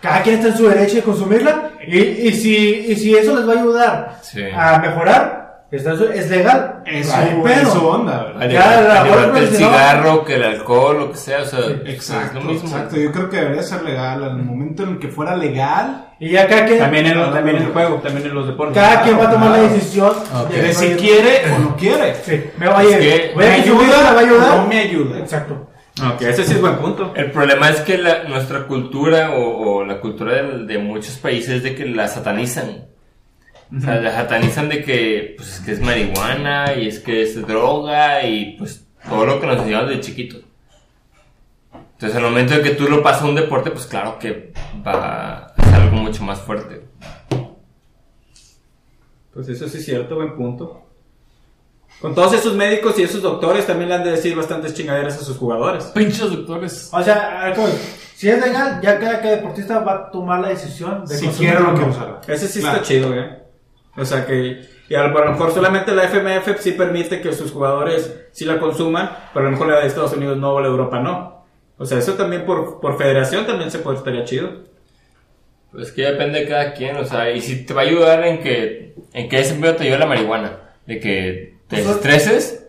[SPEAKER 6] cada quien está en su derecho de consumirla y, y si, y si eso les va a ayudar
[SPEAKER 7] Sí.
[SPEAKER 6] a mejorar, está en su- es legal.
[SPEAKER 4] Eso,
[SPEAKER 6] Ay, pero-
[SPEAKER 4] eso onda, ¿verdad?
[SPEAKER 7] Al
[SPEAKER 6] Ya,
[SPEAKER 7] igual,
[SPEAKER 6] la-
[SPEAKER 7] al igual
[SPEAKER 6] ahora
[SPEAKER 7] que el
[SPEAKER 6] no-
[SPEAKER 7] cigarro, que el alcohol, lo que sea, o sea,
[SPEAKER 4] Exacto,
[SPEAKER 7] es lo mismo.
[SPEAKER 4] exacto. Yo creo que debería ser legal. Al momento en el que fuera legal,
[SPEAKER 6] Y ya cada quien,
[SPEAKER 3] También en, también en el juego, también en los deportes. Ah,
[SPEAKER 6] cada quien va a tomar la
[SPEAKER 4] claro.
[SPEAKER 6] decisión de
[SPEAKER 4] de
[SPEAKER 6] que
[SPEAKER 4] si
[SPEAKER 6] no-
[SPEAKER 4] quiere o no quiere.
[SPEAKER 6] Sí, me va a ir.
[SPEAKER 7] que
[SPEAKER 6] Voy a
[SPEAKER 4] ¿Me
[SPEAKER 6] que su vida me va a ayudar.
[SPEAKER 4] No me ayuda.
[SPEAKER 6] Exacto.
[SPEAKER 3] Ok, ese sí es buen punto.
[SPEAKER 7] El problema es que la- nuestra cultura o, o la cultura del- de, muchos países es de que la satanizan. O sea, la satanizan de que, pues, es que es marihuana y es que es droga y pues todo lo que nos enseñaron de chiquitos. Entonces, al momento de que tú lo pasas a un deporte, pues claro que va a ser algo mucho más fuerte.
[SPEAKER 3] Pues eso sí es cierto, buen punto. Con todos esos médicos y esos doctores también le han de decir bastantes chingaderas a sus jugadores.
[SPEAKER 2] Pinches doctores.
[SPEAKER 6] O sea, alcohol. Si es legal, ya cada que deportista va a tomar la decisión de
[SPEAKER 4] Si
[SPEAKER 6] consumir
[SPEAKER 4] quiere o
[SPEAKER 6] o
[SPEAKER 4] no
[SPEAKER 6] no.
[SPEAKER 4] quiere usarla.
[SPEAKER 3] Ese sí
[SPEAKER 4] Claro.
[SPEAKER 3] está chido, güey. O sea que. Y a lo mejor solamente la FMF sí permite que sus jugadores sí la consuman, pero a lo mejor la de Estados Unidos no o la de Europa no. O sea, eso también por, por federación también se puede estaría chido.
[SPEAKER 7] Pues que depende de cada quien, o sea, y si te va a ayudar en que, en que ese empleo te ayude la marihuana, de que te desestreses,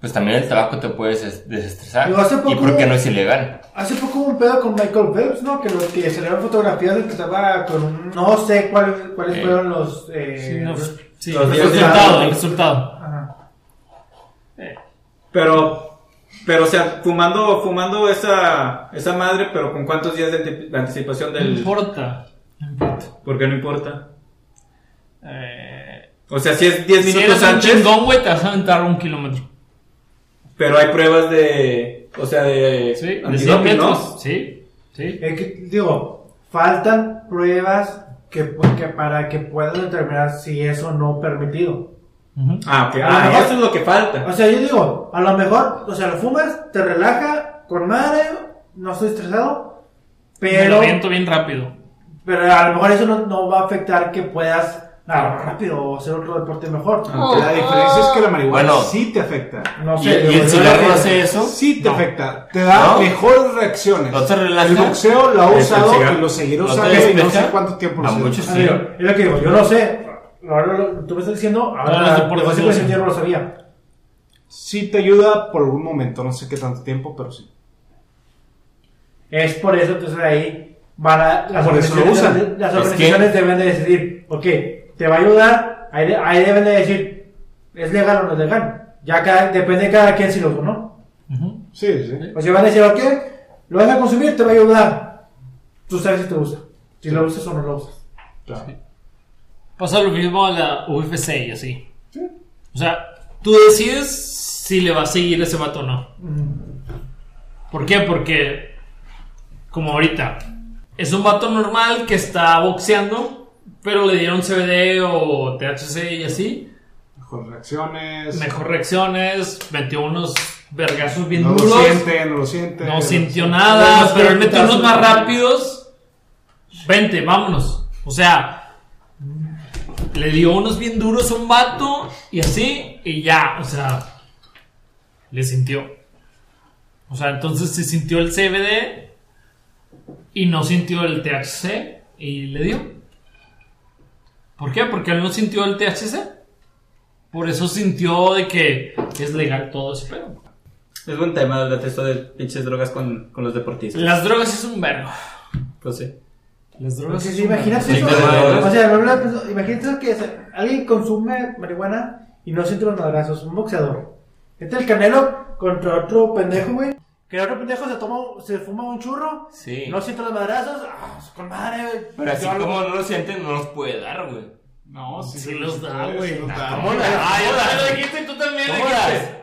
[SPEAKER 7] pues también el trabajo te puedes des- desestresar.
[SPEAKER 6] Yo hace
[SPEAKER 7] ¿Y
[SPEAKER 6] poco-
[SPEAKER 7] por qué no es ilegal?
[SPEAKER 6] Hace poco hubo un pedo con Michael Phelps, ¿no? Que, lo, que salieron fotografías de que estaba con un... No sé cuál- cuáles
[SPEAKER 7] Eh.
[SPEAKER 6] fueron los... Eh,
[SPEAKER 2] Sí, no, sí,
[SPEAKER 3] Los
[SPEAKER 2] el
[SPEAKER 3] días de-
[SPEAKER 2] resultado, el resultado.
[SPEAKER 6] Ajá.
[SPEAKER 3] Pero, pero o sea, fumando, fumando esa, esa madre, pero con cuántos días de, anti- de anticipación
[SPEAKER 2] No
[SPEAKER 3] del.
[SPEAKER 2] importa. No importa.
[SPEAKER 3] Porque no importa.
[SPEAKER 2] Eh,
[SPEAKER 3] O sea, si es 10
[SPEAKER 2] si
[SPEAKER 6] Eh,
[SPEAKER 3] minutos
[SPEAKER 2] eres un
[SPEAKER 3] antes.
[SPEAKER 2] chingón, güey, te vas a aventar un kilómetro.
[SPEAKER 3] Pero hay pruebas de. O sea, de.
[SPEAKER 2] Sí, de
[SPEAKER 3] antidoping, ¿no?
[SPEAKER 2] cientos. Sí, sí.
[SPEAKER 6] Es Eh, que, digo, faltan pruebas que, pu- que para que puedan determinar si es o no permitido.
[SPEAKER 3] Ah, ok.
[SPEAKER 6] A lo
[SPEAKER 3] Ah,
[SPEAKER 6] mejor-
[SPEAKER 3] eso es lo que falta.
[SPEAKER 6] O sea, yo digo, a lo mejor, o sea, lo fumas, te relaja, con madre, no estoy estresado,
[SPEAKER 2] Me
[SPEAKER 6] pero,
[SPEAKER 2] lo viento bien rápido.
[SPEAKER 6] pero a lo mejor eso no, no va a afectar que puedas nadar rápido o hacer otro deporte mejor.
[SPEAKER 9] Aunque
[SPEAKER 4] Oh.
[SPEAKER 9] La diferencia es que la marihuana
[SPEAKER 7] Bueno.
[SPEAKER 9] sí te afecta.
[SPEAKER 6] No
[SPEAKER 7] ¿Y,
[SPEAKER 6] sé.
[SPEAKER 7] y
[SPEAKER 6] yo-
[SPEAKER 7] el
[SPEAKER 6] yo-
[SPEAKER 7] cigarro no hace eso?
[SPEAKER 9] Sí te afecta. Te da
[SPEAKER 7] ¿No?
[SPEAKER 9] mejores reacciones.
[SPEAKER 7] ¿No te relaja?
[SPEAKER 9] El boxeo lo ha
[SPEAKER 3] ¿El- el
[SPEAKER 9] usado
[SPEAKER 3] cigarro?
[SPEAKER 9] y lo seguirá
[SPEAKER 7] ¿No te
[SPEAKER 9] usando y no
[SPEAKER 7] despeja?
[SPEAKER 9] sé cuánto tiempo. lo
[SPEAKER 7] A
[SPEAKER 9] sigue
[SPEAKER 7] muchos
[SPEAKER 6] Ah,
[SPEAKER 7] sí.
[SPEAKER 6] digo, es lo que digo, yo no sé. Ahora lo- tú me estás diciendo,
[SPEAKER 2] Todos los
[SPEAKER 6] ahora
[SPEAKER 2] deportes
[SPEAKER 6] yo sí
[SPEAKER 2] usan.
[SPEAKER 6] yo no lo sabía.
[SPEAKER 9] Sí te ayuda por un momento, no sé qué tanto tiempo, pero sí.
[SPEAKER 6] Es por eso, entonces ahí van a, las
[SPEAKER 9] Por eso lo
[SPEAKER 6] organizaciones,
[SPEAKER 9] usan.
[SPEAKER 6] las
[SPEAKER 7] Es
[SPEAKER 6] organizaciones deben de decidir, ok, te va a ayudar, ahí, de- ahí deben de decir, es legal o no es legal. Ya cada- depende de cada quien si lo usa o no.
[SPEAKER 9] Sí, sí.
[SPEAKER 6] O sea, van a decir, ok, lo vas a consumir, te va a ayudar. Tú sabes si te usa, si lo usas o no lo usas.
[SPEAKER 2] Pasa lo mismo a la UFC y así. O sea, tú decides si le va a seguir ese vato o no. ¿Por qué? Porque, como ahorita, es un vato normal que está boxeando, pero le dieron CBD o THC y así.
[SPEAKER 9] Mejores reacciones.
[SPEAKER 2] Mejor reacciones, metió unos vergazos bien
[SPEAKER 9] no lo
[SPEAKER 2] duros.
[SPEAKER 9] siente, no lo siente.
[SPEAKER 2] No sintió
[SPEAKER 6] No,
[SPEAKER 2] nada,
[SPEAKER 6] no,
[SPEAKER 2] pero él
[SPEAKER 6] no,
[SPEAKER 2] metió
[SPEAKER 6] no,
[SPEAKER 2] unos
[SPEAKER 6] no,
[SPEAKER 2] más
[SPEAKER 6] no.
[SPEAKER 2] rápidos. Vente, vámonos. O sea, le dio unos bien duros a un vato y así, y ya, o sea, le sintió. O sea, entonces se sintió el CBD y no sintió el THC y le dio. ¿Por qué? Porque él no sintió el THC. Por eso sintió de que es legal todo ese pedo.
[SPEAKER 3] Es buen tema el esto de pinches drogas con, con los deportistas.
[SPEAKER 2] Las drogas es un verbo.
[SPEAKER 3] Pues sí.
[SPEAKER 2] Las drogas
[SPEAKER 6] Porque
[SPEAKER 2] es
[SPEAKER 6] si
[SPEAKER 2] un verbo.
[SPEAKER 6] imagínate
[SPEAKER 3] Sí,
[SPEAKER 6] eso,
[SPEAKER 3] claro.
[SPEAKER 6] o sea, la verdad, pues, imagínate que o sea, alguien consume marihuana y no siente los madrazos, un boxeador. Este el canelo contra otro pendejo, güey. Que el otro pendejo se toma, se fuma un churro,
[SPEAKER 7] Sí.
[SPEAKER 6] no siente los madrazos, ah, con madre, güey.
[SPEAKER 7] Pero así
[SPEAKER 6] Yo algo-
[SPEAKER 7] como no lo sienten, no nos puede dar, güey.
[SPEAKER 9] No, sí,
[SPEAKER 2] Sí los da,
[SPEAKER 9] sí,
[SPEAKER 2] güey.
[SPEAKER 9] sí los da.
[SPEAKER 2] ¿Cómo las? Ah, ya lo dijiste y tú también lo
[SPEAKER 7] ¿Cómo
[SPEAKER 2] dijiste.
[SPEAKER 7] das?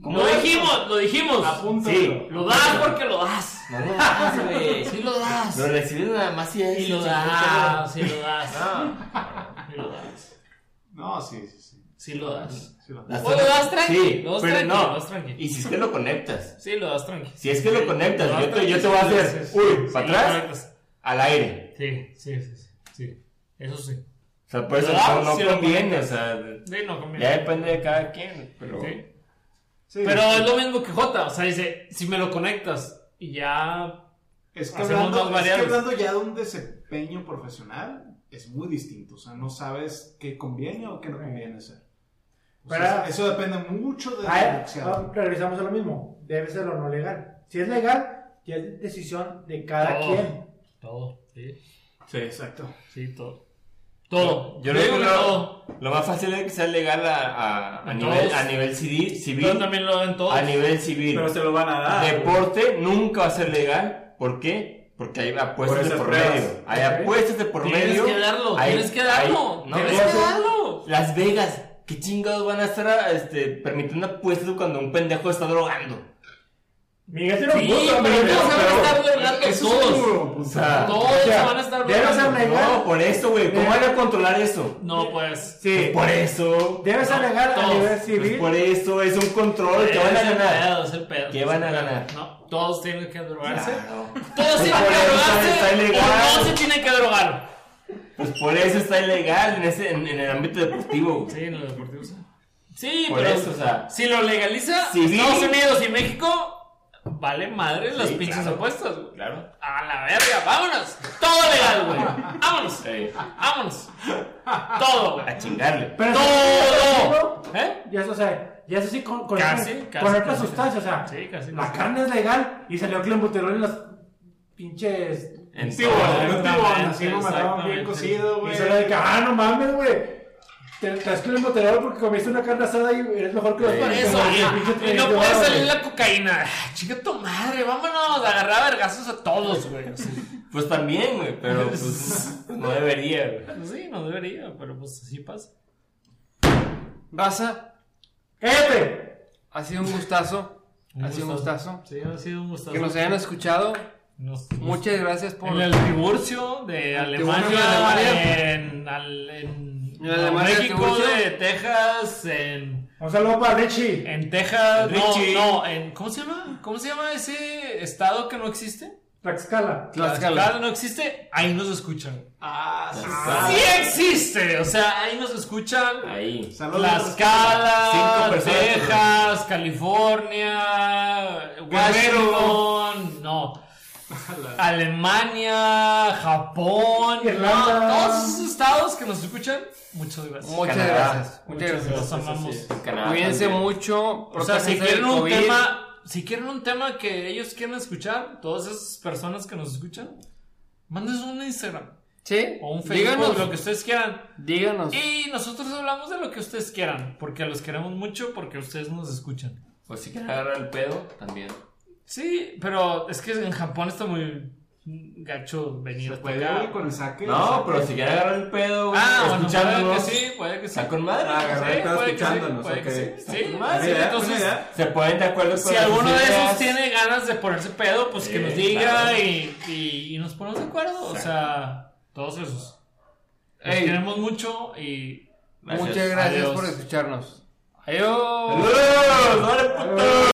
[SPEAKER 2] Lo dijimos, lo dijimos.
[SPEAKER 9] Apúntalo.
[SPEAKER 7] Sí.
[SPEAKER 2] Lo das porque lo das.
[SPEAKER 7] No lo das, güey.
[SPEAKER 2] Sí lo das.
[SPEAKER 7] Lo recibes nada más y
[SPEAKER 2] Sí
[SPEAKER 7] es.
[SPEAKER 2] lo das. Sí Ah. lo das. Sí lo das.
[SPEAKER 9] No, sí, sí, sí.
[SPEAKER 2] Sí lo das.
[SPEAKER 9] sí lo da.
[SPEAKER 7] Las
[SPEAKER 2] O lo das
[SPEAKER 7] drogas-
[SPEAKER 2] tranqui,
[SPEAKER 7] Sí,
[SPEAKER 2] lo das
[SPEAKER 7] pero
[SPEAKER 2] tranqui,
[SPEAKER 7] no.
[SPEAKER 2] lo das tranqui.
[SPEAKER 7] Y si es que lo conectas.
[SPEAKER 2] Sí lo das tranqui.
[SPEAKER 7] Si es que lo conectas,
[SPEAKER 2] Lo das
[SPEAKER 7] yo te,
[SPEAKER 2] tranqui,
[SPEAKER 7] yo te
[SPEAKER 2] sí
[SPEAKER 7] voy a
[SPEAKER 2] lo
[SPEAKER 7] hacer.
[SPEAKER 2] haces.
[SPEAKER 7] Uy,
[SPEAKER 2] Sí,
[SPEAKER 7] para
[SPEAKER 2] lo
[SPEAKER 7] atrás,
[SPEAKER 2] conectas.
[SPEAKER 7] al aire.
[SPEAKER 2] Sí, sí, sí, sí, sí. Eso sí.
[SPEAKER 7] O sea, por eso
[SPEAKER 2] Ah,
[SPEAKER 7] no, no
[SPEAKER 2] sí lo
[SPEAKER 7] conviene. O sea,
[SPEAKER 2] Sí, no conviene.
[SPEAKER 7] ya depende de cada quien. Pero.
[SPEAKER 2] Sí.
[SPEAKER 9] Sí.
[SPEAKER 2] Pero es lo mismo que J, o sea, dice, si me lo conectas y ya...
[SPEAKER 9] Es que,
[SPEAKER 2] Hacemos
[SPEAKER 9] hablando, es
[SPEAKER 2] más
[SPEAKER 9] que
[SPEAKER 2] variables.
[SPEAKER 9] hablando ya de un desempeño profesional, es muy distinto. O sea, no sabes qué conviene o qué no conviene hacer. O sea,
[SPEAKER 6] Pero-
[SPEAKER 9] eso depende mucho del
[SPEAKER 6] Ah, eh, ah,
[SPEAKER 9] boxeador.
[SPEAKER 6] regresamos a lo mismo, debe ser o no legal. Si es legal, ya es decisión de cada
[SPEAKER 2] Todo.
[SPEAKER 6] quien.
[SPEAKER 2] Todo, sí,
[SPEAKER 9] Sí, exacto.
[SPEAKER 2] sí, todo. Todo.
[SPEAKER 7] Yo, creo que
[SPEAKER 2] todo.
[SPEAKER 7] lo, lo más fácil es que sea legal a, a, a
[SPEAKER 2] Todos.
[SPEAKER 7] nivel, a nivel civil. civil
[SPEAKER 2] Yo también lo ven todo.
[SPEAKER 7] a nivel civil.
[SPEAKER 3] Pero se lo van a dar. güey.
[SPEAKER 7] Deporte nunca va a ser legal. ¿por qué? Porque hay
[SPEAKER 3] Por
[SPEAKER 7] apuestas de
[SPEAKER 3] esas
[SPEAKER 7] por
[SPEAKER 3] pruebas.
[SPEAKER 7] medio. Hay
[SPEAKER 6] Ok.
[SPEAKER 7] apuestas de por
[SPEAKER 2] Tienes
[SPEAKER 7] medio.
[SPEAKER 2] que darlo,
[SPEAKER 7] hay-
[SPEAKER 2] tienes que darlo.
[SPEAKER 7] hay- no,
[SPEAKER 2] tienes
[SPEAKER 7] eso-
[SPEAKER 2] que darlo.
[SPEAKER 7] Las Vegas, ¿qué chingados van a estar ah, este, permitiendo apuestas cuando un pendejo está drogando?
[SPEAKER 6] Miguel se lo
[SPEAKER 2] Sí,
[SPEAKER 6] puso,
[SPEAKER 2] pero
[SPEAKER 6] Miguel.
[SPEAKER 2] todos se van a estar drogando, todos.
[SPEAKER 7] O sea,
[SPEAKER 2] Todos
[SPEAKER 6] O
[SPEAKER 2] se
[SPEAKER 6] sea,
[SPEAKER 2] van a estar
[SPEAKER 6] debe ser
[SPEAKER 2] drogando.
[SPEAKER 6] legal.
[SPEAKER 7] no, por eso, güey. ¿Cómo van a controlar eso?
[SPEAKER 2] No, pues...
[SPEAKER 6] Sí,
[SPEAKER 7] Por eso.
[SPEAKER 6] debes
[SPEAKER 2] No,
[SPEAKER 6] alegar a
[SPEAKER 2] todos.
[SPEAKER 6] nivel
[SPEAKER 2] Pues
[SPEAKER 7] Pues
[SPEAKER 6] civil.
[SPEAKER 7] por eso es un control que van a
[SPEAKER 2] Es el
[SPEAKER 7] ganar.
[SPEAKER 2] eh, pedo, es el pedo,
[SPEAKER 7] ¿Qué
[SPEAKER 2] es
[SPEAKER 7] van
[SPEAKER 2] el
[SPEAKER 7] a
[SPEAKER 2] pedo.
[SPEAKER 7] ganar?
[SPEAKER 2] No, todos tienen que drogarse.
[SPEAKER 7] Claro.
[SPEAKER 2] Todos tienen
[SPEAKER 7] Por
[SPEAKER 2] que
[SPEAKER 7] eso está
[SPEAKER 2] drogarse
[SPEAKER 7] ilegal.
[SPEAKER 2] o no se tienen que drogar.
[SPEAKER 7] Pues por eso está ilegal en, ese, en, en el ámbito deportivo. güey.
[SPEAKER 2] Sí, en ¿eh? lo deportivo sí. Sí,
[SPEAKER 7] Por
[SPEAKER 2] pero
[SPEAKER 7] eso, o sea.
[SPEAKER 2] si lo legaliza
[SPEAKER 7] Sí, sí.
[SPEAKER 2] Estados Unidos y México, vale madre las
[SPEAKER 7] Sí,
[SPEAKER 2] pinches
[SPEAKER 7] claro.
[SPEAKER 2] apuestas, güey.
[SPEAKER 7] Claro.
[SPEAKER 2] A la verga, vámonos. Todo legal, güey. Vámonos.
[SPEAKER 7] Sí.
[SPEAKER 2] Vámonos. Todo, güey.
[SPEAKER 7] A chingarle.
[SPEAKER 6] Pero
[SPEAKER 2] Todo. ¿Eh?
[SPEAKER 6] Ya eso, o sea, ya eso sí con, con,
[SPEAKER 2] Casi,
[SPEAKER 6] con
[SPEAKER 2] casi,
[SPEAKER 6] otras
[SPEAKER 2] casi,
[SPEAKER 6] sustancias, o sea,
[SPEAKER 2] casi. Sí, casi,
[SPEAKER 6] la
[SPEAKER 2] casi.
[SPEAKER 6] carne es legal y salió clenbuterol en las pinches...
[SPEAKER 7] En
[SPEAKER 9] Sí, bueno,
[SPEAKER 2] Exactamente,
[SPEAKER 9] no te van, así lo mataban bien
[SPEAKER 2] exactamente.
[SPEAKER 9] cocido, güey.
[SPEAKER 6] Y salió de que, ah, no mames, güey, te traes clenbuterol porque comiste una carne asada y eres mejor que los
[SPEAKER 2] Por
[SPEAKER 6] panes,
[SPEAKER 2] Eh, eso,
[SPEAKER 6] güey,
[SPEAKER 2] y-
[SPEAKER 6] pinche
[SPEAKER 2] y no
[SPEAKER 6] trayectoria,
[SPEAKER 2] puede
[SPEAKER 6] güey.
[SPEAKER 2] salir la cocaína. Ah, Chinga tu madre, vámonos a agarrar a vergazos a todos, güey. Sí,
[SPEAKER 7] Pues también, güey, pero pues no debería, güey.
[SPEAKER 2] sí, no pues debería, pero pues así pasa. Raza,
[SPEAKER 6] ¡Cállate!
[SPEAKER 5] Ha sido un gustazo. Ha sido un gustazo.
[SPEAKER 2] Sí, ha sido un gustazo.
[SPEAKER 5] Que nos hayan escuchado.
[SPEAKER 2] Nos-
[SPEAKER 5] Muchas gracias por.
[SPEAKER 2] En el divorcio de Alemania,
[SPEAKER 5] divorcio de Alemania.
[SPEAKER 2] en, al- en-
[SPEAKER 5] En Alemania, el
[SPEAKER 2] México,
[SPEAKER 5] divorcio.
[SPEAKER 2] de Texas, en,
[SPEAKER 6] Un saludo para Richie.
[SPEAKER 2] en Texas, no,
[SPEAKER 7] Richie.
[SPEAKER 2] no, en, ¿cómo se llama? ¿Cómo se llama ese estado que no existe?
[SPEAKER 6] Tlaxcala.
[SPEAKER 5] Tlaxcala.
[SPEAKER 2] no existe, ahí nos escuchan.
[SPEAKER 7] Ah,
[SPEAKER 2] Sí existe, o sea, ahí nos escuchan.
[SPEAKER 7] Ahí.
[SPEAKER 9] Saludos.
[SPEAKER 2] Tlaxcala,
[SPEAKER 7] Cinco personas,
[SPEAKER 2] Texas, California, Washington, no. Alemania, Japón,
[SPEAKER 6] Irlanda.
[SPEAKER 2] no, todos esos estados que nos escuchan, muchas gracias.
[SPEAKER 5] Muchas
[SPEAKER 7] Canadá.
[SPEAKER 5] gracias. Muchas
[SPEAKER 2] Muchas
[SPEAKER 5] gracias.
[SPEAKER 2] Los amamos.
[SPEAKER 7] En Canadá
[SPEAKER 5] Cuídense
[SPEAKER 7] también.
[SPEAKER 5] mucho.
[SPEAKER 2] O sea, si
[SPEAKER 5] protéjanse
[SPEAKER 2] quieren
[SPEAKER 5] del
[SPEAKER 2] un
[SPEAKER 5] COVID.
[SPEAKER 2] tema, si quieren un tema que ellos quieran escuchar, todas esas personas que nos escuchan, mándenos un Instagram
[SPEAKER 5] Sí.
[SPEAKER 2] o un Facebook,
[SPEAKER 5] Díganos.
[SPEAKER 2] lo que ustedes quieran.
[SPEAKER 5] Díganos.
[SPEAKER 2] Y nosotros hablamos de lo que ustedes quieran, porque los queremos mucho, porque ustedes nos escuchan.
[SPEAKER 7] O si quieren agarrar el pedo, también.
[SPEAKER 2] Sí, pero es que en Japón está muy gacho venir hasta
[SPEAKER 9] Puede
[SPEAKER 2] acá.
[SPEAKER 9] güey, con el saque.
[SPEAKER 7] No,
[SPEAKER 9] el
[SPEAKER 7] pero
[SPEAKER 9] saque.
[SPEAKER 7] si quieren agarrar el pedo, güey,
[SPEAKER 2] Ah, bueno, puede que
[SPEAKER 7] escuchándonos,
[SPEAKER 2] sí, puede que sí.
[SPEAKER 7] Está con madre.
[SPEAKER 3] Ah, agarrar el
[SPEAKER 2] Sí,
[SPEAKER 3] pedo
[SPEAKER 2] puede que sí,
[SPEAKER 3] escuchándonos,
[SPEAKER 2] puede que
[SPEAKER 3] ok.
[SPEAKER 2] sí.
[SPEAKER 3] Está
[SPEAKER 2] Sí,
[SPEAKER 3] con
[SPEAKER 2] más,
[SPEAKER 3] madre,
[SPEAKER 2] sí,
[SPEAKER 3] ¿eh?
[SPEAKER 2] entonces,
[SPEAKER 3] Buena idea.
[SPEAKER 7] Se ponen de acuerdo con
[SPEAKER 2] Si
[SPEAKER 7] las
[SPEAKER 2] alguno de
[SPEAKER 7] ideas.
[SPEAKER 2] esos tiene ganas de ponerse pedo, pues que
[SPEAKER 7] Sí,
[SPEAKER 2] nos diga
[SPEAKER 7] claro.
[SPEAKER 2] y, y- y nos ponemos de acuerdo. O sea, todos esos. Los
[SPEAKER 5] Ey.
[SPEAKER 2] queremos mucho y
[SPEAKER 7] Gracias.
[SPEAKER 5] Muchas gracias
[SPEAKER 2] Adiós.
[SPEAKER 5] por escucharnos. Adiós.
[SPEAKER 7] ¡Saludos! pues. ¡Dale, puto!